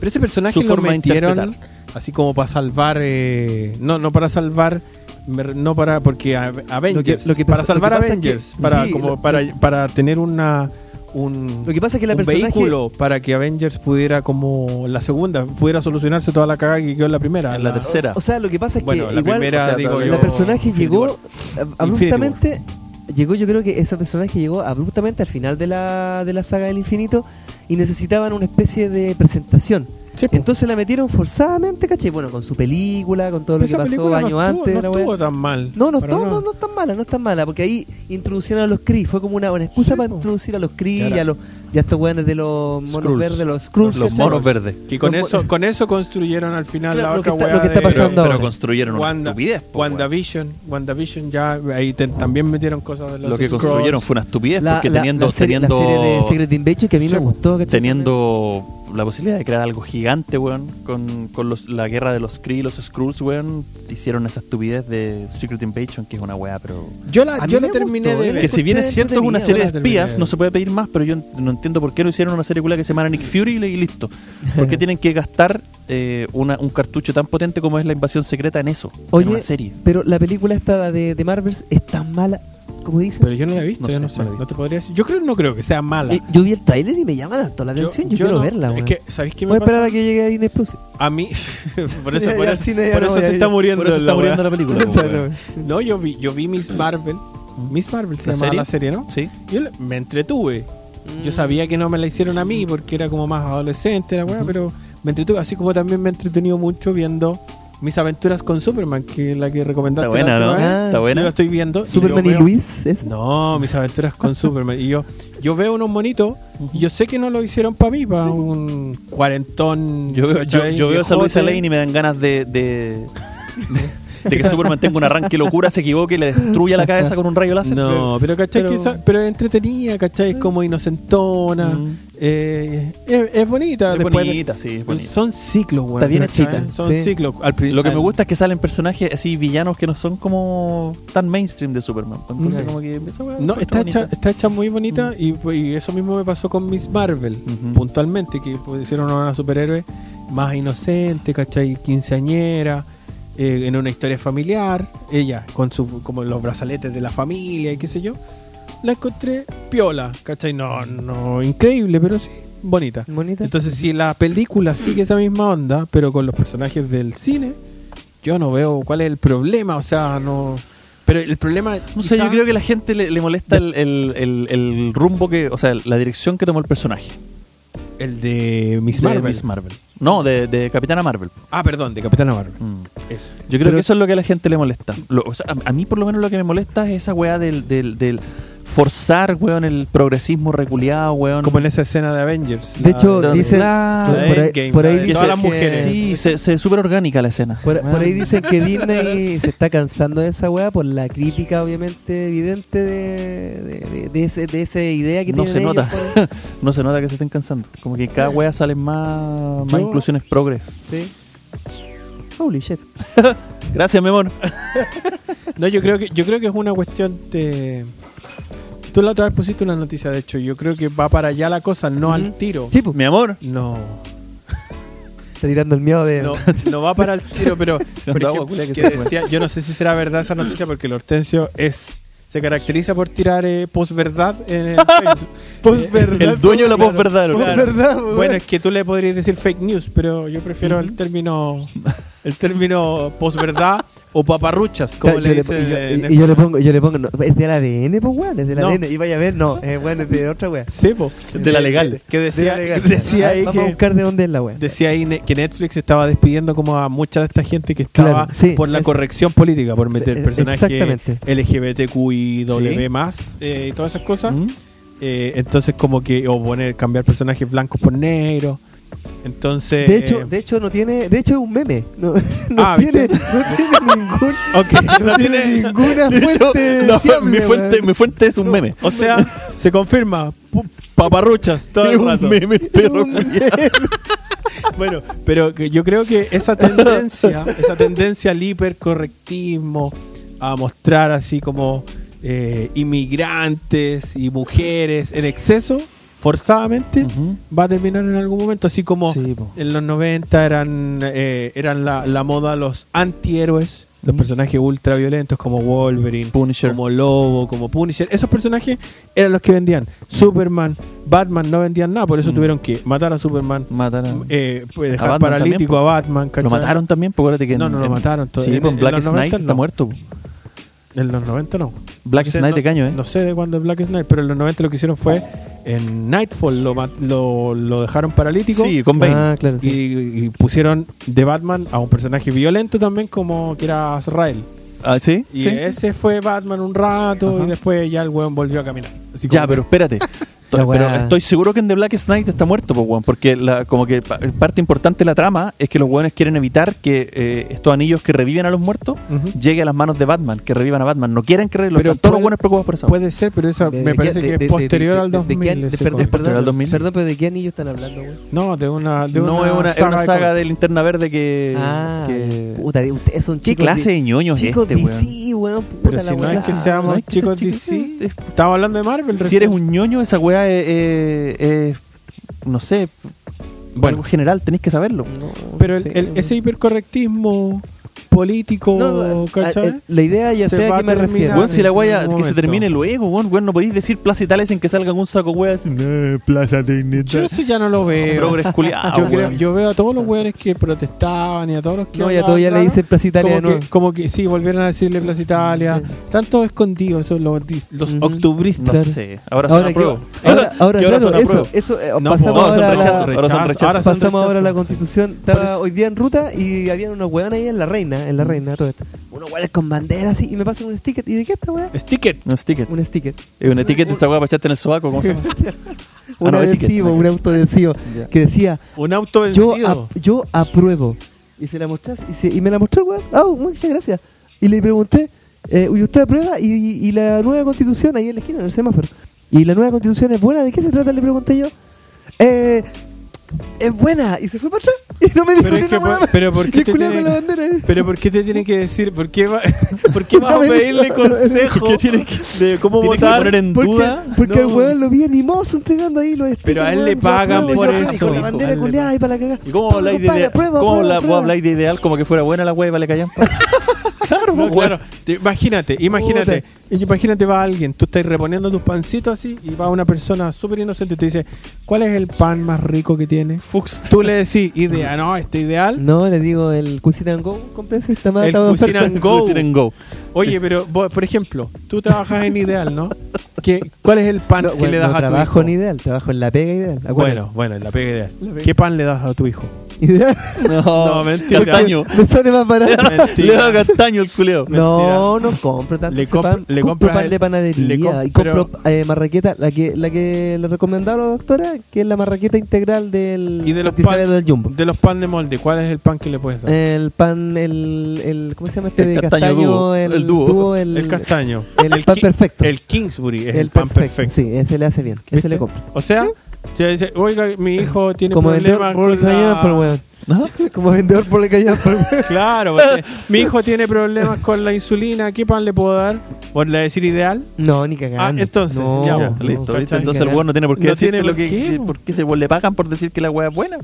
C: Pero ese personaje
A: su
C: lo
A: forma de
C: metieron
A: interpretar.
C: así como para salvar. eh, no, no para salvar. me re- No para. Porque a- Avengers.
B: lo que
C: para
B: pasa- lo
C: salvar
B: que pasa es
C: Avengers.
B: que-
C: para,
B: sí,
C: como,
B: lo-
C: para, para tener una. Un,
B: Lo que pasa es que la
C: un
B: personaje-
C: vehículo para que Avengers pudiera como la segunda pudiera solucionarse toda la cagada que quedó en la primera
A: En la tercera.
B: O sea, lo que pasa es
C: bueno
B: que
C: la
B: igual
C: primera
A: o sea,
C: digo
A: la
C: yo
B: la personaje
C: Infinity War.
B: llegó ab- abruptamente. Llegó, yo creo que ese personaje llegó abruptamente al final de la, de la saga del infinito y necesitaban una especie de presentación.
A: pues.
C: Sí, po.
B: Entonces la metieron forzadamente, ¿cachai? Bueno, con su película, con todo lo que
C: Esa
B: pasó
C: película
B: años
C: no estuvo,
B: antes. de la
C: no
B: wea.
C: estuvo tan mal
B: No, no,
C: para
B: no,
C: nada.
B: no, no es tan mala, no es tan mala, porque ahí introducieron a los Kree, fue como una, una excusa
C: Sí,
B: para
C: po.
B: introducir a los Kree
C: Claro.
B: y a los y a estos weones de los monos
A: Skrulls.
B: verdes, los Skrulls.
A: Los
B: ¿cachai?
A: monos verdes.
C: que con
B: Los mo-
C: eso con eso construyeron al final
B: pues, Claro,
C: la
B: lo que
C: otra
B: está-
C: wea
B: lo que está
C: de-
A: Pero,
B: pasando
A: pero
B: ahora.
A: construyeron una
C: Wanda-
A: estupidez. po, weón.
C: WandaVision, WandaVision ya ahí te- también metieron cosas de los
A: Lo que
C: Skrulls.
A: construyeron fue una estupidez
B: La,
A: porque
B: la-
A: teniendo
B: la serie, la
A: teniendo
B: serie de Secret Invasion que a mí
C: Sí,
B: me
C: po.
B: gustó, ¿cachai?
A: teniendo la posibilidad de crear algo gigante, weón, con, con los- la guerra de los Kree y los Skrulls, weón, hicieron esa estupidez de Secret Invasion, que es una weá, pero...
C: Yo
B: A
C: la,
B: mí
C: yo
B: me
C: la terminé
B: gustó,
C: de
B: yo la
C: ver.
A: Que si bien es cierto es una
B: entretenida,
A: serie de
C: buena,
A: espías,
C: entretenida.
A: no se puede pedir más, pero yo no entiendo por qué no hicieron una serie culia que se llamara Nick Fury y y listo. ¿Por <laughs> qué tienen que gastar eh, una- un cartucho tan potente como es la invasión secreta en eso?
B: Oye,
A: en una serie.
B: Pero la película esta de, de Marvels es tan mala, como dicen.
C: Pero yo no la he visto,
A: No
C: yo
A: sé,
C: no
A: no
C: sé.
A: la he visto.
C: No te podría decir. Yo creo, no creo que sea mala.
B: Eh, yo vi el tráiler y me llama tanto la atención, yo, quiero
C: no-
B: verla,
C: Es
B: weón.
C: que, ¿sabéis qué
B: Voy a
C: me
B: esperar
C: pasa?
B: a que llegue a Disney Plus.
C: A mí, <laughs> por eso,
B: Ya,
C: por
B: ya,
C: eso,
B: cine ya
C: por
B: no
C: eso
B: voy a
C: se está
B: ir.
C: muriendo.
A: Por eso está
C: la
A: muriendo la
C: weá.
B: <laughs>
A: película. pues,
B: O sea,
A: weón.
B: no.
C: No, yo vi, yo vi Miss Marvel. Miss Marvel se
A: ¿La
C: llamaba
A: serie?
C: la serie, ¿no?
A: Sí.
C: Yo la- me entretuve.
B: Mm.
C: Yo sabía que no me la hicieron a mí porque era como más adolescente, la weá, pero me entretuve. Así como también me he entretenido mucho viendo mis aventuras con Superman, que es la que recomendaste.
A: Está buena,
C: la
A: ¿no?
C: otra vez.
B: Ah,
A: Está
C: Yo la
A: buena.
C: estoy viendo. y
B: Superman
C: yo
B: y
C: veo-
B: Luis, ¿es?
C: No, mis aventuras con Superman. Y yo, yo veo unos monitos y yo sé que no lo hicieron para mí, para un cuarentón.
A: Yo veo, yo,
C: ¿cachai?
A: yo veo esa Luisa
C: viejote.
A: Lane y me dan ganas de. de de que Superman tenga un arranque locura, se equivoque y le destruya la cabeza con un rayo láser.
C: No, pero ¿cachai?
A: pero-
C: que esa- pero es entretenida, ¿cachai? Es como inocentona.
A: Mm.
C: eh, es, es bonita.
A: Es
C: después de-
A: bonita, sí, es bonita.
C: Son ciclos, weón.
A: Está bien
C: ¿cachai?
A: hechita,
C: Son
B: sí.
C: ciclos. Al pri-
A: Lo que me
C: al-
A: gusta es que salen personajes así villanos que no son como tan mainstream de Superman. Entonces,
B: Mm.
A: como que esa weá
C: No,
A: la encuentro
C: está
A: bonita. Mm.
C: hecha, está hecha muy bonita y, pues, y eso mismo me pasó con Miss Marvel,
A: Ujú.
C: puntualmente, que pues, hicieron a una superhéroe más inocente, ¿cachai? Quinceañera, eh, en una historia familiar, ella, con su, como los brazaletes de la familia y qué sé yo. La encontré piola, ¿cachai? No, no, increíble, pero sí, bonita.
B: Bonita.
C: Entonces, si la película sigue esa misma onda, pero con los personajes del cine, yo no veo cuál es el problema, o sea, no... Pero el problema...
A: No sé, yo
C: quizá-
A: creo que a la gente le, le molesta el, el- el- el rumbo que. O sea, la dirección que tomó el personaje.
C: El de Miss
A: de
C: Marvel.
A: Miss Marvel. No, de, de Capitana Marvel.
C: Ah, perdón, de Capitana Marvel.
A: Mm.
C: Eso.
A: Yo creo
C: Pero-
A: que eso es lo que a la gente le molesta. Lo- o sea, a, a mí, por lo menos, lo que me molesta es esa weá del. del, del forzar, weón, el progresismo reculeado, weón.
C: Como en esa escena de Avengers.
B: De hecho,
A: de-
B: dicen.
A: la-
B: por- por ahí-
C: Endgame,
B: por ahí
C: la
A: Que
C: de
B: dicen
C: todas las
B: que-
C: mujeres.
A: Sí, se, se súper orgánica la escena.
B: Por,
A: Weón.
B: por ahí dicen que Disney se está cansando de esa weá por la crítica, obviamente, evidente de, de, de- de ese, de esa idea que
A: No
B: tienen
A: se
B: ellos,
A: nota.
B: pues.
A: <laughs> No se nota que se estén cansando. Como que cada wea salen más, más
B: Yo-
A: inclusiones progres.
B: Sí. Holy shit.
A: Gracias, mi amor.
C: No, yo creo que yo creo que es una cuestión de Tú la otra vez pusiste una noticia, de hecho, yo creo que va para allá la cosa, no al
B: Ujú.
C: tiro.
B: Sí, pues,
A: Mi amor.
C: No,
B: está tirando el miedo de.
C: no,
B: <laughs>
C: no va para el tiro, pero por
A: Anda, agua,
C: ejemplo,
A: culia, que
C: que
A: se fue.
C: decía- yo no sé si será verdad esa noticia porque el Hortensio es se caracteriza por tirar eh, posverdad en
B: <laughs>
C: el Facebook. Posverdad.
A: El dueño de la
C: claro,
A: posverdad,
C: posverdad.
A: claro.
B: Posverdad, weón.
C: Bueno, es que tú le podrías decir fake news, pero yo prefiero el
B: <laughs>
C: término el término posverdad o paparruchas, como
B: Claro,
C: le
B: yo le-
C: dicen
B: y yo-
C: en
B: y- y yo le pongo, yo le pongo, no, es del ADN, pues weón, es del
C: No.
B: ADN. Y vaya a ver, no, es bueno, es de otra weá.
C: Sí, po.
A: De la legal.
C: Que
B: De la
C: decía,
B: legal.
C: que <laughs> decía
B: Ah,
C: ahí
B: Vamos a
C: que,
B: buscar de dónde es la weá.
C: decía ahí ne- que Netflix estaba despidiendo como a mucha de esta gente que estaba
B: Claro, sí,
C: por la
B: eso.
C: corrección política, por
B: Sí,
C: meter
B: eh,
C: personajes
B: exactamente.
C: LGBTQI, W más y todas esas cosas.
A: ¿Mm?
C: Eh, entonces como que o poner cambiar personajes blancos por negros. Entonces
B: De hecho,
C: eh,
B: de hecho no tiene, de hecho es un meme. No, <laughs> no
C: Ah,
B: tiene,
C: ¿viste?
B: no tiene ningún,
C: ok,
B: no tiene
A: <laughs>
B: ninguna
A: De hecho,
B: fuente.
A: no,
B: fiable,
A: mi,
B: weón.
A: fuente, mi fuente es un meme.
B: <laughs>
C: o sea, se confirma pu- paparruchas
A: <laughs>
C: todo
A: Es
C: el
A: un
C: rato.
A: meme el perro.
C: <laughs> Bueno, pero que yo creo que esa tendencia, esa tendencia al hipercorrectismo, a mostrar así como eh, inmigrantes y mujeres en exceso, forzadamente,
A: Ujú.
C: va a terminar en algún momento, así como
A: Sí, po.
C: en los 90 eran, eh, eran la, la moda los antihéroes. Los
A: Ujú.
C: personajes ultraviolentos como Wolverine,
A: Punisher.
C: como Lobo, como Punisher, esos personajes eran los que vendían. Superman, Batman no vendían nada, por eso
A: Mm.
C: tuvieron que matar a Superman,
A: Mataron.
C: eh, pues,
A: A
C: dejar
A: Batman
C: paralítico
A: también,
C: a Batman. ¿cachai?
A: Lo mataron también, porque acuérdate que.
C: No, no lo mataron
A: Sí,
C: todavía.
A: pues
C: En- en
A: Black
C: los
A: Knight
C: 90
A: está
C: no.
A: muerto. pues. po.
C: En los 90 no.
A: Black
C: No sé,
A: Knight
C: no-
A: de caño, ¿eh?
C: No sé de cuándo es Black Knight, pero en los 90 lo que hicieron fue en Nightfall lo, ma- lo, lo dejaron paralítico.
A: sí, con Bane.
B: Ah, claro, sí.
C: Y, y pusieron de Batman a un personaje violento también como que era Azrael.
A: Ah, ¿Sí?
C: Y
A: sí.
C: ese fue Batman un rato
A: Ajá.
C: y después ya el weón volvió a caminar. Así
A: Ya,
C: como-
A: pero espérate. To-
B: La weá.
A: pero estoy seguro que en The Black Knight está muerto, po, weón, porque la, como que pa- parte importante de la trama es que los weones quieren evitar que eh, estos anillos que reviven a los muertos
C: Ujú.
A: llegue a las manos de Batman, que revivan a Batman. No quieren que revivan,
C: Pero
A: están todos los
C: puede-
A: buenos preocupados por eso.
C: Puede ser, pero eso
B: ¿De
C: me
B: qué- de-
C: parece que
B: de-
C: es
B: de-
C: posterior
B: de-
C: al
B: de- de qué-
C: 2000.
B: de-
C: ese
B: perdón,
C: cómic.
A: Posterior al
B: perdón,
A: 2000.
B: perdón, pero ¿de qué anillo están hablando, weón?
C: no, de una, de
A: no,
C: una
A: es una, es una
C: de
A: saga
C: cómics.
A: del Linterna Verde que...
B: Ah,
A: Eh, que-
B: puta, usted es un
A: ¿Qué
B: chico.
A: clase de ñoño es
B: Chicos
A: este,
B: de
A: weón?
B: sí, weón. Puta
C: Pero
B: la
C: si no
B: weá.
C: es que seamos
A: no es que
C: chicos
A: sea
C: DC.
A: chico, es-
C: Estamos hablando de Marvel.
A: Si
C: recién.
A: eres un ñoño, esa weá es... es- es- no sé,
C: Bueno.
A: algo general, tenéis que saberlo.
B: No,
C: Pero el-
B: sí,
C: el-
B: weón.
C: ese hipercorrectismo político,
B: No, a-
C: ¿cachai?
B: a- la idea ya
C: Se
B: sé
C: va
B: a
C: a
B: qué me
C: terminar.
B: refiero.
A: Weón, si la
C: en
A: guaya
C: un
A: que se
C: momento.
A: termine luego, weón, weón, no podéis decir plaza y tales en que salgan un saco weá así, "Eh, plaza técnica.
C: Yo eso ya no lo veo.
A: Progres culiao,
C: <laughs> yo, creo-
A: weón.
C: yo veo a todos los weones que protestaban y a todos los que.
B: No, ya
C: hablaban,
B: todavía le
C: claro,
B: dicen Plaza Italia de
C: Como
B: nuevo.
C: que, como que sí, volvieron a decirle Plaza Italia.
B: Sí.
C: Están todos escondidos esos los, dis- los
B: Ujú.
C: octubristas.
A: No
B: Claro.
A: sé, ahora,
B: Ahora,
A: se
B: que-
A: apruebo.
B: ahora, <laughs>
A: <laughs>
B: ahora,
A: Que ahora
B: claro,
A: son
B: eso,
A: apruebo.
B: eso eh,
C: No,
B: pasamos
C: po, son
B: ahora, a la-
A: rechazo, ahora son rechazo.
C: ahora son
B: pasamos ahora a la
C: rechazo.
B: constitución.
C: Por
B: Estaba
C: eso-
B: hoy día en ruta y había una weón ahí en la reina, en la reina, todo esto. Unos weones con bandera así y me pasan un sticker. ¿Y de qué esta weá?
C: Sticker.
A: No es ticket.
B: Un sticker.
A: Es un ticket de esa weá para echarte en el sobaco, ¿cómo se llama?
B: Un
A: no, es ticket. Ah,
B: adhesivo, un autoadhesivo
A: <laughs> Ya.
B: que decía
C: Un auto
B: yo,
C: vencido.
B: ap- yo apruebo. Y se la mostrás, y, se- y me la mostró el weón. Ah, muchas gracias. Y le pregunté, eh, ¿y usted aprueba? Y, y la nueva constitución ahí en la esquina, en el semáforo. ¿Y la nueva constitución es buena? ¿De qué se trata? Le pregunté yo. Eh, es buena. Y se fue para atrás. <laughs> Y no me dijo
C: Pero
B: ni
C: es que
B: una
C: por-
B: hueá.
C: pero ¿por qué
B: Y el
C: te
B: culiao
C: tiene-
B: con la bandera. eh.
C: Pero ¿por qué te tienen que decir? ¿Por qué, va- <laughs> ¿por
B: <laughs>
C: qué vas a
B: Dame-
C: pedirle consejo
A: ¿Por qué tiene que-
C: de cómo
A: tiene que
C: votar?
A: poner en
B: Porque,
A: duda?
B: porque
C: No.
B: el weón lo vi animoso entregando ahí los
C: Pero a
B: stickers,
C: él le
B: weón, yo
C: pagan
B: apruebo,
A: por
B: yo apruebo, y
A: eso,
B: Con la
A: hijo,
C: a él
B: bandera
C: le
B: culiada ahí para la cagada.
A: ¿Y cómo
B: Toma,
A: habláis de,
B: compadre,
A: ideal- cómo
B: aprueba, aprueba,
A: habla- vos
B: aprueba.
A: habláis de ideal como que fuera buena la weá y vale callan?
B: <laughs>
A: claro,
C: No,
A: pues,
C: claro.
A: weón.
C: Te- Imagínate, imagínate, imagínate va alguien, tú estás reponiendo tus pancitos así y va una persona súper inocente y te dice, ¿cuál es el pan más rico que tiene?
A: Fuchs.
C: Tú le decís, idea, no, este ideal.
B: No, le digo el Cuisine and Go, cómprense esta madre.
C: El
B: estaba en oferta.
C: Cuisine and Go.
A: Decir en go.
C: Oye, pero vos, por ejemplo, tú trabajas en ideal, ¿no? ¿Qué, ¿Cuál es el pan
B: No,
C: que
B: bueno,
C: le das
B: no
C: a tu
B: trabajo
C: hijo?
B: en ideal, trabajo en la pega ideal. acuérdate.
C: Bueno, bueno, la pega ideal.
B: La pega.
C: ¿Qué pan le das a tu hijo?
B: Ideal. <laughs>
A: No,
C: No, mentira.
A: Castaño.
B: Me sale más
C: <laughs>
B: barato.
A: Le da castaño el culeo.
B: No, no compro tanto.
C: Le
B: ese
C: comp-
B: pan.
C: le
B: compro
C: compras
B: pan
C: el-
B: de panadería
C: le comp-
B: y compro eh, marraqueta, la que la que le recomendaba la doctora, que es la marraqueta integral del
C: Y de los
B: Santisabel
C: pan-
B: del Jumbo.
C: De los pan de molde, ¿cuál es el pan que le puedes dar?
B: El pan, el, el ¿cómo se llama este
A: El
B: de
A: castaño
B: castaño?
A: dúo,
B: el,
A: el dúo,
B: el,
C: el castaño.
B: el pan
C: Ki-
B: perfecto.
C: El Kingsbury es el,
B: el
C: pan perfecto.
B: Sí, ese le hace bien, ese
C: ¿Viste?
B: le compro.
C: O sea, se dice, oiga, mi hijo tiene
B: Como
C: problemas
B: vendedor por el
C: con
B: cañón,
C: la-
B: por weón. <laughs> Como vendedor por el cañón,
A: <laughs>
B: por weón.
C: Claro, porque mi hijo tiene problemas con la insulina, ¿qué pan le puedo dar? ¿Por le decir ideal?
B: No, ni cagando.
C: Ah, entonces,
B: no,
C: ya,
A: Ya,
B: no,
A: listo,
C: ¿cachai?
A: ¿viste? Entonces el weón no tiene por qué
C: No
A: decirte
C: tiene
A: lo
C: por
A: que,
C: qué,
A: que-
C: po.
A: por qué Eh, ese weón le pagan por decir que la weá es buena.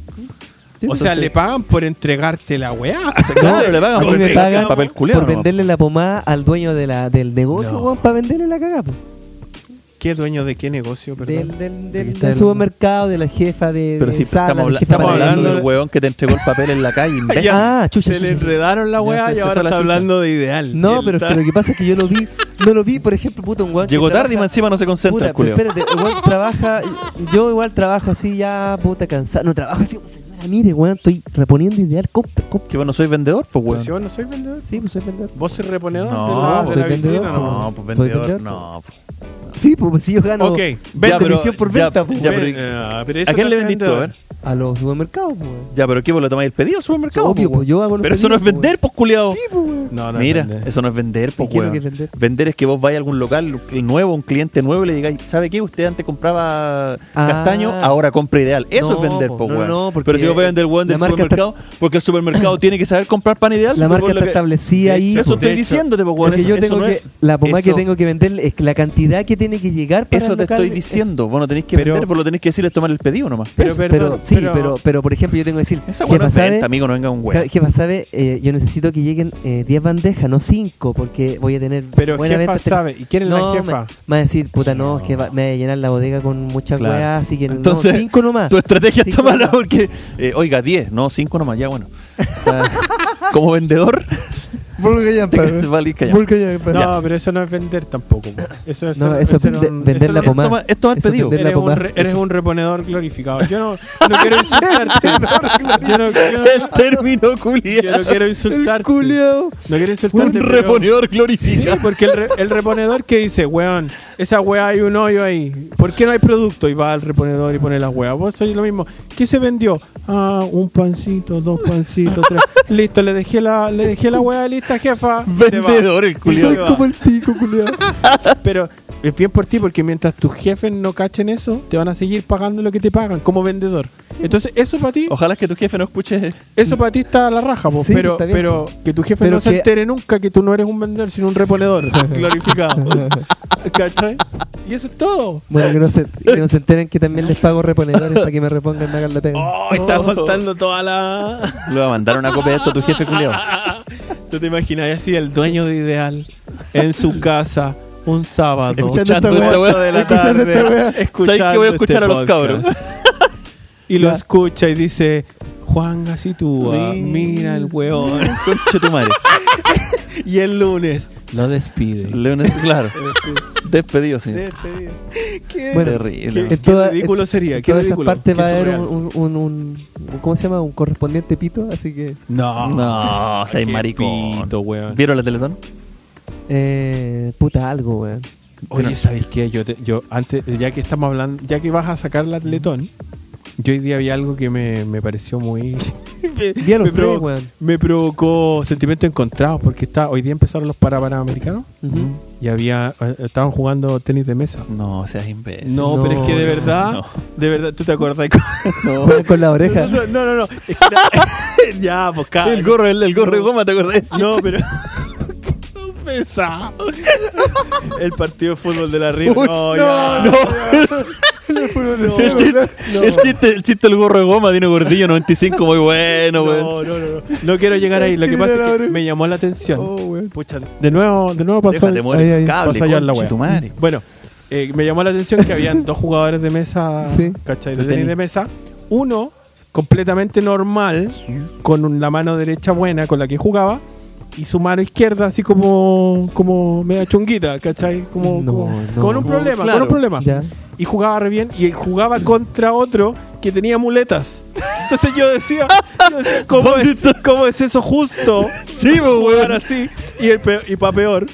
C: O sea, le pagan por entregarte
A: <laughs>
C: la weá.
A: Claro, le
B: a
A: pagan
B: mí
A: por
B: me
A: el
B: pagan
A: papel culeado
B: por
A: nomás.
B: venderle la pomada al dueño de la, del negocio,
C: No.
B: weón, para venderle la cagada, po.
C: ¿Qué dueño de qué negocio,
B: Del, del,
C: perdón? ¿De qué
B: del,
C: está
B: del
C: hablando?
B: supermercado, de la jefa de,
A: Pero
B: de
A: si
B: sala,
A: estamos,
B: del
A: habla-
B: jefe
A: estamos
B: de la
A: hablando
B: tienda.
A: del weón que te entregó el papel en la <laughs> calle, imbécil.
B: Ah, chucha,
C: Se le
B: chucha.
C: enredaron la
A: Ya,
C: weá
A: se-
C: y
A: se
C: ahora
A: fue la
C: está
A: chucha.
C: hablando de ideal. Y
B: No,
C: él
B: pero es
C: está-
B: que lo que pasa es que yo no vi, no lo vi, por ejemplo, puto, un weón. que
A: Llegó tarde y
B: trabaja-
A: más encima no se concentra
B: Ah, Puta,
A: el culeo.
B: pero espérate, igual trabaja. Yo igual trabajo así ya, puta, cansado. No trabajo así como señora, mire, weón, estoy reponiendo ideal. Compra, compra.
A: Que vos no soy vendedor, pues
C: Pero
A: weón.
C: si vos no soy vendedor.
B: Sí, pues soy vendedor.
C: ¿Vos sois reponedor de
A: No,
C: la, de la
B: soy vendedor,
C: vitrina, no?
A: No, pues
B: Soy
A: vendedor,
B: vendedor,
A: no.
B: Sí, pues pues, si yo gano
C: Ok,
A: Ya, pero-
B: comisión por
A: ya,
B: venta, pues.
A: ya,
B: weón.
A: pero-
C: Ven- ah, pero eso
A: ¿A quién
C: no
A: le
C: es
A: vendiste tú? A
C: vendedor.
A: ver.
B: A los supermercados, pues. weón.
A: Ya, pero ¿qué? ¿Vos lo tomáis el pedido al supermercado?
B: Obvio,
A: po,
B: pues yo hago los
A: Pero eso no es
B: pedidos,
A: vender, pues culiao.
B: Sí, pues, weón.
C: No, no es
A: Mira,
C: vender.
A: eso no es vender, pues
B: ¿Y qué es lo
A: weón.
B: que es vender?
A: es que vos vayas a algún local un- nuevo, un cliente nuevo y le digáis, ¿sabe qué? Usted antes compraba castaño, ahora compra ideal. Eso
B: Ah. No,
A: es vender,
B: po,
A: pues
B: no,
A: weón.
B: no, porque
A: Pero si vos vender el weón
B: la
A: del
B: marca está-
A: supermercado, porque el
B: <coughs>
A: supermercado tiene que saber comprar pan ideal.
B: La
A: pues,
B: marca
A: weón, lo
B: está
A: que-
B: establecida
C: de
B: ahí.
C: hecho,
A: Eso
B: pues.
A: estoy
C: de hecho,
A: diciéndote, pues weón.
B: Porque
A: eso-
B: yo
A: eso
B: tengo
A: no
B: que
A: es-
B: la pomada que
A: eso-
B: tengo que vender es la cantidad que tiene que llegar para
A: Eso
B: el
A: te
B: local
A: estoy
B: es-
A: diciendo. Vos no tenés que
C: Pero-
A: vender, vos lo tenés que decir es tomar el pedido nomás.
B: Pero,
C: Pero,
B: pero,
C: perdón,
B: sí, pero,
C: pero-
B: pero, por ejemplo, yo tengo que decir,
A: Esa
B: ¿qué
A: weón es
B: pasa
A: venta,
B: de,
A: amigo, no venga un
B: Claro,
A: weón.
B: jefa, ¿sabe? Eh, yo necesito que lleguen eh, 10 bandejas, no 5, porque voy a tener
C: Pero
B: buena
C: jefa
B: venta.
C: sabe. ¿Y quién es
B: No,
C: la jefa?
B: Me, me va a decir, puta, no, es que va- me va a llenar la bodega con muchas
A: Claro.
B: weas, así que
A: Entonces,
B: no, 5 nomás.
A: Tu estrategia está
B: Cinco
A: mala
B: nomás.
A: porque, eh, oiga, 10, no, 5 nomás, ya bueno. O sea, Como
C: <laughs>
A: vendedor, <laughs> te vale y callado.
C: No,
A: Ya.
C: pero eso no es vender tampoco. po. Eso
B: <laughs>
C: es,
B: No, eso es
C: era
B: vende-
C: un-
B: vender la
C: eso no-
A: Esto
B: pomada.
A: va- esto va al
B: Eso
A: pedido.
B: vender la
C: Eres un,
B: pomada.
C: re- eres un reponedor glorificado. Yo no, no quiero
B: <laughs>
C: insultarte. yo, no, yo
A: El
C: no-
A: término
C: yo no
A: culiado.
C: quiero insultarte.
B: Culeado.
C: No quiero
A: Un
C: insultarte. pero-
A: reponedor
C: Sí,
A: glorificado.
C: porque el, re- el reponedor que dice, weón, esa weá hay un hoyo ahí. ¿Por qué no hay producto? Y va al reponedor y pone la weá. Vos sois lo mismo. ¿Qué se vendió? Ah, un pancito, dos pancitos, tres. <laughs> Listo, le dejé la, le dejé la weá lista, jefa. Se va.
A: Vendedor, el
B: Soy
A: culiado.
C: va.
B: como el pico, culeado.
C: Pero es bien por ti, porque mientras tus jefes no cachen eso, te van a seguir pagando lo que te pagan como vendedor. Entonces, eso para ti,
A: Ojalá que tu jefe no escuche.
C: eso para ti está a la raja, po,
B: Sí,
C: pero,
B: está bien,
C: pero que tu jefe
B: Pero
C: no se
B: que-
C: entere nunca que tú no eres un vendedor, sino un reponedor glorificado. ¿Cachai? Y eso es todo.
B: Bueno, que no, se, que no se enteren que también les pago reponedores para que me repongan me hagan la pega.
C: Oh, está soltando toda la.
A: Le va a mandar una copia de esto a tu jefe culiado.
C: ¿Tú te imaginas así el dueño de Ideal en su casa un sábado?
A: Escuchando
C: ocho
A: esta wea,
C: de la
B: escuchando esta wea.
C: <laughs> tarde. escuchando este
A: ¿Sabes qué? Voy a escuchar a los
C: podcast. Y lo escucha y dice: Juan Gacitúa, mira el
A: <laughs>
C: weón.
A: <laughs> Conche tu madre.
C: Y el lunes lo despide.
A: León, claro. Despedido, señor.
C: Este-
B: En
C: ¿Qué,
B: Bueno,
A: Terrible.
C: qué ridículo sería,
B: en
C: qué
B: todas
C: ridículo,
B: esas partes
C: qué
B: va a haber
C: surreal.
B: un, un, un, un- ¿Cómo se llama? Un correspondiente pito, así que.
C: No,
A: No, seis
C: Ah, Qué
A: maricón.
C: pito, weón.
A: ¿Vieron la Teletón?
B: Eh, puta, algo, weón.
C: Oye, ¿sabes qué? Yo, te- yo antes, ya que estamos hablando, ya que vas a sacar la Atletón, yo hoy día vi algo que me, me pareció <laughs> muy. me,
B: Vi a los
C: me
B: tres,
C: provo-
B: weón.
C: me provocó sentimientos encontrados porque está, hoy día empezaron los para panamericanos
B: Ujú.
C: y había eh, estaban jugando tenis de mesa.
A: No, seas imbécil.
C: No,
B: No,
C: pero es que de
B: no,
C: verdad,
A: no.
C: de verdad, ¿tú te <laughs> acuerdas?
B: Juegan con la oreja.
C: No, no, no. no. Es que era- <laughs> ya, <laughs> pues cada-
A: El gorro, el, el gorro de goma, ¿te acordás?
C: No, pero. <laughs> Son pesados. El partido de fútbol de la Riva.
A: Uy,
C: no,
A: no,
C: ya.
A: Sí, el, chiste, el, chiste, el chiste del gorro de goma, Dino Gordillo 95, muy bueno, weón.
C: No, no, no, no. No quiero llegar ahí. Lo
A: <laughs>
C: que pasa es que me llamó la atención.
A: Oh,
C: Pucha, de nuevo, de nuevo pasó.
A: Déjate morir
C: ahí,
A: el
C: ahí,
A: cable,
C: pasó allá en la
A: conche
C: wea. Mm,
A: tu madre.
C: Bueno, eh, me llamó la atención
A: <laughs>
C: que habían dos jugadores de mesa,
B: Sí.
C: ¿cachai?
A: De
C: De tenis
A: tenis.
C: de mesa. Uno completamente normal, con un- la mano derecha buena con la que jugaba. y su mano izquierda así como, como media chunguita, ¿cachai? Como,
B: No,
C: como-
B: no.
C: con un
A: Como-
C: problema,
A: claro.
C: con un problema.
B: Ya.
C: Y jugaba re bien y jugaba contra otro que tenía muletas. Entonces yo decía, yo decía, ¿cómo, es, ¿cómo es eso justo?
A: Sí, pues,
C: jugar
A: weón.
C: así. Y, el peor- y para peor,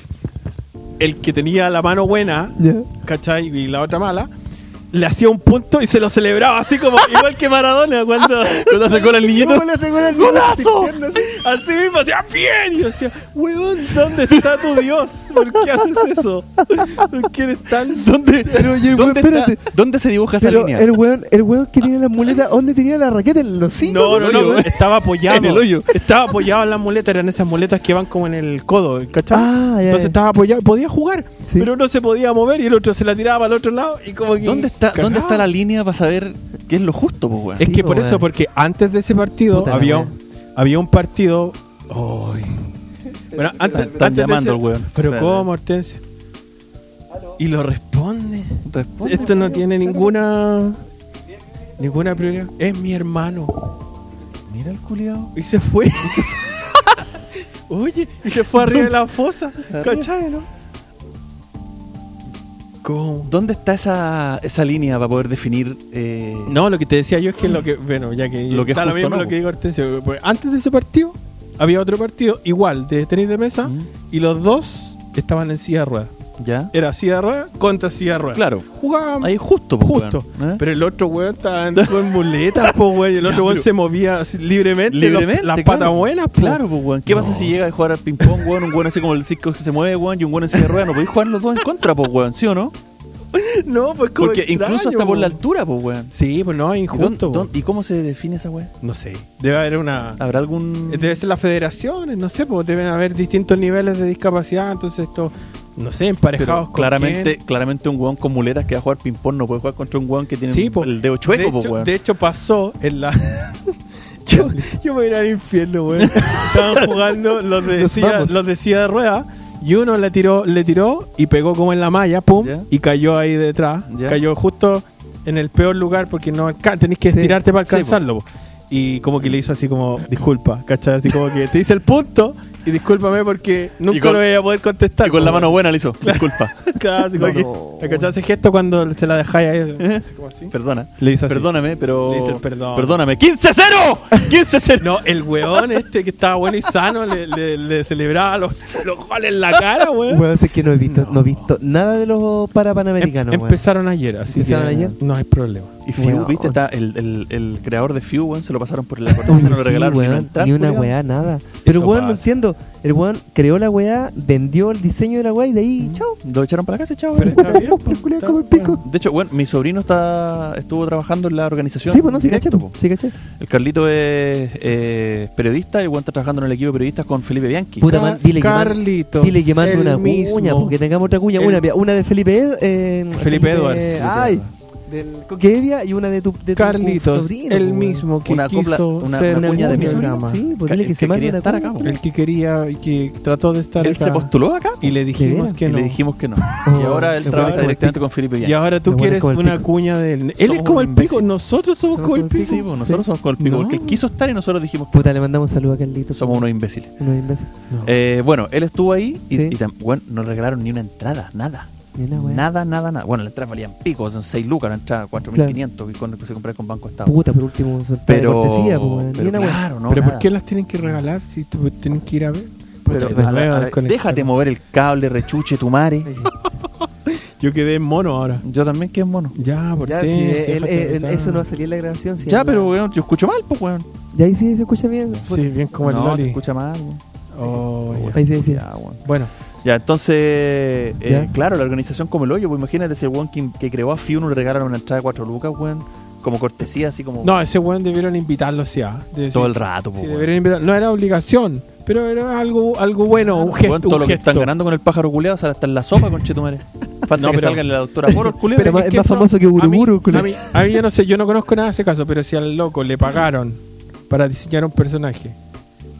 C: el que tenía la mano buena,
B: Ya.
C: ¿cachai? Y la otra mala, le hacía un punto y se lo celebraba así como, igual que Maradona cuando...
A: ¿Cuándo sacó el niñito?
B: ¿Cómo le hacen con el
C: ¡Golazo!
B: sin piernas, así?
C: Así mismo, hacía bien. Y yo decía, weón, ¿dónde está tu Dios? ¿Por qué haces eso? ¿Por qué eres tan...
A: ¿Dónde,
B: Pero, y el weón,
A: ¿dónde, está-
B: espérate.
A: ¿Dónde se dibuja esa
B: Pero
A: línea?
B: el weón, el weón que tenía las muletas, ¿dónde tenía la raqueta? En los
A: <laughs>
B: cinco.
C: No, no, no,
A: hoyo,
C: <laughs> estaba
A: <laughs>
C: apoyado.
A: En el hoyo.
C: Estaba apoyado en la muleta, eran esas muletas que van como en el codo, ¿cachai?
B: Ah, ya,
C: Entonces
B: ya.
C: estaba apoyado, podía jugar,
B: Sí.
C: pero no se podía mover y el otro se la tiraba al otro lado y como que.
A: ¿Dónde está,
C: cagaba.
A: ¿Dónde está la línea para saber qué es lo justo, pues, weón?
C: Es
B: Sí,
C: que por
B: weón.
C: eso, porque antes de ese partido
B: Puta la
C: había,
B: weá.
C: había un partido. Ay. Bueno, antes,
A: Están
C: antes de
A: llamando
C: ese-
A: al weón.
C: Pero
A: Espérate.
C: ¿cómo, Hortensio? Y lo responde.
A: Responde.
C: Esto no tiene ninguna. Ninguna prioridad. Es mi hermano.
A: Mira el culiao.
C: Y se
A: <laughs>
C: fue. Oye, <laughs> y se fue arriba de la fosa. ¿Cachai, no? ¿Cómo?
A: ¿Dónde está esa, esa línea para poder definir eh,
C: No, lo que te decía yo es que lo que. Bueno, ya que.
A: Lo que
C: está
A: es
C: lo
A: justo,
C: mismo
A: no,
C: lo que digo Hortensio. pues, antes de ese partido, había otro partido igual, de tenis de mesa.
A: Mm.
C: Y los dos estaban en silla de ruedas.
A: ya?
C: Era silla de ruedas contra silla de ruedas.
A: Claro.
C: Jugaban.
A: Ahí justo, pues,
C: Justo.
A: weón, ¿eh?
C: Pero el otro weón estaba en- con muletas, po, weón. Y
A: <laughs>
C: el otro weón se movía así libremente. los-
A: Libremente,
C: las
A: claro.
C: patas buenas, po.
A: Claro, pues, weón. ¿Qué pasa
C: No.
A: si llega a jugar al ping-pong, weón? Un weón así como el circo que se mueve, weón, y un weón en silla de ruedas. No podéis jugar los dos en contra, pues, weón, ¿sí o no?
C: <laughs> No, pues como
A: Porque
C: extraño,
A: incluso hasta por la
C: po.
A: altura, pues, weón.
C: Sí, pues no, es
A: ¿Y, dónde-
C: injusto. po.
A: dónde- y cómo se define esa weón?
C: No sé. Debe haber una.
A: ¿Habrá algún.
C: Debe ser las federaciones, no sé, porque deben haber distintos niveles de discapacidad. Entonces, esto. No sé, emparejados
A: Pero
C: con
A: claramente,
C: quién.
A: claramente un weón con muletas que va a jugar ping-pong no puede jugar contra un weón que tiene
C: Sí,
A: un-
C: po.
A: el dedo chueco,
C: de
A: po,
C: hecho,
A: weón.
C: de hecho, pasó en
A: <laughs>
C: la. yo, <laughs> yo me voy a ir al infierno, weón.
A: <laughs>
C: Estaban jugando los de,
B: Nos
C: silla,
B: vamos.
C: los de silla de rueda. Y uno le tiró, le tiró y pegó como en la malla, pum,
A: Ya.
C: y cayó ahí detrás.
A: Ya.
C: Cayó justo en el peor lugar porque no alca- tenés que
B: Sí.
C: estirarte para
A: Sí, po.
C: alcanzarlo. po. y como que le hizo así como, disculpa, ¿cachai? Así como que te hice el punto y discúlpame porque nunca
A: con-
C: lo voy a poder contestar.
A: Y con la
C: po,
A: mano
C: weón.
A: buena le hizo.
C: <laughs>
A: Disculpa.
C: Claro, así como
B: No.
C: que- ¿cachai? Ese gesto cuando se la
A: <laughs>
C: dejáis ahí. así como así.
A: Perdona.
C: Le hizo así.
A: Perdóname, pero.
C: Le dice el perdón.
A: Perdóname. ¡15-0! ¡15-0!
C: No, el weón este que estaba bueno y sano le, le- le celebraba los, los goles en la cara, weón.
B: Weón, es que no he visto, no. he visto nada de los para panamericanos,
C: Em-
B: weón.
C: empezaron ayer, así
B: ¿Empezaron
C: que
B: ayer?
C: no hay problema.
A: Y Fiu,
B: Weón.
A: viste, está el, el, el creador de Fiu, weón, se lo pasaron por la puerta,
B: Oye,
A: se lo
B: sí,
A: regalaron sin
B: weón,
A: entrar,
B: ni una
A: culiao.
B: weá, nada. Pero weón, no
C: pasa.
B: entiendo. El weón creó la weá, vendió el diseño de la weá y de ahí, chao.
A: Lo echaron para la casa, chao.
C: Pero
A: weón.
C: está bien,
B: El culiao
C: está
B: como el pico.
A: De hecho, bueno, mi sobrino está estuvo trabajando en la organización.
B: Sí, pues no, sí
A: directo,
B: caché, po,
A: po.
B: sí caché.
A: El Carlito es eh, periodista y bueno, está trabajando en el equipo de periodistas con Felipe Bianchi.
B: Puta man, dile que man-
C: Carlitos,
B: Dile que mande
C: el
B: una
C: mismo.
B: cuña, porque tengamos otra cuña.
C: El-
B: Una, pia- una de Felipe Ed, eh,
C: Felipe Edwards.
B: Ay, del Coquevia y una de tu, de tu
C: Carlitos,
B: sobrino,
C: el
B: po, weón.
C: mismo que
A: Una copla-
C: quiso
A: una-
C: ser
A: una
B: Una
C: un
A: cuña
B: cuña
A: de
B: de mi
C: programa.
B: programa. Sí, pues dile
A: El
B: que
A: que
B: se mande
A: quería
B: una
A: estar
B: cuña.
A: acá, po.
C: El que quería y que trató de estar
A: Él
C: acá.
A: se postuló acá
C: y le dijimos
B: bien.
C: que
A: y
C: no.
A: le dijimos que no. y
B: Oh,
A: ahora él
B: qué
A: trabaja
B: bueno.
A: directamente con Felipe
C: y
A: Bianchi.
C: ahora tú
B: Lo bueno
C: quieres
B: como el
C: una
B: pico.
C: cuña del. Él
A: Somos
C: es como
A: un
C: el pico,
A: imbécil.
C: nosotros somos como el
B: Somos como el
C: pico.
A: Sí, pues nosotros
B: Sí.
A: somos con el pico,
C: No.
A: porque quiso estar y nosotros dijimos,
B: Puta, le mandamos saludos a Carlitos.
A: somos unos imbéciles.
B: Unos imbéciles.
C: No.
A: Eh, bueno, él estuvo ahí y,
B: Sí.
A: y tam- bueno, no le regalaron ni una entrada, nada.
B: Ni una weá.
A: Nada, nada, nada. Bueno, la entrada valían pico, son 6 lucas, la entrada 4.500 que con- que se compraba con Banco Estado.
B: Puta, por último, son
A: pero,
B: de cortesía, po, weón. Ni
A: pero
B: una weá.
A: claro, no,
C: Pero
A: nada.
C: ¿por qué las tienen que regalar si tú tienen que ir a ver?
A: Pero,
C: Puta, de
A: a la-
C: nuevo
A: a la-
C: desconectar.
A: déjate mover el cable, rechuche tu mare.
C: Yo quedé en mono ahora.
A: Yo también que es mono.
C: Ya, por
B: Ya,
C: ti,
B: sí,
A: eh,
C: déjate
B: él- él-
C: apretar.
B: eso no va a salir en la grabación. sí,
A: ya,
B: él-
A: pero weón, yo escucho mal, pues weón.
B: Y ahí sí se escucha bien.
C: Sí, bien como el
A: no, se
C: Loli.
A: escucha mal, weón.
C: Oh, ya.
B: Ahí sí, sí.
A: Ya, weón.
C: Bueno,
A: Ya, entonces, eh,
B: Ya.
A: claro, la organización como el hoyo, pues imagínate si el weón que, que creó a Fiu no le regalaron una entrada de 4 lucas, weón, como cortesía, así como
C: no, ese weón debieron invitarlo, sí. ah. De-
A: todo
C: sí.
A: el rato, pues,
C: Sí,
A: weón.
C: debieron invitarlo. No era obligación, pero era algo, algo bueno, un gesto.
A: Weón, todo
C: un
A: lo que
C: gesto.
A: están ganando con el pájaro culeado, o sea, hasta en la sopa, con Chetumare. Falta
C: No,
A: que
C: pero-
A: salga la doctora Poro, el culeado.
B: Pero
C: es
B: más- es más
C: eso-
B: famoso que Guruguru,
C: A mí,
B: culo.
C: a, mí, a mí yo no sé, yo no conozco nada de ese caso, pero si al loco le pagaron para diseñar un personaje,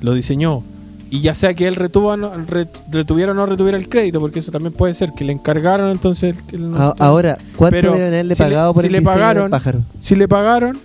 C: lo diseñó, y ya sea que él retuvo, o no- re- retuviera o no retuviera el crédito, porque eso también puede ser, que le encargaron entonces... él- él no-
B: A- Ahora, ¿cuánto
C: Pero
B: deben haberle
C: si le-
B: pagado por
C: si
B: el
C: le
B: diseño del
C: pagaron-
B: pájaro?
C: Si le pagaron,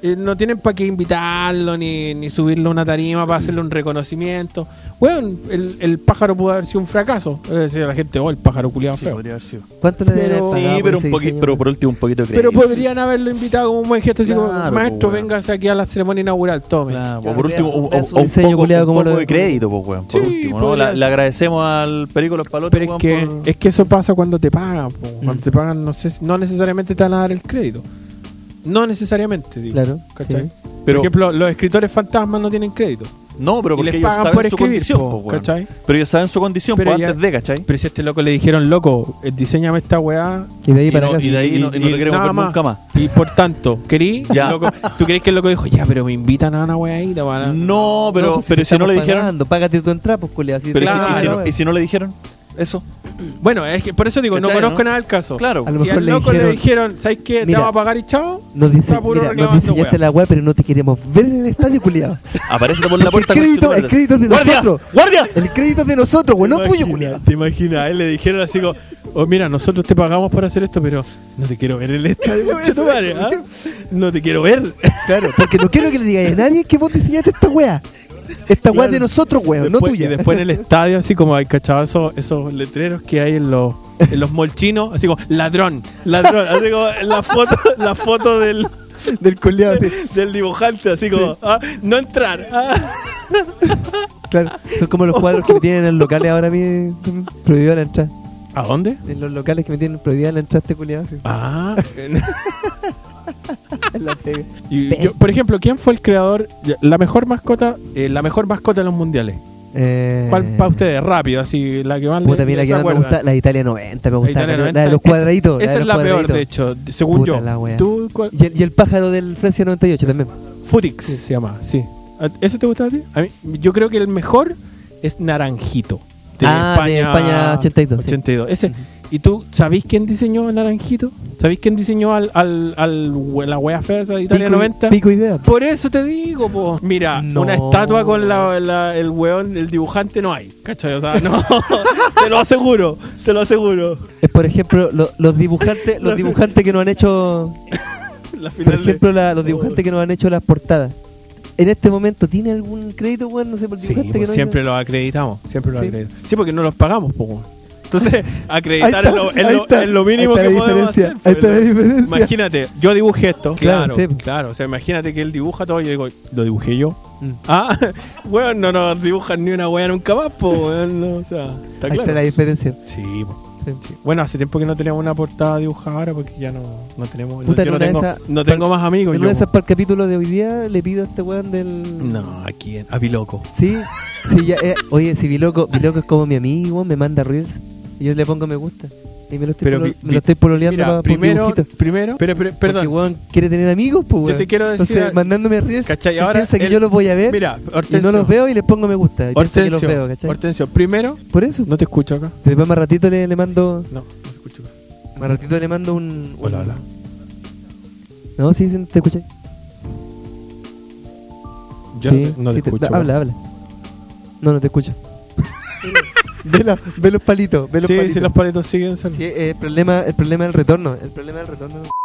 C: eh, no tienen para qué invitarlo ni, ni subirlo a una tarima para hacerle un reconocimiento. Bueno, el, el pájaro pudo haber sido un fracaso. Es decir, la gente, oh, el pájaro culiado
A: Sí,
C: feo.
A: podría haber sido.
B: ¿Cuánto le
C: Pero-
B: deben
A: Sí,
B: pagar
A: pero, un
B: ese
A: poquito,
B: diseño?
A: pero por último un poquito de
C: Pero
A: crédito.
C: podrían haberlo invitado como un buen gesto, así como,
A: Claro,
C: maestro,
A: pues, weón.
C: véngase aquí a la ceremonia inaugural, tome.
A: Claro, po, Ah, por último, o, o-
B: Es un
A: o un
B: diseño
A: poco,
B: culiado
A: un
B: como
A: poco
B: lo de-
A: de crédito, pues, weón. Por
C: Sí,
A: último, ¿no?
C: podría
A: La-
C: ser.
A: le agradecemos al Perico Los Palotes,
C: Pero
A: weón,
C: es que,
A: por-
C: es que eso pasa cuando te pagan. po. Cuando
B: Mm.
C: te pagan, no, sé, si- no necesariamente te van a dar el crédito. No necesariamente, digo.
B: Claro,
C: ¿cachai?
B: sí.
A: Pero-
C: por ejemplo, los escritores fantasmas no tienen crédito.
A: No, pero
C: Y les
A: porque ellos
C: pagan
A: saben
C: por
A: su
C: escribir,
A: condición,
C: po,
A: po, weón.
C: ¿cachai?
A: Pero ellos saben su condición
C: Pero
A: po,
C: ya-
A: antes de, ¿cachai?
C: Pero si a este loco le dijeron, loco, eh, diseñame esta weá.
B: Y de ahí
A: Y
B: para
A: no-
B: acá.
A: y de ahí no, y no lo queremos
C: nada
A: ver nunca más.
C: Y por tanto, querí.
A: Ya.
C: loco, ¿Tú crees que el loco dijo, ya, pero me invitan a una weá ahí? te van a-
A: No, pero,
B: pues,
A: pero
B: te
A: si no
B: estamos
A: le dijeron.
B: pagando, Págate tu entrada, pues, culiao, así
A: Pero
B: te-
A: si-
C: Claro,
A: y, si no,
B: güey.
A: y si no le dijeron
C: <laughs>
A: eso,
C: Bueno, es que por eso digo, no
A: ¿Cachai,
C: conozco
A: no?
C: nada del caso.
A: claro.
B: A lo
C: Si
B: mejor
C: al
B: le
C: loco le
B: dijeron-
C: dijeron, ¿sabes qué?
B: Mira,
C: te va a pagar y chao.
B: Nos, dice,
C: Está puro
B: mira, nos
C: reclamando,
B: diseñaste
C: weón.
B: la weá, pero no te queremos ver en el estadio, culiado.
A: Aparece por la puerta.
B: el crédito,
A: conchetumare.
B: el crédito es de
A: ¡Guardia!
B: nosotros.
A: ¡Guardia!
B: El crédito es de nosotros, güey, no
C: ¿Te
B: tuyo,
C: imaginas?
B: culiado.
C: ¿Te imaginas? A él le dijeron así como, oh, mira, nosotros te pagamos por hacer esto, pero no te quiero ver en
B: <laughs>
C: el estadio, concha tu madre, ¿ah? No te quiero ver.
B: Claro, porque no quiero que le digáis a nadie que vos diseñaste esta weá. Esta weá es de
C: Claro.
B: nosotros, weón, no
C: Después-
B: tuya.
C: Y después en el estadio, así como hay cachado esos, esos letreros que hay en los, en los molchinos, así como, ladrón, ladrón, así como la foto, la foto del,
B: Del culiado, sí.
C: del dibujante, así como, ah, no entrar. ah.
B: Claro, son como los cuadros que me tienen en los locales ahora a mí. Prohibido la entrada.
C: ¿A dónde?
B: En los locales que me tienen prohibida la entrada, este culiado, sí.
C: Ah,
B: En la pega.
C: <laughs> Y yo, por ejemplo, ¿quién fue el creador? La mejor mascota, eh, la mejor mascota de los mundiales.
B: Eh,
C: <laughs> ¿Cuál para ustedes? Rápido, así la que más
B: Puta, a mí la
C: les
B: que más me
C: acuerdan.
B: gusta, la de Italia 90, me
C: La
B: gusta.
C: Italia
B: La,
C: 90.
B: de los cuadraditos.
C: Esa
B: de
C: es
B: los
C: la peor,
B: cuadraditos.
C: de hecho, según
B: Puta
C: yo.
B: la wea.
C: ¿Tú cuál?
B: Y el, y el pájaro del Francia 98 también.
C: Futix se llama, sí. ¿A- ¿Ese te gusta a ti? A mí, yo creo que el mejor es Naranjito.
B: Ah, de España 82, sí.
C: 82. Ese. ¿Y tú sabéis quién diseñó a Naranjito? ¿Sabéis quién diseñó al, al, al we- la wea fea esa de Italia
B: pico,
C: 90?
B: Pico idea.
C: Por eso te digo, po. Mira,
B: No.
C: una estatua con la, la- el weón, el dibujante no hay. ¿Cachai? O sea, no. <laughs> te lo aseguro, te lo aseguro.
B: Es, por ejemplo, lo- los dibujantes
C: <laughs>
B: los dibujantes que nos han hecho.
C: La
B: Por
C: final de-
B: ejemplo, la- los dibujantes que nos han hecho las portadas. En este momento, ¿tiene algún crédito, weón? No sé, por el
C: Sí,
B: dibujante que
C: pues
B: nos
C: siempre los acreditamos. Siempre los
B: Sí.
C: acreditamos. Sí, porque no los pagamos, po. weón. Entonces, acreditar
B: <laughs> Ahí
C: es
B: está,
C: lo, es
B: ahí
C: lo-
B: está,
C: es lo mínimo
B: ahí está
C: que
B: la
C: podemos
B: diferencia,
C: hacer.
B: ahí está la
C: pues, ¿no?
B: diferencia.
C: Imagínate, yo dibujé esto.
B: Claro,
C: Claro,
B: sí.
C: claro. O sea, imagínate que él dibuja todo y yo digo, lo dibujé yo.
B: Mm.
C: Ah, <laughs> weón, no nos dibujan ni una wea nunca más, po. weón, no, o sea, está
B: Ahí está
C: claro.
B: la diferencia.
C: Sí, po.
B: Sí.
C: Bueno, hace tiempo que no teníamos una portada dibujada ahora porque ya no, no tenemos.
B: Puta,
C: yo
B: en
C: no
B: una de
C: tengo,
B: esas-
C: no tengo más amigos.
B: En
C: yo,
B: una de esas para el capítulo de hoy día le pido a este weón del.
C: No, aquí, a Biloco.
B: Sí, sí, ya. eh, oye, si Biloco, Biloco es como mi amigo, me manda reels. Y yo le pongo me gusta. Y me lo estoy,
C: Pero
B: polo-
C: vi-
B: me lo estoy pololeando
C: Mira,
B: pa- por
C: primero,
B: dibujitos.
C: primero, pero, pero, perdón,
B: Porque weón quiere tener amigos, pues
C: Yo te quiero decir
B: Entonces,
C: a-
B: mandándome reels,
C: ¿Cachai?
B: él
C: Ahora
B: piensa que
C: él-
B: yo los voy a ver.
C: Mira,
B: y
C: Hortensio.
B: no los veo y les pongo me gusta. Y piensa que
C: Hortensio,
B: los veo, ¿cachai?
C: Hortensio, primero,
B: Por eso.
C: no te escucho acá.
B: Después más ratito le, le mando.
C: No, no te escucho acá.
B: Más ratito le mando un.
C: Hola, hola.
B: No, sí, sí, te escuché.
C: Yo
B: Sí,
C: no, te
B: sí,
C: escucho.
B: Habla, habla. No, no te escucho. <laughs> ve, la- ve los palitos, ve los
C: Sí,
B: palitos.
C: sí, los paletos siguen saliendo.
B: Sí, eh, el, problema, el problema del retorno. El problema del retorno.